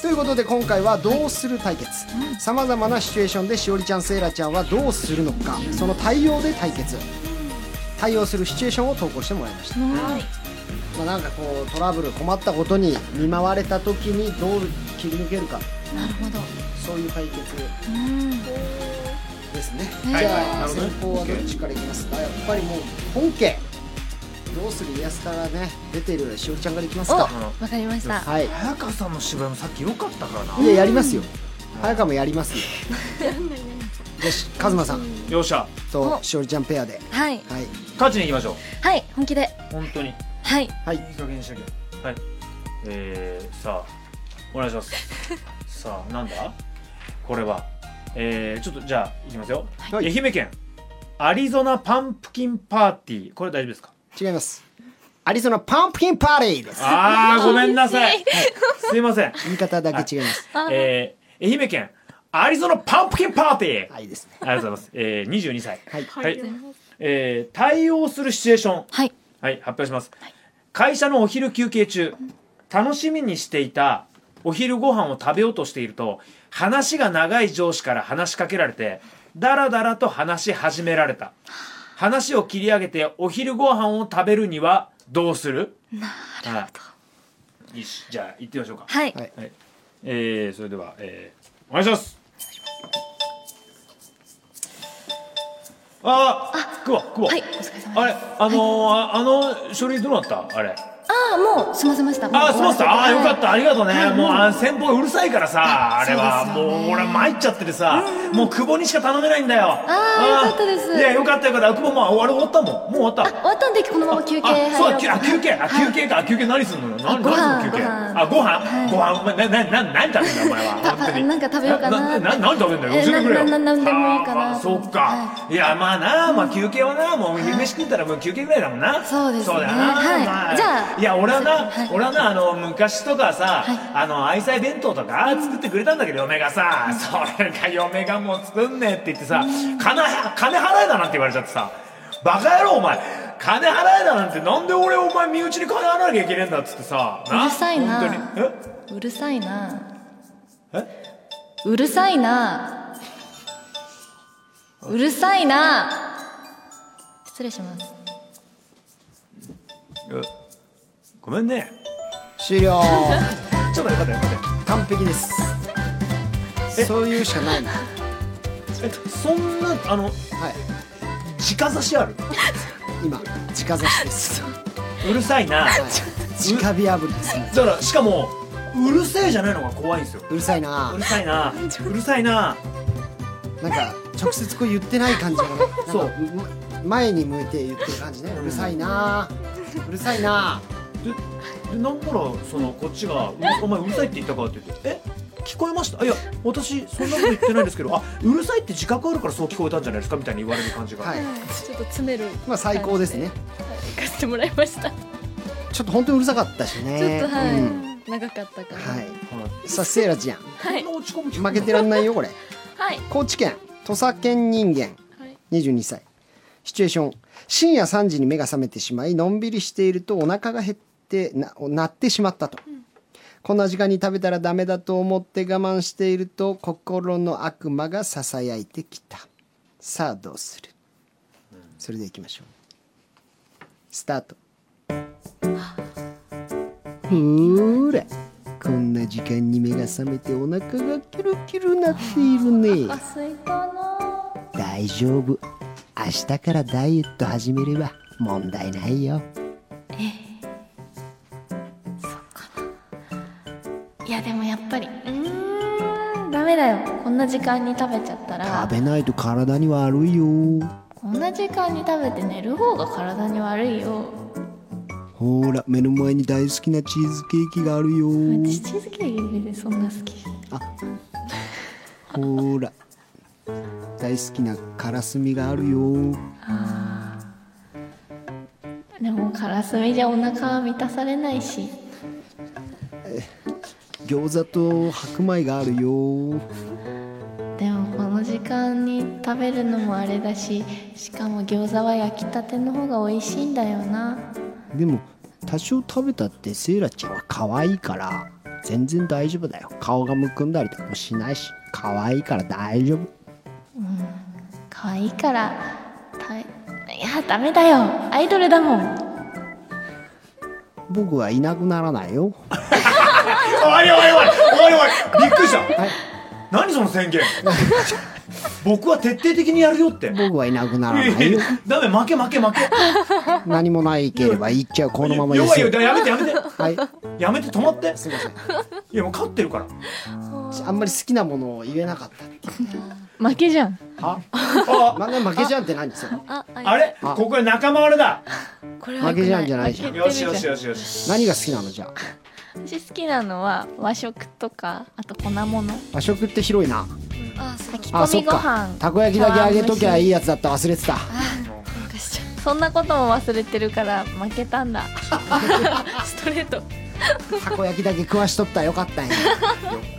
ということで今回は「どうする」対決さまざまなシチュエーションでしおりちゃんセイラちゃんはどうするのかその対応で対決対応するシチュエーションを投稿してもらいましたまあ、なんかこうトラブル困ったことに見舞われた時にどう切り抜けるかなるほどそういう対決ですね、はいじゃあ、なるほど先ね方はどっちからいきますかやっぱりもう本家どうする家康からね出てるしおりちゃんからいきますかわかりましたはい早川さんの芝居もさっき良かったからないややりますよ早川もやります よよしカズマさんよっしゃとしおりちゃんペアではいはい勝ちに行きましょうはい本気で本当にいいはいはい加減にしなきゃはいえー、さあお願いし ますさあなんだこれはえー、ちょっとじゃあいきますよ、はい愛媛県アリゾナパンプキンパーティーこれ大丈夫ですか違いますアリゾナパンプキンパーティーです ああごめんなさい、はい、すいま せん言い方だけ違いますえー、愛媛県アリゾナパンプキンパーティー、はいですねありがとうございます、えー、22歳はいはい、えー、対応するシチュエーションはいはい発表します、会社のお昼休憩中楽しみにしていたお昼ご飯を食べようとしていると話が長い上司から話しかけられてだらだらと話し始められた話を切り上げてお昼ご飯を食べるにはどうするなるほどよしじゃあ行ってみましょうかはいはいはい、えー、それでは、えー、お願いします。ああ、くわ、くわ。はいお疲れ様あれ、あのーああの書類どうなった、あれ。ああもう済ませましたあー、そうっすかあー、よかった、ありがとうね。はいもう、あー先方うるさいからさ、あれは、そうですよねもう、俺参っちゃっててさ、もう久保にしか頼めないんだよ。あーよかったですいや、よかったよかった。久保もう、あれ終わったもん。もう終わった。あ終わったんでこのまま休憩あ、そうだ、きゅ入ろあ休憩、あ、はい休憩か、あ休憩何すんのよ。何、ご飯何すんの休憩。ご飯あ、ご飯、はいご飯、お前、な、な、な、何食べんだよ、お前は。パ本当にパなんか食べようかなな、な、何食べんだよ。教えてくれよ。えなななんでもいいかなあーそっかは。いや、まあな、まあ休憩はな、もう昼飯食ったらもう休憩ぐらいだもんな。そうですねそうだよな。はいまじゃあいや、俺はなはい、俺はな、あの、昔とかさはい、あの、愛妻弁当とか作ってくれたんだけど、嫁がさ、それが嫁がもう作んねえって言ってさ、金、金払えだなんて言われちゃってさ、バカ野郎お前、金払えだなんてなんで俺お前身内に金払わなきゃいけねえんだっつってさ、うるさいな本当に。えううるさいなえうるさいなうるさいな失礼しますえごめんね。終 了ちょっと待って待って待完璧ですえそういうしかないなはって。え、そんな、あの、直差しあるい今直差し ですうるさいなはい直火破りですねだからしかもうるせえじゃないのが怖いんですようるさいなうるさいなうるさいななんか直接こう言ってない感じがね そうなんかう前に向いて言ってる感じねうるさいなうるさいなでなんならそのこっちがうる「お前うるさいって言ったか?」って言って「え聞こえましたあいや私そんなこと言ってないですけどあうるさいって自覚あるからそう聞こえたんじゃないですか」みたいに言われる感じが、はいちょっと詰めるまあ最高ですね行かせてもらいました。ちちょっと本当にうるさかったしねょっとはい、うん長かったから。ははいいさあセイラちゃんはいこんな落ち込む気負けてらんないよこれはい高知県土佐県人間はい22歳シチュエーション深夜3時に目が覚めてしまいのんびりしているとお腹が減ってな鳴ってしまったと、こんな時間に食べたらダメだと思って我慢していると心の悪魔がささやいてきたさあどうするそれでいきましょうスタートほーらこんな時間に目が覚めてお腹がキルキルなっているね大丈夫明日からダイエット始めれば問題ないよいやでもやっぱりうーんダメだよこんな時間に食べちゃったら食べないと体に悪いよこんな時間に食べて寝る方が体に悪いよほら目の前に大好きなチーズケーキがあるよ私チーズケーキでそんな好きほら大好きなカラスミがあるよでもカラスミじゃお腹は満たされないし餃子と白米があるよでもこの時間に食べるのもあれだししかも餃子は焼きたての方が美味しいんだよなでも多少食べたってセイラちゃんは可愛いから全然大丈夫だよ顔がむくんだりとかもしないし可愛いから大丈夫可愛いからたいやダメだよアイドルだもん僕はいなくならないよ終わり終わり終わり終わり終わりびっくりした何その宣言僕は徹底的にやるよって僕はいなくないやらないいよ やダメ負け負け負け何もないければ言っちゃうこのままで弱すいよよやめてやめてはいやめて止まってすいませんいやもう勝ってるからちあんまり好きなものを言えなかっ負けじゃん。ああたまあね負けじゃんって何それあああれあここで仲間割れだこれは負けじゃんじゃないじゃんよしよしよしよし何が好きなのじゃあ私好きなのは和食とかあと粉物。和食って広いなあそうだあ込そみっごか飯たこ焼きだけ揚げときゃいいやつだった忘れてたなんかしちゃうそんなことも忘れてるから負けた んだ。ストレート。たこ焼きだけ食わしとったらよかったんや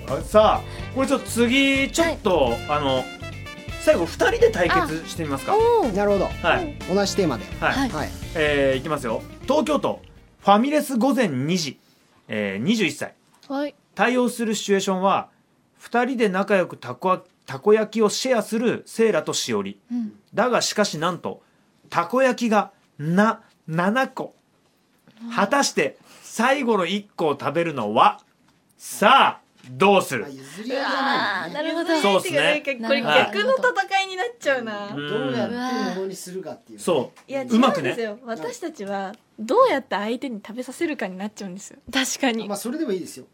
あさあこれちょっと次ちょっと、あの最後二人で対決してみますかはなるほどい同じテーマではい、はいえー、いきますよ東京都ファミレス午前2時、えー、21歳はい。対応するシチュエーションは2人で仲良くたこあたこ焼きをシェアするセイラとしおり、だがしかしなんとたこ焼きがな7個果たして最後の1個を食べるのはさあどうする、譲り合いじゃないなるほどそうっすねこれ逆の戦いになっちゃうな。うどうやっんてものにするかっていうそういや違うまうくんですねよ。私たちはどうやって相手に食べさせるかになっちゃうんですよ確かにまあそれでもいいですよ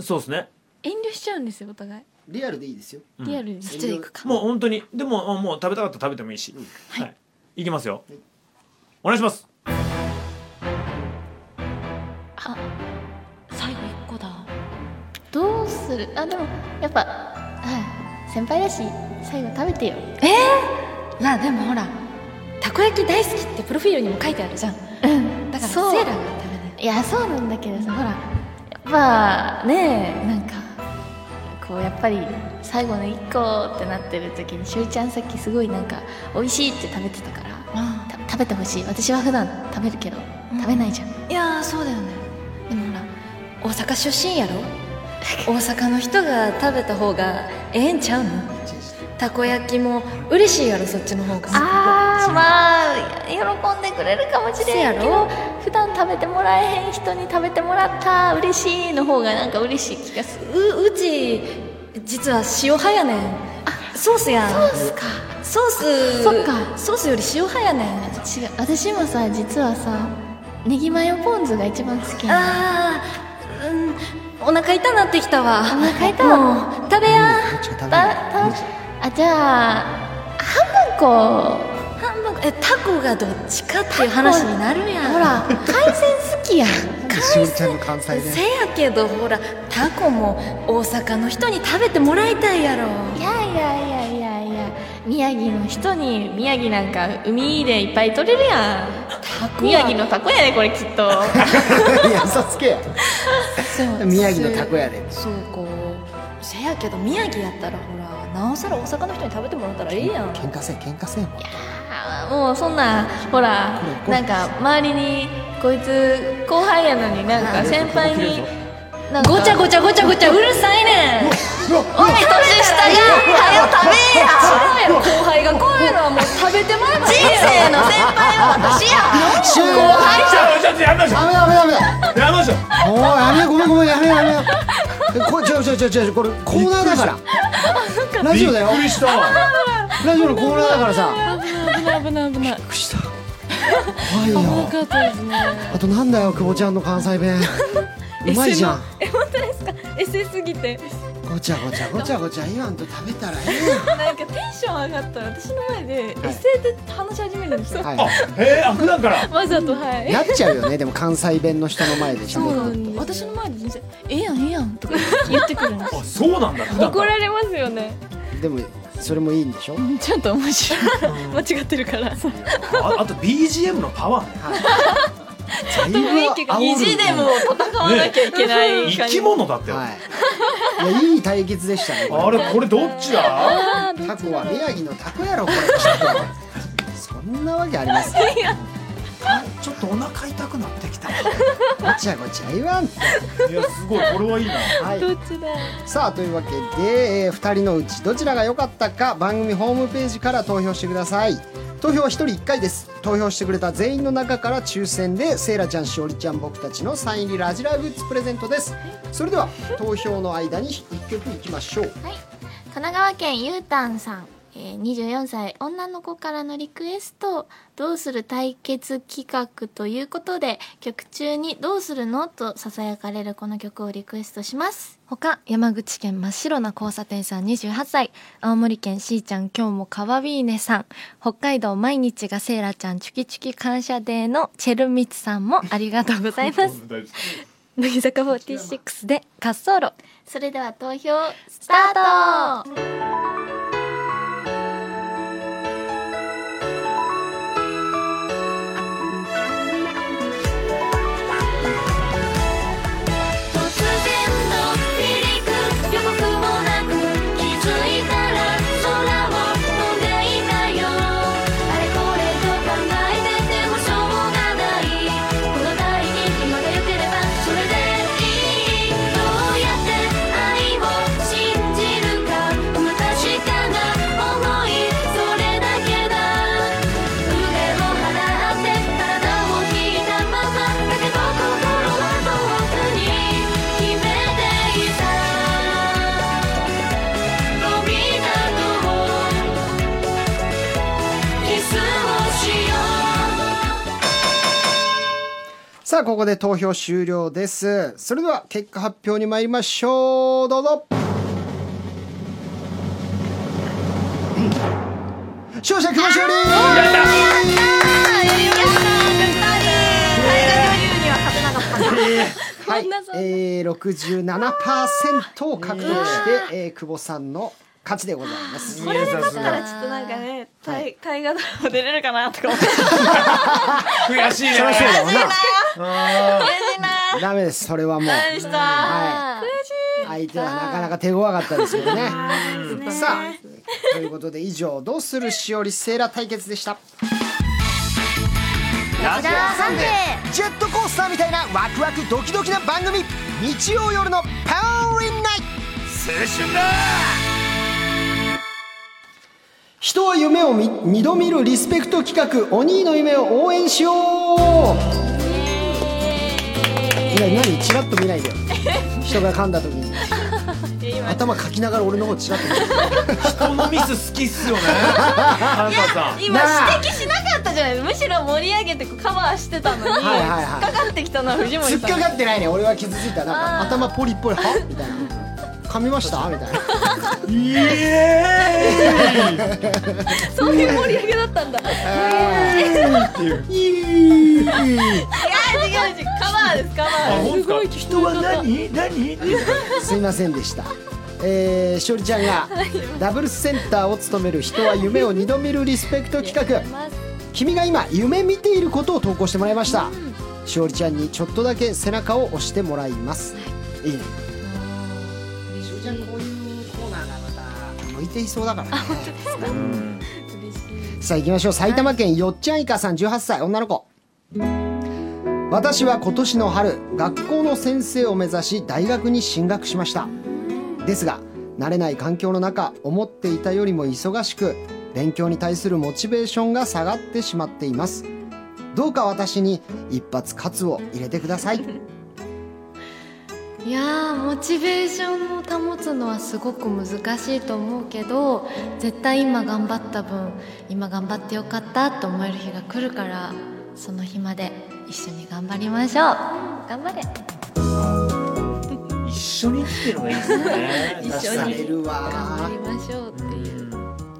そうですね遠慮しちゃうんですよお互いリアルでいいですようんリアルに、そっちで行くかもう本当にでもあもう食べたかったら食べてもいいし、うんはい、い、きますよ、お願いします最後一個だどうするあでもやっぱはい先輩だし最後食べてよまあでもほらたこ焼き大好きってプロフィールにも書いてあるじゃんうんだからセーそうラーが食べないいやそうなんだけどさほらやっぱねえなんかこうやっぱり最後の一個ってなってる時にしおりちゃんさっきすごいなんか美味しいって食べてたからた食べてほしい私は普段食べるけど食べないじゃん、いやーそうだよねでもほら大阪出身やろ大阪の人が食べた方がええんちゃうのたこ焼きも嬉しいやろそっちの方がああまあ喜んでくれるかもしれんけせやどろ普段食べてもらえへん人に食べてもらった嬉しいの方がなんか嬉しい気がするううち実は塩派やねんソースやんソースかソースそっかソースより塩派やねん違う私もさ実はさネギマヨポン酢が一番好きなのあーうんお腹痛なってきたわお腹痛もう食べやどっちか食べたないたあじゃあ半分こハンバーグえタコがどっちかっていう話になるやんほら海鮮好きやんなんでしおりちゃんの関西弁せやけどほらタコも大阪の人に食べてもらいたいやろいやいやいやいやいや宮城の人に宮城なんか海でいっぱい取れるやん宮城のタコやねこれきっといや嘘つけや宮城のたこやでそうこうせやけど宮城やったらほらなおさら大阪の人に食べてもらったらええやん喧嘩せん喧嘩せんもんあもうそんなほらこれなんか周りにこいつ後輩やのになんか先輩になんかごちゃごちゃごちゃごちゃうるさいねんう おい年下が早食べやそうや後輩がこういうのはもう食べてもらう人生の先輩は私や終了ちょっとやめましょダメダメダメだうやめましょうおーやめよごめんごめんやめよやめよこれ違う違う違う違うこれコーナーだからラジオだよびっくりしたラジオのコーナーだからさ危ない危ない危ないびっくりした怖いよ怖かったですねあとなんだよ久保ちゃんの関西 弁うまいじゃんエセすぎてごちゃごちゃごちゃごちゃ言わんと食べたらえなんかテンション上がったら私の前でエセで話し始めるんですえやよん、あはへえあ普段からわざとはいい、なっちゃうよねでも関西弁の人の前でそうな喋るんで私の前で全然「ええやんええやん」とか言ってくるんですあそうなんだ普段怒からられますよねとでもそれもいいんでしょちゃんと面白い間違ってるからそうああと BGM のパワーねちょっと雰囲気が意地でも戦わなきゃいけない生感きじ物だって、よはいいやいい対決でしたねあれこれどっちだタコは宮城のタコやろこれきっとそんなわけあります ちょっとお腹痛くなってきたごちゃごちゃ言わんといやすごいこれはいいなはいどっちださあというわけで、え2人のうちどちらが良かったか番組ホームページから投票してください投票は1人1回です投票してくれた全員の中から抽選でセイラちゃんしおりちゃん僕たちのサイン入りラジラグッズプレゼントですそれでは投票の間に1曲いきましょう神奈川県ゆうたんさん、えー、24歳女の子からのリクエスト「どうする対決企画」ということで曲中に「どうするの?」とささやかれるこの曲をリクエストします他山口県真っ白な交差点さん28歳青森県しーちゃん今日もかわいいねさん北海道毎日がセイラちゃんチュキチュキ感謝デーのチェルミツさんもありがとうござい ます乃木坂46で滑走路それでは投票スタート突然の離陸予告もなく気づいたら空を飛んでいたよあれこれと考えててもしょうがないこの大にまでよければそれでいいどうやって愛を信じるかま確かさあここで投票終了ですそれでは結果発表に参りましょうどうぞ勝者久保しおりはい、えー、67%を獲得して、えー、久保さんの勝ちでございます。これで勝ったらちょっとなんかね大大河ドラマ出れるかなとか思って悔しいねそりゃそうだわな。あダメです、それはもう。でしたはい、相手はなかなか手強かったですけどね。さあ、ということで以上、どうするしおりセーラ対決でした。ラジオサンデージェットコースターみたいなワクワクドキドキな番組日曜夜のパワーリンナイト人は夢を見二度見るリスペクト企画お兄の夢を応援しよういや何チラッと見ないでよ人が噛んだ時 に頭かきながら俺の方チラッと見るー人のミス好きっすよねハンタさん今なあ指摘しなかったじゃないむしろ盛り上げてこうカバーして たのに引っはいはいはいかかってきたのは藤突森っさかんかってないね俺は傷ついたなんか頭ポリポリはみたいな噛みましたみたいなイエーイそういう盛り上げだったんだいや違う違うカバーですカバあー本当ですか人は何何って言うすいませんでした。えー、しおりちゃんがダブルスセンターを務める人は夢を二度見るリスペクト企画君が今夢見ていることを投稿してもらいました、しおりちゃんにちょっとだけ背中を押してもらいます、い、いねしおりちゃんこういうコーナーがまた向いていそうだからねさあ行きましょう埼玉県よっちゃんいかさん18歳女の子私は今年の春学校の先生を目指し大学に進学しましたですが慣れない環境の中思っていたよりも忙しく勉強に対するモチベーションが下がってしまっていますどうか私に一発喝を入れてくださいいやーモチベーションを保つのはすごく難しいと思うけど絶対今頑張った分今頑張ってよかったと思える日が来るからその日まで一緒に頑張りましょう頑張れ一緒に生きてるのがいいです一ね緒に確かされる頑張わりましょうっていう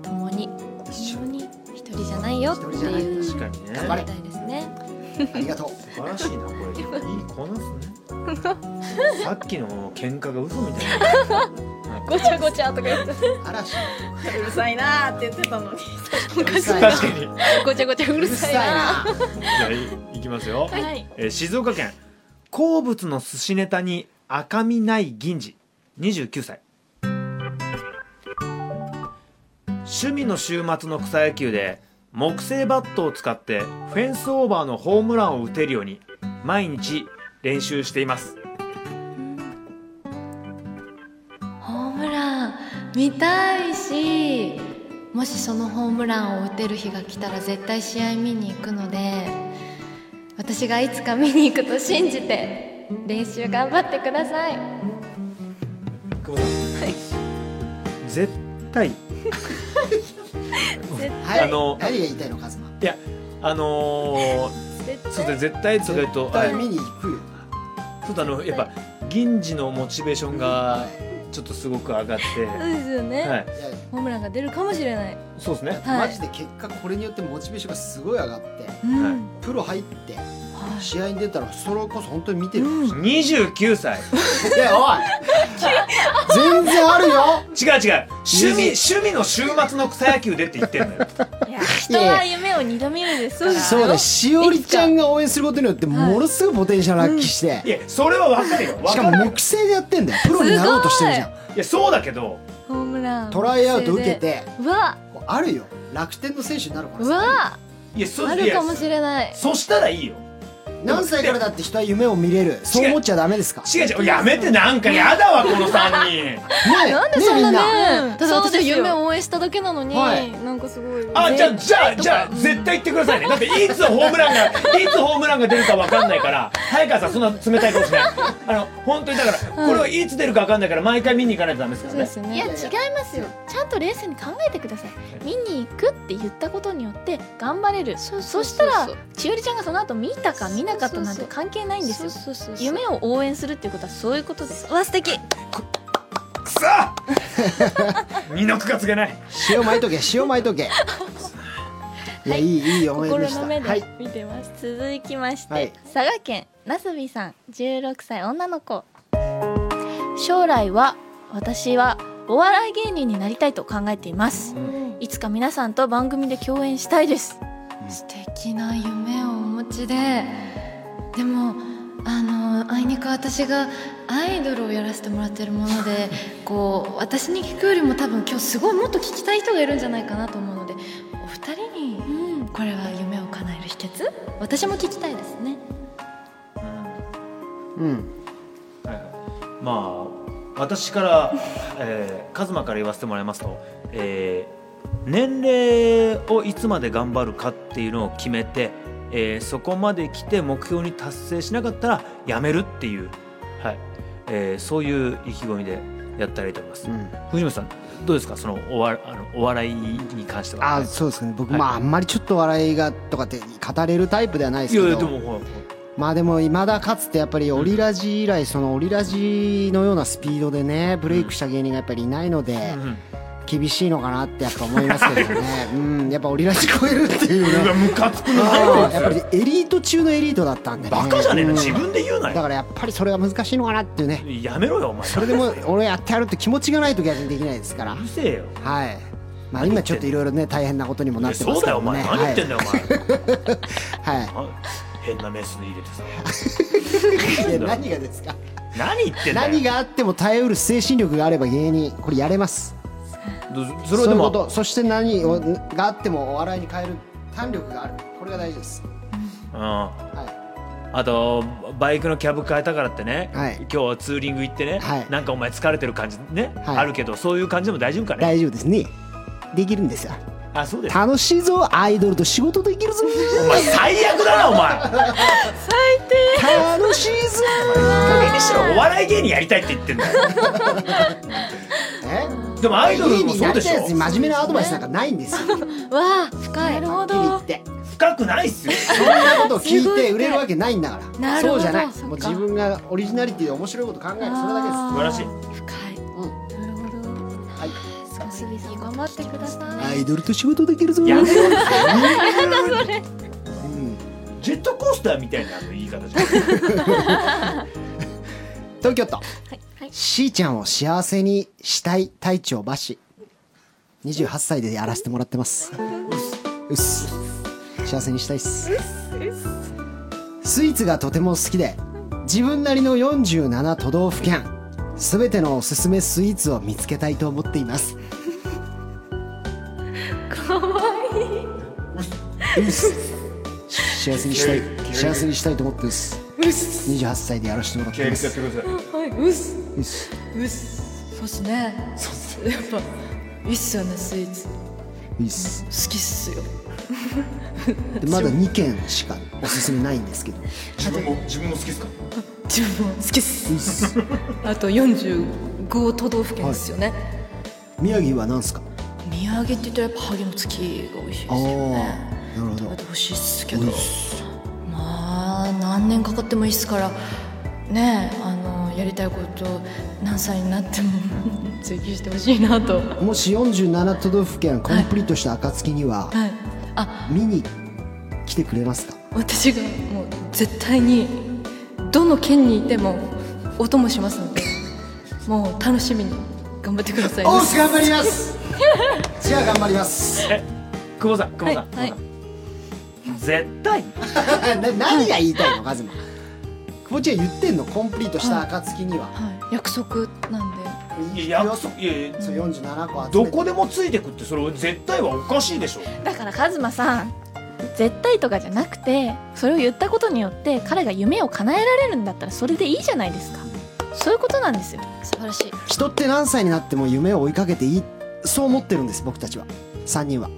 共に一緒に一人じゃない一よって人じゃないいう確かにね頑張れみたいですねありがとう素晴らしいなこれいい子なんですねさっきの喧嘩が嘘みたいなごちゃごちゃとか言って嵐うるさいなーって言ってたのに確かにじごちゃごちゃううるるささいいななゃあいいきますよ、はいえー静岡県好物の寿司ネタに赤みない銀次29歳趣味の週末の草野球で木製バットを使ってフェンスオーバーのホームランを打てるように毎日練習していますホームラン見たいしもしそのホームランを打てる日が来たら絶対試合見に行くので私がいつか見に行くと信じて練習頑張ってください絶対はいあの何が言いたいのカズマいやあのー、そうですね絶対とか言うと絶あ対見に行くよちょっとあのやっぱ銀次のモチベーションがちょっとすごく上がって、そうですよね、はい、いやホームランが出るかもしれないそうですね。はいマジで結果これによってモチベーションがすごい上がってはプロ入って試合に出たらそれこそ本当に見てるかもしれないい。二十九歳。いやおい全然あるよ違う違う。趣味趣味の週末の草野球でって言ってんだよ。人は夢を二度見るですからそうだしおりちゃんが応援することによってものすごいポテンシャル発揮して、いやそれはわかるよ。わしかかる。も木製でやってんだよプロになろうとしてるじゃんいやそうだけど。ホームラントライアウト受けてうわこうあるよ楽天の選手になるかうらさわいやそあいるやかもしれないそしたらいいよ。何歳からだって人は夢を見れるそう思っちゃダメですか違う違う。やめてなんかやだわこの三人。ねえなんでみんなねただそうで私はすよ夢を応援しただけなのに、はいなんかすごいあじゃあじゃあじゃあ絶対言ってくださいね。だっていつホームラン がいつホームランが出るかわかんないから。早川さんそんな冷たいかもしれない。あの本当にだからこれはいつ出るかわかんないから毎回見に行かないとダメですからそうねで。すいやね違いますよちゃんと冷静に考えてください見に行くって言ったことによって頑張れるそしたら違しおりちゃんがその後見たか見なかったなんて関係ないんですよそうそうそう夢を応援するっていうことはそういうことですわ素敵くそっ 身の苦がつけない塩まいとけ塩まいとけいやいいいい応援で心したの目はいで見てます、続きまして、はい佐賀県なすびさん16歳女の子将来は私はお笑い芸人になりたいと考えていますいつか皆さんと番組で共演したいです素敵な夢をお持ちででもあのあいにく私がアイドルをやらせてもらってるものでこう私に聞くよりも多分今日すごいもっと聞きたい人がいるんじゃないかなと思うのでお二人にこれは夢を叶える秘訣私も聞きたいですねうんはいはいまあ私から、えー、カズマから言わせてもらいますと、えー年齢をいつまで頑張るかっていうのを決めて、えーそこまで来て目標に達成しなかったらやめるっていう、はいえーそういう意気込みでやったらいいと思います、うん藤本さんどうですかそのおわあのお笑いに関してはあそうですね僕、はいまああんまりちょっと笑いがとかって語れるタイプではないですいけやどいやでもほらまあでもいまだかつてやっぱりオリラジ以来そのオリラジのようなスピードでねブレイクした芸人がやっぱりいないのでうん厳しいのかなってやっぱ思いますけどねうんやっぱオリラジ超えるっていううわ ねムカつくなあーやっぱりエリート中のエリートだったんでねバカじゃねえうのん自分で言うなだよからやっぱりそれが難しいのかなっていうねやめろよお前それでも俺やってやるって気持ちがないと逆にできないですからうるせえよはいまあ今ちょっといろいろね大変なことにもなってまそうすけだよどお前ね何言ってんだよお前はいはいあ 変なメスに入れてさいや何がですか何言ってんだ よ何があっても耐えうる精神力があれば芸人これやれますそそそれはでういうこもとそして何をがあってもお笑いに変える胆力があるこれが大事ですうんはあとバイクのキャブ変えたからってね、はい今日ツーリング行ってね、はいなんかお前疲れてる感じね、はいあるけどそういう感じでも大丈夫かいね大丈夫ですねできるんですよあそうです楽しいぞアイドルと仕事できるぞお前最悪だなお前楽しいぞ影にしろお笑い芸人やりたいって言ってんだよえでもアイドルもにそなうりでしたいやょつに真面目なアドバイスなんかないんですよ はっきりわあ深いなるほ言って深くないっすよそんなことを聞いて売れるわけないんだからなるそほどうじゃないそっかもう自分がオリジナリティで面白いこと考えるそれだけです素晴らしい深い頑張ってくださアいイドルと仕事できるぞやめろうんジェットコースターみたいなあの言い 方じゃん東京都、しーちゃんを幸せにしたい隊長バシ28歳でやらせてもらってますうっす幸せにしたいっすスイーツがとても好きで自分なりの47都道府県すべてのおすすめスイーツを見つけたいと思っていますかわいいうっす幸せにしたい幸せにしたいと思ってうっす28歳でやらせてもらってますてくださいよしそうっすねやっぱいいっすよねスイーツいいっす好きっすよでまだ2件しかおすすめないんですけどい自分も自分も好きっすか自分も好きっすいっすあと45都道府県ですよね、宮城は何すか宮城って言ったらやっぱ萩の月が美味しいですああよねなるほ食べどてほしいっすけど美味まあ何年かかってもいいっすからねえあのやりたいこと何歳になっても追求してほしいなとはもし47都道府県コンプリートした暁にはいあ見に来てくれますか私がもう絶対にどの県にいてもお供しますのでもう楽しみに頑張ってくださいおーし頑張りますじゃあ頑張ります久保さん久保さん、はいはい絶対な何が言いたいのカズマ久保ちゃん言ってんのコンプリートした暁にははい、約束なんでいや約束いやいやそう47個集めてどこでもついてくってそれ絶対はおかしいでしょだからカズマさん絶対とかじゃなくてそれを言ったことによって彼が夢を叶えられるんだったらそれでいいじゃないですかそういうことなんですよ素晴らしい人って何歳になっても夢を追いかけていいそう思ってるんです僕たちは3人は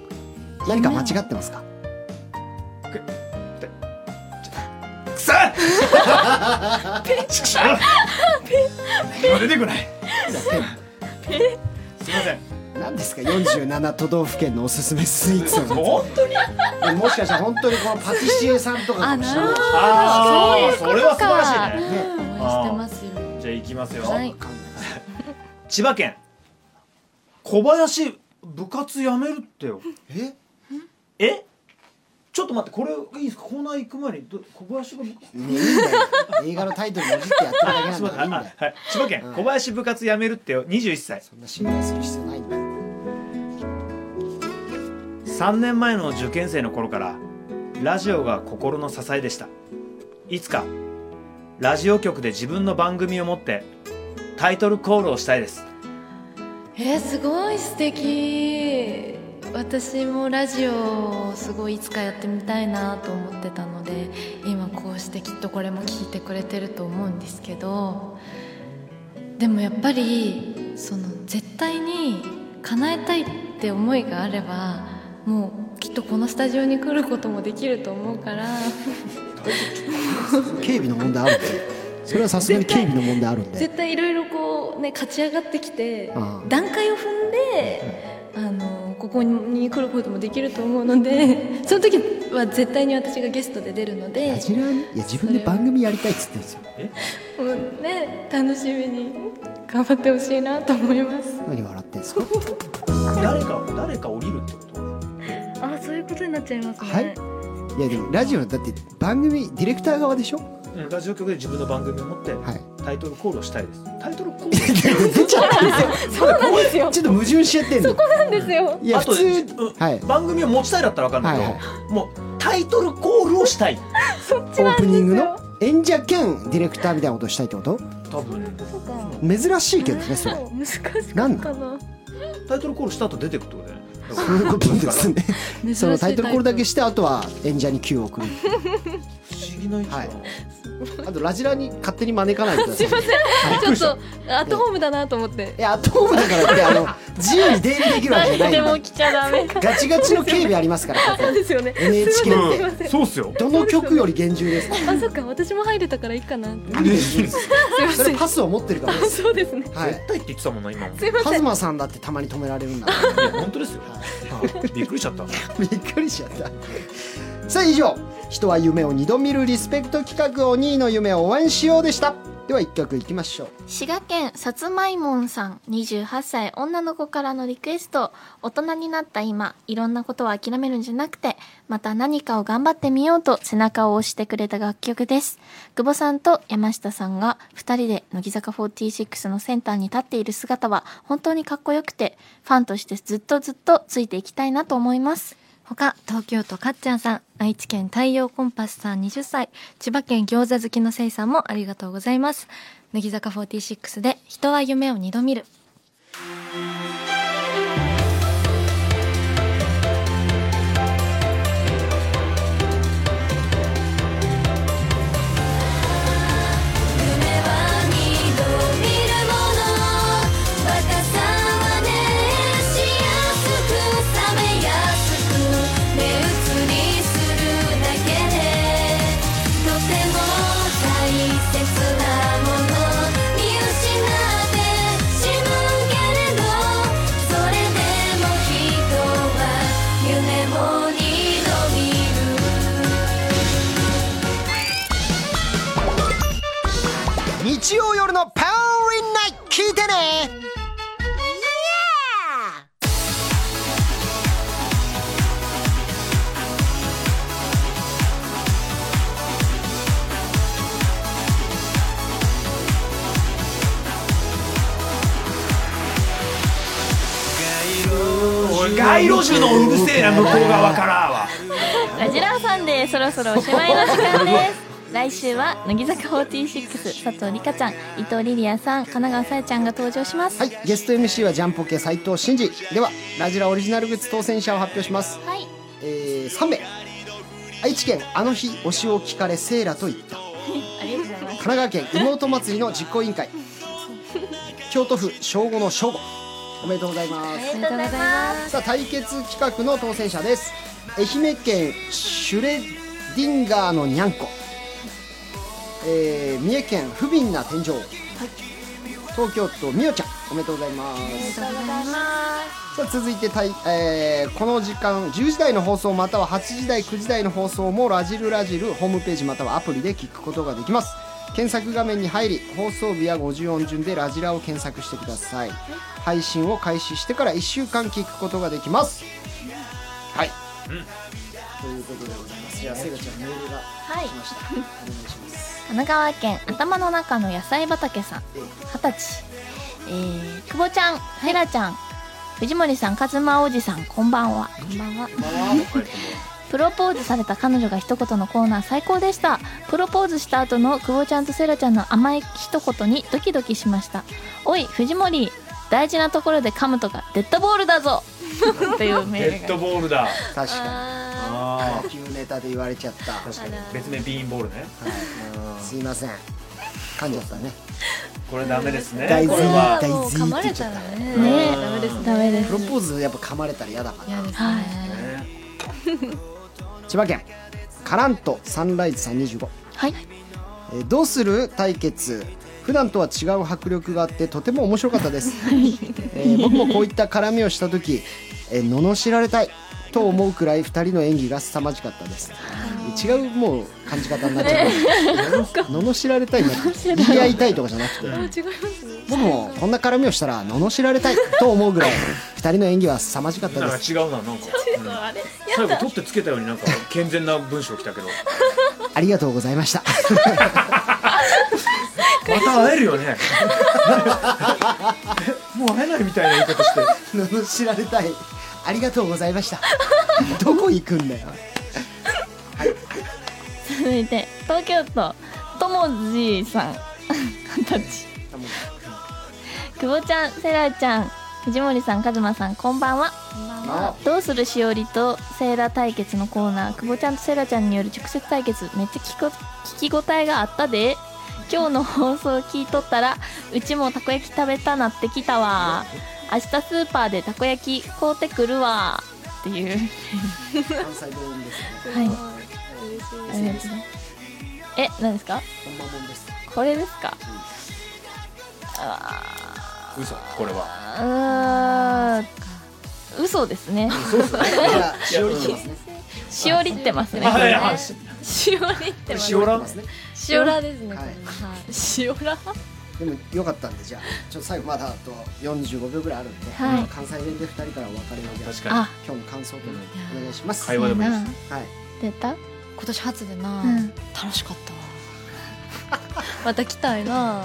何か間違ってますかくそペンチくしゃペン出てこないすいません何ですか47都道府県のおすすめスイーツ本当にもしかしたら本当にこのパティシエさんとかかもしれないああそれは素晴らしいねね応援してますよじゃあ行きますよ、はいわかんない千葉県小林部活やめるってよええちょっと待ってこれいいですかコーナー行く前にど小林が部活いいんだよ映画のタイトルもじってやってるだけなんだからいいんだよはい、千葉県ん小林部活やめるってよ21歳そんな信頼する必要ないんだよ3年前の受験生の頃からラジオが心の支えでしたいつかラジオ局で自分の番組を持ってタイトルコールをしたいですえー、すごい素敵私もラジオをすごいいつかやってみたいなと思ってたので今こうしてきっとこれも聞いてくれてると思うんですけどでもやっぱりその絶対に叶えたいって思いがあればもうきっとこのスタジオに来ることもできると思うから警備の問題あるんでそれはさすがに警備の問題あるんで絶対いろいろこうね勝ち上がってきてああ段階を踏んであのここに来ることもできると思うのでその時は絶対に私がゲストで出るのでラ、ジオにいや自分で番組やりたいっつってるんですようんね、楽しみに頑張ってほしいなと思います何笑ってんすか誰か誰か降りるってことあそういうことになっちゃいますねはいいやでもラジオだって番組ディレクター側でしょうんラジオ局で自分の番組を持って はいタイトルコールをしたいですタイトルコー出ちゃったんですよそうなんですよちょっと矛盾しちゃってんのそこなんですよいルやあと普通うんはい 番組を持ちたいだったら分かんないけど、はいもうタイトルコールをしたいオープニングの演者兼ディレクターみたいなことしたいってこと多分珍しいけどねそれ難しかったなんかだなタイトルコールした後出てくってことだよねだかそういうことですね珍しいそのタイトルコールだけしてあとは演者に Q を送るら不思議な位置だな、はいあとラジラに勝手に招かないでくださいちょっとアットホームだなと思っていや、アットホームだからって、あの、自由に出入りできるわけ じゃ ないでんもで。来ちゃダ メガチガチの警備ありますから、ここ ですよね NHK って。うん、そうっすよどの曲より厳重です。あそっか私も入れたからいいか なそれパスを持ってるからです。そうですねはい絶。対って言ってたもんな今もカズマさんだってたまに止められるんだ。いや本当ですよ、びっくりしちゃったびっくりしちゃった。さあ、以上。人は夢を二度見るリスペクト企画を2位の夢を応援しようでした。では一曲いきましょう。滋賀県さつまいもんさん28歳女の子からのリクエスト大人になった今いろんなことを諦めるんじゃなくてまた何かを頑張ってみようと背中を押してくれた楽曲です久保さんと山下さんが2人で乃木坂46のセンターに立っている姿は本当にかっこよくてファンとしてずっとずっとついていきたいなと思います他東京都かっちゃんさん愛知県太陽コンパスさん20歳千葉県餃子好きのせいさんもありがとうございます乃木坂46で人は夢を二度見る夢は二度見るもの若さはねしやすく冷めやすく目移りするだけでとても大切なもの見失ってしまうけれどそれでも人は夢を二度見る日曜夜のパワーリンナイト聞いてね 街路樹のうるせえな向こう側からはラジラーさんでそろそろおしまいの時間です来週は乃木坂46佐藤理香ちゃん伊藤リリアさん神奈川さやちゃんが登場しますはい、ゲスト MC はジャンポケ斉藤真二ではラジラオリジナルグッズ当選者を発表します、はいえー、3名愛知県あの日推しを聞かれセーラと言ったありがとうございます神奈川県妹祭りの実行委員会京都府正午の正午おめでとうございまありがとうございますすさあ対決企画の当選者です愛媛県シュレディンガーのにゃんこ、えー、三重県不憫な天井東京都みよちゃんおめでとうございますとうございまさあ続いてたい、えーこの時間10時台の放送または8時台9時台の放送もラジルラジルホームページまたはアプリで聞くことができます検索画面に入り放送日や50音順でラジラを検索してください配信を開始してから1週間聞くことができますはい、ということでございますじゃあせいかちゃんメールがはい来ました、お願いします神奈川県頭の中の野菜畑さん二十歳えー、久保ちゃん、ヘラちゃん藤森さん、勝間おじさんこんばんはこんばんはプロポーズされた彼女が一言のコーナー最高でしたプロポーズした後の久保ちゃんとセラちゃんの甘い一言にドキドキしましたおい藤森大事なところで噛むとかデッドボールだぞと いうメデッールがドボールだ確かにあ高級ネタで言われちゃった、はー確かに別名ビーンボールねい、すいません噛んじゃったねこれダメですね大こ事れは大もう事噛まって言れっちたゃっらたねねダメですねダメでプすロポーズやっぱ噛まれたら嫌だから嫌ですね、ね千葉県カラントサンライズさん25、はいえーどうする対決普段とは違う迫力があってとても面白かったです、えー僕もこういった絡みをした時、えー、罵られたいと思うくらい2人の演技が凄まじかったです違うもう感じ方になっちゃう罵られたいな言い合いたいとかじゃなくて僕もこんな絡みをしたら罵られたいと思うぐらい2人の演技は凄まじかったなんでかす違うななんか最後取ってつけたようになんか健全な文章来たけどありがとうございましたまた会えるよねえもう会えないみたいな言い方して罵られたいありがとうございましたどこ行くんだよ続いて東京都ともじーさん二十歳久保ちゃんセラちゃん藤森さん和馬さんこんばんはどうするしおりとセーラ対決のコーナー久保ちゃんとセラちゃんによる直接対決めっちゃ聞こ聞き応えがあったで今日の放送を聞いとったらうちもたこ焼き食べたなってきたわ明日スーパーでたこ焼き買うてくるわっていう関西弁ですよはいありがとうございますえ何ですか本間もんですこれですか嘘これはうーん嘘ですねしおりってますねしおりってますねはいはいししおりってますしおらますね塩ラですね、はいしおらでもよかったんでじゃあちょっと最後まだあと45秒ぐらいあるんで、はい関西弁で2人からお別れをじゃあ確かあ今日の感想とかお願いします会話でもい いですはい出た今年初でな、うん楽しかったわまた来たいな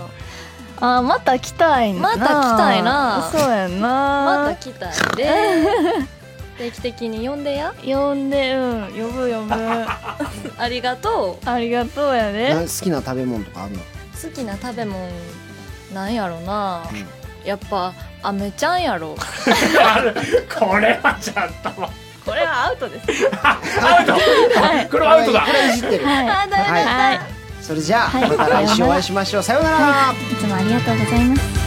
あまた来たいなまた来たいなそうやんまたな来たいで 定期的に呼んでや呼んでうん呼ぶ呼ぶあ ありがとうりがとうやなで好きな食べ物とかあるの好きな食べ物なんやろな、やっぱアメちゃんやろこれはちゃんとこれはアウトですアウトこれはアウトだこれいじってるはい、はいはい、それじゃあ、はいまた来週お会いしましょうさようなら、いつもありがとうございます